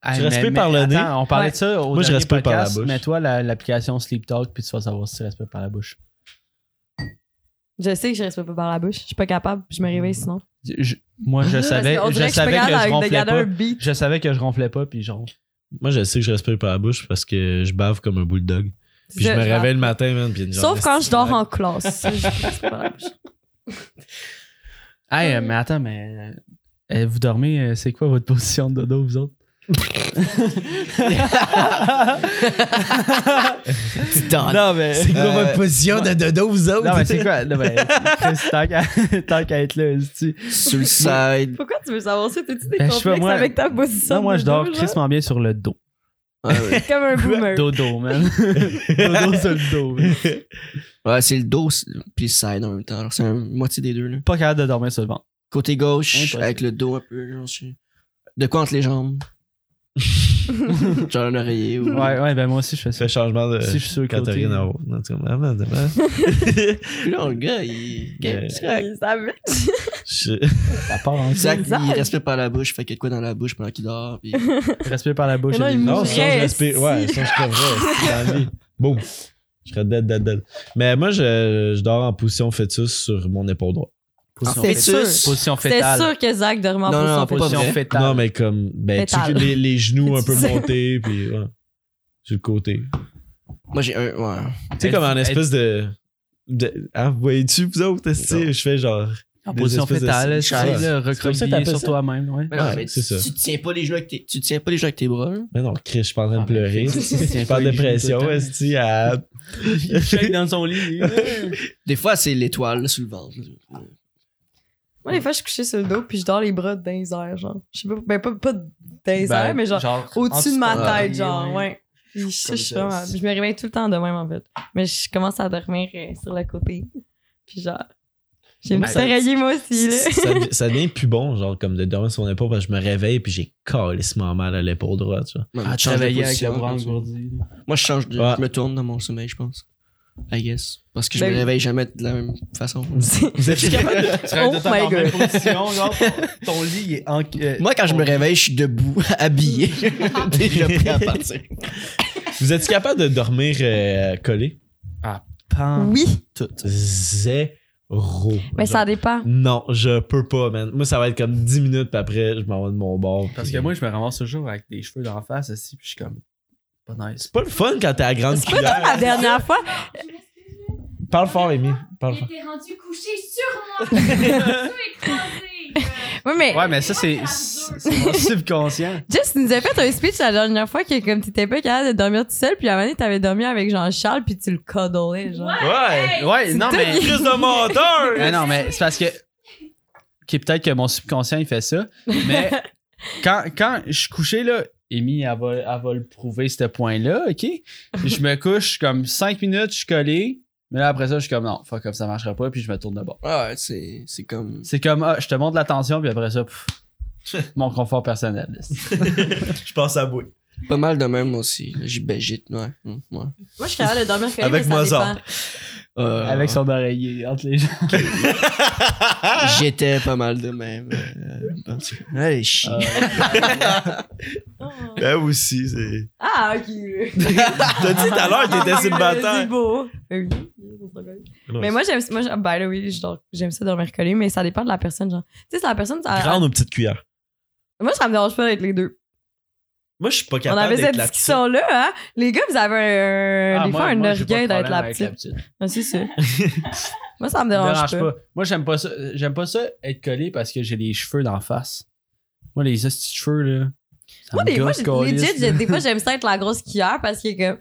[SPEAKER 4] Ah,
[SPEAKER 1] Tu
[SPEAKER 4] mais-
[SPEAKER 1] respires
[SPEAKER 4] mais
[SPEAKER 1] par le nez?
[SPEAKER 4] attends, On parlait
[SPEAKER 3] Ouais.
[SPEAKER 4] de ça au
[SPEAKER 1] Moi, je
[SPEAKER 4] dernier
[SPEAKER 1] respire par la
[SPEAKER 4] podcast,
[SPEAKER 1] bouche.
[SPEAKER 4] Mais toi, la- l'application Sleep Talk, puis tu vas savoir si tu respires par la bouche.
[SPEAKER 3] Je sais que je respire pas par la bouche. Je suis pas capable. Je me réveille sinon.
[SPEAKER 4] Je- moi, je savais,
[SPEAKER 3] Parce qu'on
[SPEAKER 4] je
[SPEAKER 3] Ah, dirait
[SPEAKER 4] savais que
[SPEAKER 3] suis pas
[SPEAKER 4] je
[SPEAKER 3] capable de
[SPEAKER 4] ronflais
[SPEAKER 3] garder un
[SPEAKER 4] pas.
[SPEAKER 3] beat.
[SPEAKER 4] Je savais que je ronflais pas, puis genre.
[SPEAKER 1] moi, je sais que je respire par la bouche parce que je bave comme un bulldog. Puis je
[SPEAKER 3] C'est
[SPEAKER 1] me
[SPEAKER 3] ça,
[SPEAKER 1] réveille
[SPEAKER 3] genre.
[SPEAKER 1] le matin, man. puis une genre
[SPEAKER 3] Sauf quand
[SPEAKER 1] d'esti
[SPEAKER 3] je dors
[SPEAKER 1] de
[SPEAKER 3] en classe. Ça, je respire par la bouche.
[SPEAKER 4] Ah, mais attends, mais. euh, vous dormez, euh, c'est quoi votre position de dodo, vous autres?
[SPEAKER 2] Tu donnes.
[SPEAKER 4] Non, mais. euh,
[SPEAKER 1] C'est quoi votre position de dodo, vous autres?
[SPEAKER 4] Non, mais c'est quoi? Non, mais. Chris, tant qu'à- tant qu'à être là, tu
[SPEAKER 2] Suicide.
[SPEAKER 3] Pourquoi tu veux savoir ça? T'as-tu des
[SPEAKER 4] Ben, je sais pas,
[SPEAKER 3] complexes
[SPEAKER 4] moi-
[SPEAKER 3] avec ta position?
[SPEAKER 4] Non, moi,
[SPEAKER 3] de
[SPEAKER 4] je dors
[SPEAKER 3] dos, genre?
[SPEAKER 4] crissement bien sur le dos.
[SPEAKER 2] Ouais, ouais.
[SPEAKER 3] Comme un boomer.
[SPEAKER 4] Dodo, man. dodo sur le dos. man.
[SPEAKER 2] Ouais, c'est le dos, c'est- puis le side en même temps. Alors, c'est un- moitié des deux. Là.
[SPEAKER 4] Pas capable de dormir sur le ventre.
[SPEAKER 2] Côté gauche,
[SPEAKER 4] Impossible.
[SPEAKER 2] avec le dos un peu. Genre, c'est- de quoi entre les jambes Genre un oreiller. Ou...
[SPEAKER 4] Ouais, ouais, ben moi aussi, je fais ça.
[SPEAKER 1] Fais changement de.
[SPEAKER 4] Si je suis sur le côté.
[SPEAKER 1] Catherine Haro. En tout cas, vraiment, vraiment.
[SPEAKER 2] Puis là, le gars, il.
[SPEAKER 1] Euh,
[SPEAKER 3] Il savait.
[SPEAKER 1] Je-
[SPEAKER 4] Ça part hein. en
[SPEAKER 2] Zach,
[SPEAKER 3] bizarre.
[SPEAKER 2] il respire par la bouche, fait qu'il y a de quoi dans la bouche pendant qu'il dort. Puis...
[SPEAKER 4] Respire par la
[SPEAKER 3] Mais
[SPEAKER 4] bouche.
[SPEAKER 3] non,
[SPEAKER 4] et
[SPEAKER 3] il
[SPEAKER 4] les-
[SPEAKER 3] me-
[SPEAKER 1] Non,
[SPEAKER 3] Vrai,
[SPEAKER 1] sinon je respire. Ouais,
[SPEAKER 3] si.
[SPEAKER 1] sinon je crèverais. dans la vie. Boum. Je serais dead, dead, dead. Mais moi, je, je dors en position fœtus sur mon épaule droite.
[SPEAKER 4] Position
[SPEAKER 3] C'est
[SPEAKER 4] fœtale.
[SPEAKER 3] sûr.
[SPEAKER 4] Position
[SPEAKER 3] C'était
[SPEAKER 4] fétale.
[SPEAKER 3] sûr que Zach dormait en
[SPEAKER 2] Non, non,
[SPEAKER 3] position
[SPEAKER 2] pas
[SPEAKER 4] Position
[SPEAKER 2] vrai.
[SPEAKER 4] fétale.
[SPEAKER 1] Non, mais comme. Ben, tu,
[SPEAKER 3] Fétale.
[SPEAKER 1] les, les genoux un peu
[SPEAKER 3] Tu sais.
[SPEAKER 1] montés, puis ouais. Sur le côté.
[SPEAKER 2] Moi, j'ai un. Ouais.
[SPEAKER 1] Tu sais,
[SPEAKER 4] Elle-
[SPEAKER 1] comme en
[SPEAKER 4] elle-
[SPEAKER 1] espèce de. de hein, vous voyez-tu, vous autres, est-ce que je fais genre.
[SPEAKER 4] En
[SPEAKER 1] des
[SPEAKER 4] position
[SPEAKER 1] espèces de-
[SPEAKER 4] fétale. Tu
[SPEAKER 1] Ouais.
[SPEAKER 4] sais,
[SPEAKER 1] C'est comme ça
[SPEAKER 4] recroquevillé
[SPEAKER 1] que
[SPEAKER 4] sur
[SPEAKER 1] t'appelles
[SPEAKER 4] toi-même. Ouais.
[SPEAKER 2] Mais non,
[SPEAKER 1] Ouais,
[SPEAKER 2] mais
[SPEAKER 1] c'est ça.
[SPEAKER 2] tu, tu tiens pas les genoux avec tes, tu tiens pas les genoux avec tes bras. là.
[SPEAKER 1] Mais non, Chris, je suis pas en train de
[SPEAKER 4] Ah, mais
[SPEAKER 1] pleurer.
[SPEAKER 4] Chris,
[SPEAKER 1] Je suis
[SPEAKER 4] tiens
[SPEAKER 1] pas
[SPEAKER 4] pas
[SPEAKER 1] en
[SPEAKER 4] les genoux
[SPEAKER 1] dépression,
[SPEAKER 4] tout le temps.
[SPEAKER 1] est-ce que, à.
[SPEAKER 4] Il shake dans son lit.
[SPEAKER 3] Ben,
[SPEAKER 2] Des fois, c'est l'étoile là, sur le ventre. là.
[SPEAKER 3] Moi, des fois, je suis couchée sur le dos puis je dors les bras dans les airs, genre. Je sais pas, ben, pas, pas dans les
[SPEAKER 4] Ben,
[SPEAKER 3] airs, mais genre, au-dessus de ma
[SPEAKER 2] ton
[SPEAKER 3] tête, genre, ouais. Puis je, je suis
[SPEAKER 2] Comme ça,
[SPEAKER 3] vraiment-
[SPEAKER 2] c'est-
[SPEAKER 3] je me réveille tout le temps de même, en fait. Mais je commence à dormir euh, sur le côté. Puis genre, j'ai me
[SPEAKER 4] Ouais.
[SPEAKER 3] réveiller moi aussi, là.
[SPEAKER 1] ça, ça devient plus bon, genre, comme de dormir sur mon épaule, parce que je me réveille puis j'ai calissement mal à l'épaule droite, tu vois.
[SPEAKER 2] Ouais,
[SPEAKER 4] À
[SPEAKER 2] tu changes de
[SPEAKER 4] travailler Ah, avec
[SPEAKER 2] position,
[SPEAKER 4] le bras
[SPEAKER 2] comme ça.
[SPEAKER 4] engourdi.
[SPEAKER 2] Moi, je change de.
[SPEAKER 1] Ouais.
[SPEAKER 2] Je me tourne dans mon sommeil, je pense. I guess. Parce que je
[SPEAKER 3] Ben-
[SPEAKER 2] me réveille jamais de la même façon.
[SPEAKER 1] Vous êtes capable de...
[SPEAKER 12] Tu
[SPEAKER 3] Oh
[SPEAKER 12] restes dans la
[SPEAKER 3] my
[SPEAKER 12] même
[SPEAKER 3] God.
[SPEAKER 12] position, genre, ton- ton lit il est en. euh,
[SPEAKER 2] Moi, quand je me réveille, je suis debout, habillé. Déjà prêt à partir.
[SPEAKER 1] Vous êtes capable de dormir euh, collé?
[SPEAKER 4] Pan.
[SPEAKER 3] Oui,
[SPEAKER 1] Zéro.
[SPEAKER 3] mais
[SPEAKER 1] Hein. Genre,
[SPEAKER 3] ça dépend.
[SPEAKER 1] Non, je peux pas, man. Moi, ça va être comme 10 minutes, puis après, je m'en vais de mon bord.
[SPEAKER 4] Parce
[SPEAKER 1] puis-
[SPEAKER 4] que moi, je me ramasse toujours avec des cheveux d'en face aussi, puis je suis comme. Pas nice.
[SPEAKER 1] C'est pas le fun quand t'es à grande
[SPEAKER 3] C'est pas toi,
[SPEAKER 1] cuillère.
[SPEAKER 3] la dernière fois.
[SPEAKER 1] Parle fort, Amy. Parle fort.
[SPEAKER 13] J'étais rendu couché sur moi. Tout écrasé.
[SPEAKER 3] Oui, mais
[SPEAKER 4] Ouais, mais ça, c'est. C'est mon subconscient.
[SPEAKER 3] Jess nous a fait un speech la dernière fois que comme t'étais pas capable de dormir tout seul, puis à un moment donné, t'avais dormi avec Jean-Charles, puis tu le cuddlais, genre.
[SPEAKER 1] Ouais!
[SPEAKER 4] Ouais, non, mais.
[SPEAKER 1] Chris de menteur!
[SPEAKER 4] Mais non, mais c'est parce que. Ok, peut-être que mon subconscient, il fait ça. Mais quand, quand je suis couché, là, Amy, elle va, elle va le prouver, ce point-là, ok? Je me couche comme 5 minutes, je suis collé. Mais là, après ça, je suis comme non, fuck off, ça marchera pas, puis je me tourne de bord.
[SPEAKER 2] Ouais, c'est c'est comme.
[SPEAKER 4] C'est comme, ah, je te montre l'attention, puis après ça, pff, mon confort personnel.
[SPEAKER 1] Je pense à vous.
[SPEAKER 2] Pas mal de même aussi. là. J'y bégite, ouais. Mm, ouais.
[SPEAKER 3] Moi, je suis capable de dormir collée,
[SPEAKER 1] Avec
[SPEAKER 3] mais ça
[SPEAKER 1] Mozart.
[SPEAKER 3] dépend.
[SPEAKER 2] Euh,
[SPEAKER 4] Avec son oreiller entre les jambes.
[SPEAKER 1] ah!
[SPEAKER 2] J'étais pas mal de même. euh, parce que- Allez, chie.
[SPEAKER 3] Oh.
[SPEAKER 1] Ben aussi, c'est.
[SPEAKER 3] Ah, ok. Ah,
[SPEAKER 1] T'as dit tout à l'heure que t'étais
[SPEAKER 3] C'est
[SPEAKER 1] célibataire.
[SPEAKER 3] beau. Ben oui. Mais moi, j'aime moi, j'aime- by the way, je dors- j'aime ça dormir collé, mais ça dépend de la personne. Genre. Tu sais, si la personne. Ça,
[SPEAKER 1] Grande ou petite cuillère?
[SPEAKER 3] Moi, ça me dérange pas d'être les deux.
[SPEAKER 1] Moi, je suis pas
[SPEAKER 3] On
[SPEAKER 1] capable
[SPEAKER 3] avait cette
[SPEAKER 1] d'être la petite.
[SPEAKER 3] discussion-là, hein. Les gars, vous avez un,
[SPEAKER 4] Ah,
[SPEAKER 3] des
[SPEAKER 4] moi-
[SPEAKER 3] fois un
[SPEAKER 4] moi, j'ai pas de
[SPEAKER 3] orgueil d'être
[SPEAKER 4] problème
[SPEAKER 3] la
[SPEAKER 4] avec
[SPEAKER 3] petite. Ah, c'est ça. moi, ça me
[SPEAKER 4] Ça me
[SPEAKER 3] dérange,
[SPEAKER 4] dérange
[SPEAKER 3] pas.
[SPEAKER 4] pas. Moi, j'aime pas ça. J'aime pas ça être collé parce que j'ai les cheveux d'en face. Moi, les hosties de cheveux, là.
[SPEAKER 8] Ça
[SPEAKER 3] Moi,
[SPEAKER 8] me
[SPEAKER 3] des, moi
[SPEAKER 8] gosse,
[SPEAKER 3] j'ai-
[SPEAKER 8] câlisse,
[SPEAKER 3] legit,
[SPEAKER 8] là.
[SPEAKER 3] j'ai- des fois, j'aime ça être la grosse skieur parce que, comme,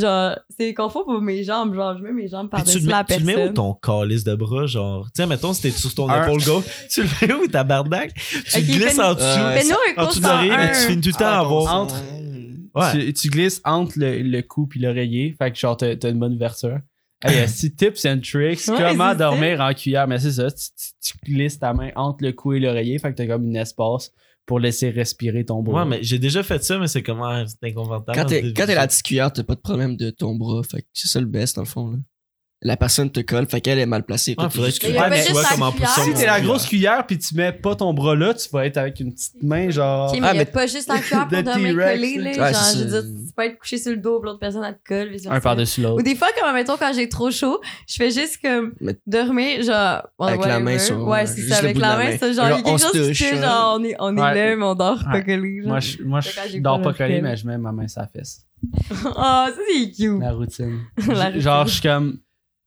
[SPEAKER 3] genre, c'est confort pour mes jambes. Genre, je mets mes jambes
[SPEAKER 1] Puis tu,
[SPEAKER 3] par-dessus
[SPEAKER 1] le
[SPEAKER 3] la
[SPEAKER 1] mets, tu le
[SPEAKER 3] personne.
[SPEAKER 1] mets où ton calice de bras, genre? Tiens, mettons, si t'es sur ton
[SPEAKER 4] Un.
[SPEAKER 1] épaule gauche, tu le mets où, tabarnak? Tu
[SPEAKER 3] Ok,
[SPEAKER 1] glisses
[SPEAKER 3] fais-nous-
[SPEAKER 1] en dessous,
[SPEAKER 4] Ouais.
[SPEAKER 3] Fais-nous Ben, un
[SPEAKER 1] en
[SPEAKER 3] cours
[SPEAKER 1] dessous de
[SPEAKER 3] sur
[SPEAKER 1] l'oreille, mais Ah, tu
[SPEAKER 3] un.
[SPEAKER 1] finis tout le temps à
[SPEAKER 2] Ah,
[SPEAKER 1] avoir.
[SPEAKER 4] Entre,
[SPEAKER 1] Ouais.
[SPEAKER 4] tu, tu glisses entre le, le cou puis l'oreiller. Fait que genre, t'as t'as une bonne ouverture. Hey, euh, si tips and tricks,
[SPEAKER 3] Ouais,
[SPEAKER 4] comment
[SPEAKER 3] c'est
[SPEAKER 4] dormir en cuillère? Mais c'est ça, tu, tu- tu glisses ta main entre le cou et l'oreiller. Fait que t'as comme une espace pour laisser respirer ton bras.
[SPEAKER 1] Ouais, mais j'ai déjà fait ça, mais c'est comment? C'est inconfortable.
[SPEAKER 2] Quand t'es quand t'es la petite cuillère, t'as pas de problème de ton bras. Fait que c'est ça le best, dans le fond. Là. La personne te colle, fait qu'elle est mal placée.
[SPEAKER 1] Ouais,
[SPEAKER 2] Toi,
[SPEAKER 1] Ah, faudrait
[SPEAKER 2] t'es-
[SPEAKER 1] que tu
[SPEAKER 3] Mais il y a
[SPEAKER 1] ouais, mais
[SPEAKER 3] pas juste
[SPEAKER 1] tu vois
[SPEAKER 3] la
[SPEAKER 1] comment
[SPEAKER 3] cuillère.
[SPEAKER 1] pousser
[SPEAKER 4] si
[SPEAKER 1] mon
[SPEAKER 4] t'es la
[SPEAKER 1] cul,
[SPEAKER 4] grosse
[SPEAKER 1] là.
[SPEAKER 4] cuillère puis tu mets pas ton bras là, tu vas être avec une petite main genre.
[SPEAKER 3] Ok, mais
[SPEAKER 2] Ah,
[SPEAKER 3] il n'y a
[SPEAKER 2] mais-
[SPEAKER 3] pas juste la cuillère
[SPEAKER 4] de
[SPEAKER 3] pour dormir
[SPEAKER 4] T-Rex,
[SPEAKER 3] collé.
[SPEAKER 4] là.
[SPEAKER 3] là.
[SPEAKER 2] Ouais,
[SPEAKER 3] Genre,
[SPEAKER 2] c'est
[SPEAKER 3] je veux
[SPEAKER 2] ça.
[SPEAKER 3] dire, tu- tu peux être couché sur le dos, puis l'autre personne, elle te colle. vice
[SPEAKER 8] Un
[SPEAKER 3] versa.
[SPEAKER 8] par-dessus l'autre.
[SPEAKER 3] Ou des fois, comme, mettons, quand j'ai trop chaud, je fais juste comme
[SPEAKER 2] Mais-
[SPEAKER 3] dormir, genre. ouais,
[SPEAKER 2] Avec la main
[SPEAKER 3] whatever.
[SPEAKER 2] sur-
[SPEAKER 3] Ouais, c'est
[SPEAKER 2] juste
[SPEAKER 3] ça,
[SPEAKER 2] le
[SPEAKER 3] avec
[SPEAKER 2] bout de
[SPEAKER 3] la
[SPEAKER 2] la
[SPEAKER 3] main.
[SPEAKER 2] main.
[SPEAKER 3] c'est Genre, il y a
[SPEAKER 2] Genre,
[SPEAKER 3] quelque
[SPEAKER 2] on se
[SPEAKER 3] chose qui
[SPEAKER 2] touche,
[SPEAKER 3] fait,
[SPEAKER 2] euh.
[SPEAKER 3] genre, on est, on est
[SPEAKER 4] Ouais.
[SPEAKER 3] là, mais on dort pas
[SPEAKER 4] Ouais.
[SPEAKER 3] collé. genre.
[SPEAKER 4] Moi je, moi,
[SPEAKER 3] Quand
[SPEAKER 4] je
[SPEAKER 3] j'ai
[SPEAKER 4] dors
[SPEAKER 3] pas
[SPEAKER 4] pas
[SPEAKER 3] le
[SPEAKER 4] collé,
[SPEAKER 3] film.
[SPEAKER 4] mais je mets ma main sur la fesse.
[SPEAKER 3] Ah, ça, c'est cute.
[SPEAKER 4] La routine.
[SPEAKER 3] La
[SPEAKER 4] J- genre,
[SPEAKER 3] routine.
[SPEAKER 4] je suis comme,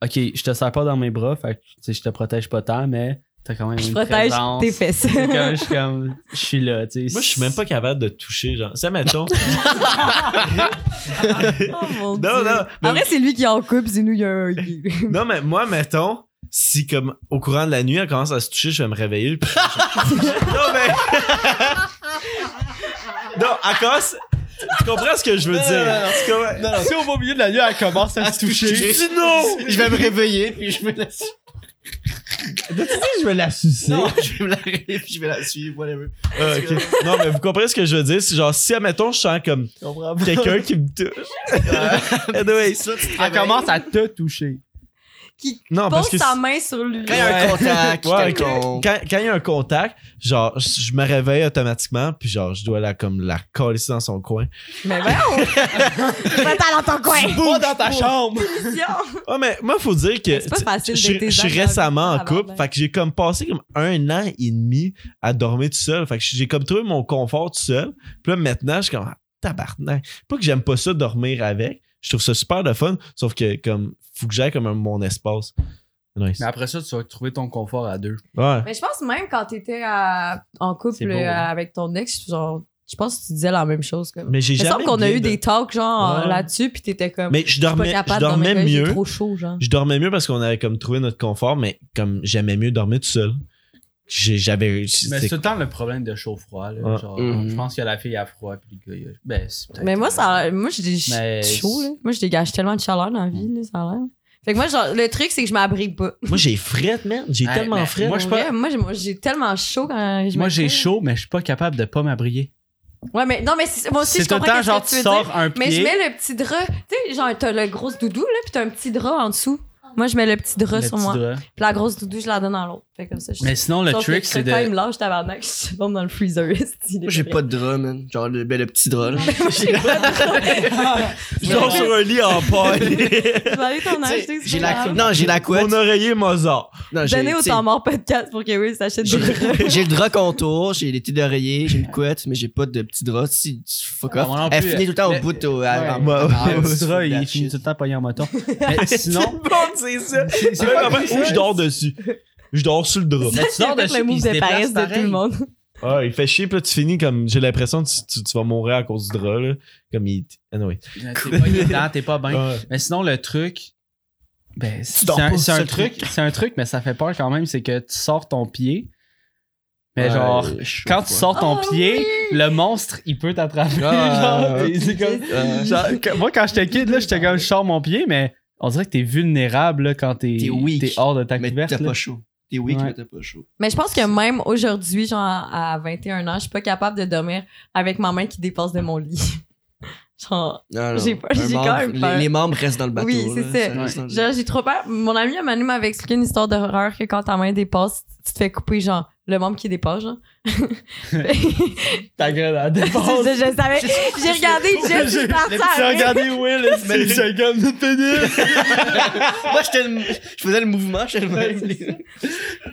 [SPEAKER 4] ok, je te sers pas dans mes bras, fait que tu sais, je te protège pas tant, mais t'as quand même
[SPEAKER 3] Je
[SPEAKER 4] une
[SPEAKER 3] protège
[SPEAKER 4] présence.
[SPEAKER 3] tes fesses.
[SPEAKER 4] C'est comme, je suis comme, je suis là, tu sais.
[SPEAKER 1] Moi, je suis même pas capable de toucher, genre. Ça, mettons.
[SPEAKER 3] Oh mon
[SPEAKER 1] Non,
[SPEAKER 3] Dieu.
[SPEAKER 1] non, mais-
[SPEAKER 3] En vrai, c'est lui qui en coupe, c'est nous, il y a un gay.
[SPEAKER 1] non, mais moi, mettons, si, comme, au courant de la nuit, elle commence à se toucher, je vais me réveiller. puis- non, mais. non, elle commence. Tu comprends ce que je veux dire? Tu comprends-
[SPEAKER 4] Si au beau milieu de la nuit, elle commence à se toucher.
[SPEAKER 1] J'ai dit non!
[SPEAKER 2] Je vais me réveiller, puis je vais la suivre.
[SPEAKER 1] Je vais la sucer.
[SPEAKER 2] Non, je vais me la réveiller, puis je vais la suivre, whatever.
[SPEAKER 1] Ah, ok. Non, mais vous comprenez ce que je veux dire? C'est genre, si, admettons, je sens comme quelqu'un qui me touche. Anyway,
[SPEAKER 2] Ça, tu te
[SPEAKER 4] Elle
[SPEAKER 2] réveilles.
[SPEAKER 4] commence à te toucher.
[SPEAKER 3] Qui
[SPEAKER 1] non, parce
[SPEAKER 3] pose
[SPEAKER 1] que.
[SPEAKER 3] sa main sur lui.
[SPEAKER 2] Quand il y a un contact,
[SPEAKER 1] Ouais,
[SPEAKER 2] quelconque.
[SPEAKER 1] quand, quand il y a un contact, genre, je je me réveille automatiquement, puis genre, je dois la, comme, la coller dans son coin.
[SPEAKER 3] Mais voyons! Va-t'en dans ton coin!
[SPEAKER 4] Pas dans ta chambre.
[SPEAKER 1] Ah, mais moi, faut dire que.
[SPEAKER 3] C'est pas facile
[SPEAKER 1] Je suis-
[SPEAKER 3] d'être
[SPEAKER 1] je suis
[SPEAKER 3] désagréable
[SPEAKER 1] récemment en
[SPEAKER 3] avant,
[SPEAKER 1] couple,
[SPEAKER 3] ben.
[SPEAKER 1] fait que j'ai comme passé comme un an et demi à dormir tout seul, fait que j'ai comme trouvé mon confort tout seul. Puis là maintenant, je suis comme ah, tabarnak. Pas que j'aime pas ça dormir avec, je trouve ça super de fun, sauf que comme faut que j'aille comme un- mon espace. Nice.
[SPEAKER 8] Mais après ça, tu vas trouver ton confort à deux.
[SPEAKER 1] Ouais.
[SPEAKER 3] Mais je pense même quand t'étais à- en couple
[SPEAKER 8] C'est beau, hein.
[SPEAKER 3] euh, avec ton ex, genre, je pense que tu disais la même chose. Comme.
[SPEAKER 1] Mais j'ai
[SPEAKER 3] Il me
[SPEAKER 1] jamais
[SPEAKER 3] semble qu'on a
[SPEAKER 1] bien
[SPEAKER 3] eu
[SPEAKER 1] de-
[SPEAKER 3] des talks genre
[SPEAKER 1] Ouais.
[SPEAKER 3] là-dessus, puis t'étais comme.
[SPEAKER 1] Mais je
[SPEAKER 3] je suis pas
[SPEAKER 1] dormais, je
[SPEAKER 3] capable de
[SPEAKER 1] dormais
[SPEAKER 3] dormir, j'ai
[SPEAKER 1] mieux.
[SPEAKER 3] trop chaud, genre.
[SPEAKER 1] Je dormais mieux parce qu'on avait comme trouvé notre confort, mais comme j'aimais mieux dormir tout seul. J'ai- J'avais.
[SPEAKER 8] Mais
[SPEAKER 1] c'est-
[SPEAKER 8] c'est tout le temps le problème de chaud-froid. là.
[SPEAKER 1] Ouais.
[SPEAKER 8] Genre,
[SPEAKER 4] Mm-hmm.
[SPEAKER 2] Mhm.
[SPEAKER 8] Je pense que la fille a froid, puis le gars, il a... Ben, c'est peut-être-
[SPEAKER 3] Mais moi, ça, a l'air- moi, je
[SPEAKER 8] Mais-
[SPEAKER 3] dégage chaud, là. Moi, je dégage tellement de chaleur dans la vie, là, ça a l'air. Fait que moi, genre, le truc, c'est que je m'abrite pas.
[SPEAKER 1] Moi j'ai frette, merde. J'ai
[SPEAKER 8] Hey,
[SPEAKER 1] tellement
[SPEAKER 8] mais
[SPEAKER 1] frette.
[SPEAKER 8] moi, je
[SPEAKER 3] Pour
[SPEAKER 8] pas-
[SPEAKER 3] vrai, Moi, j'ai- moi, j'ai tellement chaud quand je
[SPEAKER 8] Moi, j'ai
[SPEAKER 3] m'habille.
[SPEAKER 8] chaud, mais je suis pas capable de pas m'abrier.
[SPEAKER 3] Ouais, mais non, mais c'est- moi aussi,
[SPEAKER 4] C'est
[SPEAKER 3] je
[SPEAKER 4] tout le
[SPEAKER 3] comprends
[SPEAKER 4] temps,
[SPEAKER 3] qu'est-ce
[SPEAKER 4] genre,
[SPEAKER 3] que
[SPEAKER 4] tu
[SPEAKER 3] veux dire.
[SPEAKER 4] sors un
[SPEAKER 3] Mais je
[SPEAKER 4] pied.
[SPEAKER 3] mets le petit drap. Tu sais, genre, t'as le gros doudou, là, puis t'as un petit drap en dessous. Moi, je mets le petit drap
[SPEAKER 4] le
[SPEAKER 3] sur
[SPEAKER 4] petit
[SPEAKER 3] moi.
[SPEAKER 4] drap.
[SPEAKER 3] Puis la grosse doudou, je la donne à l'autre. Fait comme ça, je
[SPEAKER 8] Mais sinon, le
[SPEAKER 3] Sauf que
[SPEAKER 8] trick,
[SPEAKER 3] le
[SPEAKER 8] c'est
[SPEAKER 3] truc, quand il
[SPEAKER 8] de...
[SPEAKER 3] me lâche, tabarnak, je tombe dans le freezer.
[SPEAKER 2] Moi, j'ai pas de drap, man. Genre, le, ben, le petit drap, là.
[SPEAKER 1] Je dors sur un lit en paille.
[SPEAKER 3] Je vais aller t'en
[SPEAKER 2] Tu sais,
[SPEAKER 3] acheter. c'est
[SPEAKER 2] J'ai
[SPEAKER 3] pas
[SPEAKER 2] la,
[SPEAKER 3] grave.
[SPEAKER 2] non, j'ai la couette.
[SPEAKER 1] Mon oreiller Mozart.
[SPEAKER 2] Non, j'ai-
[SPEAKER 3] Donnez au
[SPEAKER 2] tu sais,
[SPEAKER 3] temps mort podcast pour que Will s'achète des draps.
[SPEAKER 2] j'ai j'ai le drap contour, j'ai les petits d'oreiller, j'ai une couette, mais j'ai pas de petit drap. Si tu fuck off.
[SPEAKER 8] Ah, moi non
[SPEAKER 2] Elle
[SPEAKER 8] plus,
[SPEAKER 2] finit tout le temps au
[SPEAKER 8] mais-
[SPEAKER 2] bout de.
[SPEAKER 1] Ouais. Ah,
[SPEAKER 4] Le petit drap,
[SPEAKER 2] that
[SPEAKER 4] il finit
[SPEAKER 2] shit.
[SPEAKER 4] tout le temps pogné en moton. Mais sinon,
[SPEAKER 1] c'est ça. Ou je dors dessus. Je dors sur le drap.
[SPEAKER 8] Mais tu sors de
[SPEAKER 3] Faites
[SPEAKER 8] chez-
[SPEAKER 3] le
[SPEAKER 8] il
[SPEAKER 3] move
[SPEAKER 8] se
[SPEAKER 3] de
[SPEAKER 8] déplace
[SPEAKER 3] paresse de tout
[SPEAKER 8] pareil.
[SPEAKER 3] le monde.
[SPEAKER 1] Ah, il fait chier, puis là, tu finis comme. J'ai l'impression que tu, tu- tu vas mourir à cause du drap, là. Comme il. Anyway.
[SPEAKER 8] T'es pas dedans, t'es pas bien.
[SPEAKER 1] Ah,
[SPEAKER 8] Mais sinon, le truc. Ben, c'est
[SPEAKER 1] dors pas,
[SPEAKER 8] un, c'est
[SPEAKER 1] c'est
[SPEAKER 8] un
[SPEAKER 1] le
[SPEAKER 8] truc, c'est un truc, mais ça fait peur quand même, c'est que tu sors ton pied. Mais
[SPEAKER 2] Ouais,
[SPEAKER 8] genre,
[SPEAKER 2] je suis
[SPEAKER 8] quand
[SPEAKER 2] pas.
[SPEAKER 8] tu sors ton
[SPEAKER 3] Ah
[SPEAKER 8] pied,
[SPEAKER 3] oui!
[SPEAKER 8] le monstre, il peut t'attraper.
[SPEAKER 2] Ah,
[SPEAKER 8] genre,
[SPEAKER 2] ouais.
[SPEAKER 8] c'est comme-
[SPEAKER 2] Euh,
[SPEAKER 8] genre, que- moi, quand j'étais kid, là, j'étais comme, je sors mon pied, mais on dirait que t'es vulnérable là, quand t'es
[SPEAKER 2] T'es weak.
[SPEAKER 8] t'es hors de ta
[SPEAKER 2] mais
[SPEAKER 8] couverte.
[SPEAKER 2] t'as
[SPEAKER 8] là.
[SPEAKER 2] pas chaud. T'es weak,
[SPEAKER 8] Ouais.
[SPEAKER 2] mais t'as pas chaud.
[SPEAKER 3] Mais je pense que même aujourd'hui, genre à 21 ans, je suis pas capable de dormir avec ma main qui dépasse de mon lit. Genre,
[SPEAKER 2] Non, non.
[SPEAKER 3] J'ai pas-
[SPEAKER 2] Un
[SPEAKER 3] j'ai quand
[SPEAKER 2] membre-
[SPEAKER 3] même
[SPEAKER 2] les-
[SPEAKER 3] peur.
[SPEAKER 2] Les, membres restent dans le bateau.
[SPEAKER 3] Oui, c'est
[SPEAKER 2] là.
[SPEAKER 3] ça.
[SPEAKER 2] reste dans le-
[SPEAKER 3] Genre, j'ai trop peur. Mon ami, à un moment donné, m'avait expliqué une histoire d'horreur que quand ta main dépasse, tu te fais couper, genre, le membre qui dépasse, genre.
[SPEAKER 4] ta gueule, elle dépasse.
[SPEAKER 3] je, je savais. J'ai regardé Jeff, je suis partie
[SPEAKER 4] J'ai
[SPEAKER 3] avec.
[SPEAKER 4] regardé Will, mais j'ai comme de pénis.
[SPEAKER 2] Moi, j'étais le- je faisais le mouvement. j'étais le-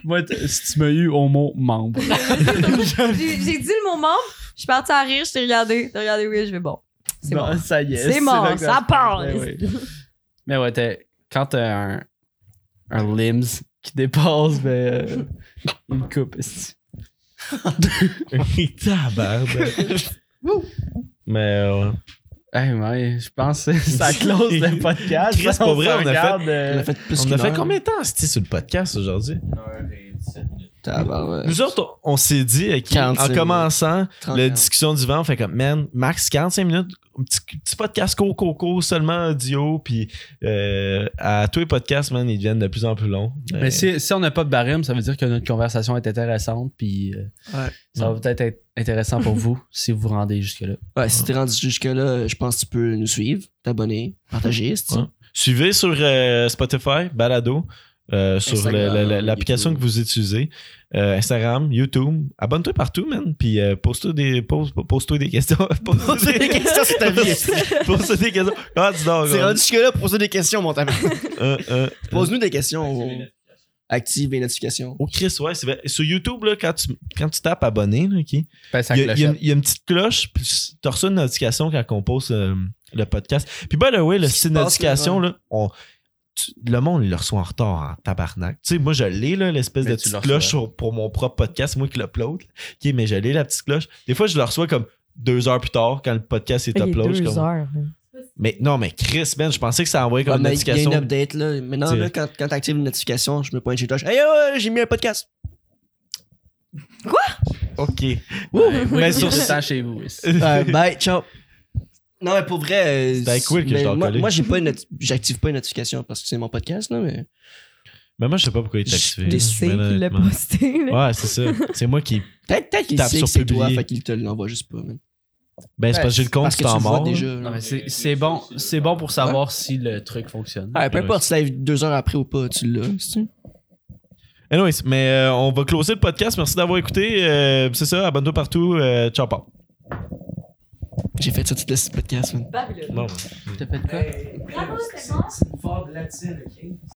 [SPEAKER 4] Moi, t- si tu m'as eu au mot membre.
[SPEAKER 3] J'ai j'ai dit le mot membre, je suis partie à rire, je t'ai regardé. T'as regardé, oui, je vais bon. C'est
[SPEAKER 4] Non,
[SPEAKER 3] bon.
[SPEAKER 4] Ça y est.
[SPEAKER 3] C'est mort,
[SPEAKER 4] là que
[SPEAKER 3] ça part.
[SPEAKER 4] Ben oui. Mais
[SPEAKER 8] Ben
[SPEAKER 4] ouais, t'as- quand t'as un, un limbs qui dépasse, ben. euh, il me coupe. esti.
[SPEAKER 1] ouais. Tabarnak. Mais euh, ouais.
[SPEAKER 4] Eh ouais, je pense que ça close le podcast.
[SPEAKER 1] Chris,
[SPEAKER 8] hein,
[SPEAKER 1] pas vrai,
[SPEAKER 4] se
[SPEAKER 1] on a fait-
[SPEAKER 4] regarde, euh,
[SPEAKER 2] On a fait plus
[SPEAKER 1] On
[SPEAKER 2] qu'une
[SPEAKER 1] a fait
[SPEAKER 2] heure.
[SPEAKER 1] combien de temps c'était sur le podcast aujourd'hui?
[SPEAKER 2] Tabarouette.
[SPEAKER 1] Nous autres, on on s'est dit euh, qui- en
[SPEAKER 2] 45 minutes.
[SPEAKER 1] commençant la
[SPEAKER 2] 30.
[SPEAKER 1] discussion du vent, on fait comme man, max 45 minutes, un petit, petit podcast court, court, court, seulement audio, puis euh, à tous les podcasts, man, ils deviennent de plus en plus longs.
[SPEAKER 4] Mais si, si on n'a pas de barème, ça veut dire que notre conversation est intéressante, puis euh,
[SPEAKER 2] Ouais.
[SPEAKER 4] ça va peut-être être intéressant pour vous si vous vous rendez jusque-là.
[SPEAKER 2] Ouais, si t'es rendu jusque-là, je pense que tu peux nous suivre, t'abonner, partager. c'est-tu?
[SPEAKER 1] Ouais. Suivez sur euh, Spotify, Balado, euh, sur le-
[SPEAKER 2] Instagram,
[SPEAKER 1] le- le- l'application que
[SPEAKER 2] YouTube.
[SPEAKER 1] vous utilisez, euh, Instagram, YouTube. Abonne-toi partout, man. Puis euh, pose-toi des, pose, pose-toi des questions. Pose-toi des questions sur ta vie. pose-toi des questions. Ah, Comment tu dors,
[SPEAKER 2] T'es
[SPEAKER 1] gros?
[SPEAKER 2] rendu jusque-là pour poser des questions, mon tabac.
[SPEAKER 1] Euh, euh.
[SPEAKER 2] Pose-nous des questions. on- Active les notifications.
[SPEAKER 1] Oh, Chris, ouais, c'est vrai. Sur YouTube, là, quand, tu, quand tu tapes abonné, là, OK, il
[SPEAKER 4] Ben, ça
[SPEAKER 1] y, a- il
[SPEAKER 4] clochette.
[SPEAKER 1] y a une- il y a une petite cloche, puis tu reçois une notification quand on poste euh, le podcast. Puis, by the way, le
[SPEAKER 2] Ce qui
[SPEAKER 1] style
[SPEAKER 2] se passe,
[SPEAKER 1] notification,
[SPEAKER 2] là,
[SPEAKER 1] là, on- tu- le monde il le reçoit en retard, en tabarnak. Tu sais, moi, je l'ai, là, l'espèce
[SPEAKER 2] Ben,
[SPEAKER 8] Mais
[SPEAKER 1] de
[SPEAKER 8] tu le
[SPEAKER 1] petite
[SPEAKER 8] reçois.
[SPEAKER 1] cloche sur- pour mon propre podcast, c'est moi qui l'upload. OK, mais je l'ai, la petite cloche. Des fois, je le reçois comme deux heures plus tard quand le podcast est
[SPEAKER 3] Ah, Il est
[SPEAKER 1] upload. je suis
[SPEAKER 3] deux
[SPEAKER 1] comme-
[SPEAKER 3] heures. là.
[SPEAKER 1] Mais non, mais Chris, man, je pensais que ça envoyait
[SPEAKER 2] Ouais,
[SPEAKER 1] comme une
[SPEAKER 2] Ah, mais il y a
[SPEAKER 1] notification.
[SPEAKER 2] une update là. Maintenant,
[SPEAKER 1] T'sais.
[SPEAKER 2] là, quand, quand t'actives une notification, je me pointe chez toi. je fais, Hey, oh, j'ai mis un podcast.
[SPEAKER 1] OK.
[SPEAKER 4] Ouais, oui,
[SPEAKER 1] Mais
[SPEAKER 4] il
[SPEAKER 1] sur-
[SPEAKER 4] est temps chez vous. ici.
[SPEAKER 2] Euh, bye, ciao. Non, mais pour vrai. euh,
[SPEAKER 1] C'était avec Will que
[SPEAKER 2] mais
[SPEAKER 1] je l'ai
[SPEAKER 2] Moi,
[SPEAKER 1] collé.
[SPEAKER 2] moi j'ai pas une noti- j'active pas une notification parce que c'est mon podcast, là, mais.
[SPEAKER 1] Mais moi, je sais pas pourquoi il t'a
[SPEAKER 2] Je suis
[SPEAKER 1] activé.
[SPEAKER 2] déçu
[SPEAKER 3] C'est
[SPEAKER 1] mais
[SPEAKER 3] qu'il l'a
[SPEAKER 1] honnêtement.
[SPEAKER 3] posté. là.
[SPEAKER 1] Ouais, c'est ça. C'est moi qui
[SPEAKER 2] Peut-être peut qu'il
[SPEAKER 1] Tape
[SPEAKER 2] sait
[SPEAKER 1] sur
[SPEAKER 2] que c'est toi,
[SPEAKER 1] publier.
[SPEAKER 2] fait qu'il te l'envoie juste pas, man.
[SPEAKER 1] Ben, c'est parce que j'ai le compte,
[SPEAKER 2] Parce
[SPEAKER 1] c'est
[SPEAKER 2] que tu
[SPEAKER 1] en
[SPEAKER 2] le vois
[SPEAKER 1] mort.
[SPEAKER 2] déjà.
[SPEAKER 4] Non,
[SPEAKER 2] là.
[SPEAKER 4] mais c'est c'est bon, c'est bon pour savoir si le truc fonctionne.
[SPEAKER 2] Ouais, Ah, peu importe si live deux heures après ou pas, tu l'as. c'est-tu?
[SPEAKER 1] Anyways, mais euh, on va closer le podcast. Merci d'avoir écouté. Euh, c'est ça, abonne-toi partout. Euh, ciao, pao.
[SPEAKER 2] J'ai fait ça toute la podcast, man.
[SPEAKER 3] Babylone.
[SPEAKER 1] Bon.
[SPEAKER 4] T'as fait quoi?
[SPEAKER 13] Bravo, c'était bon.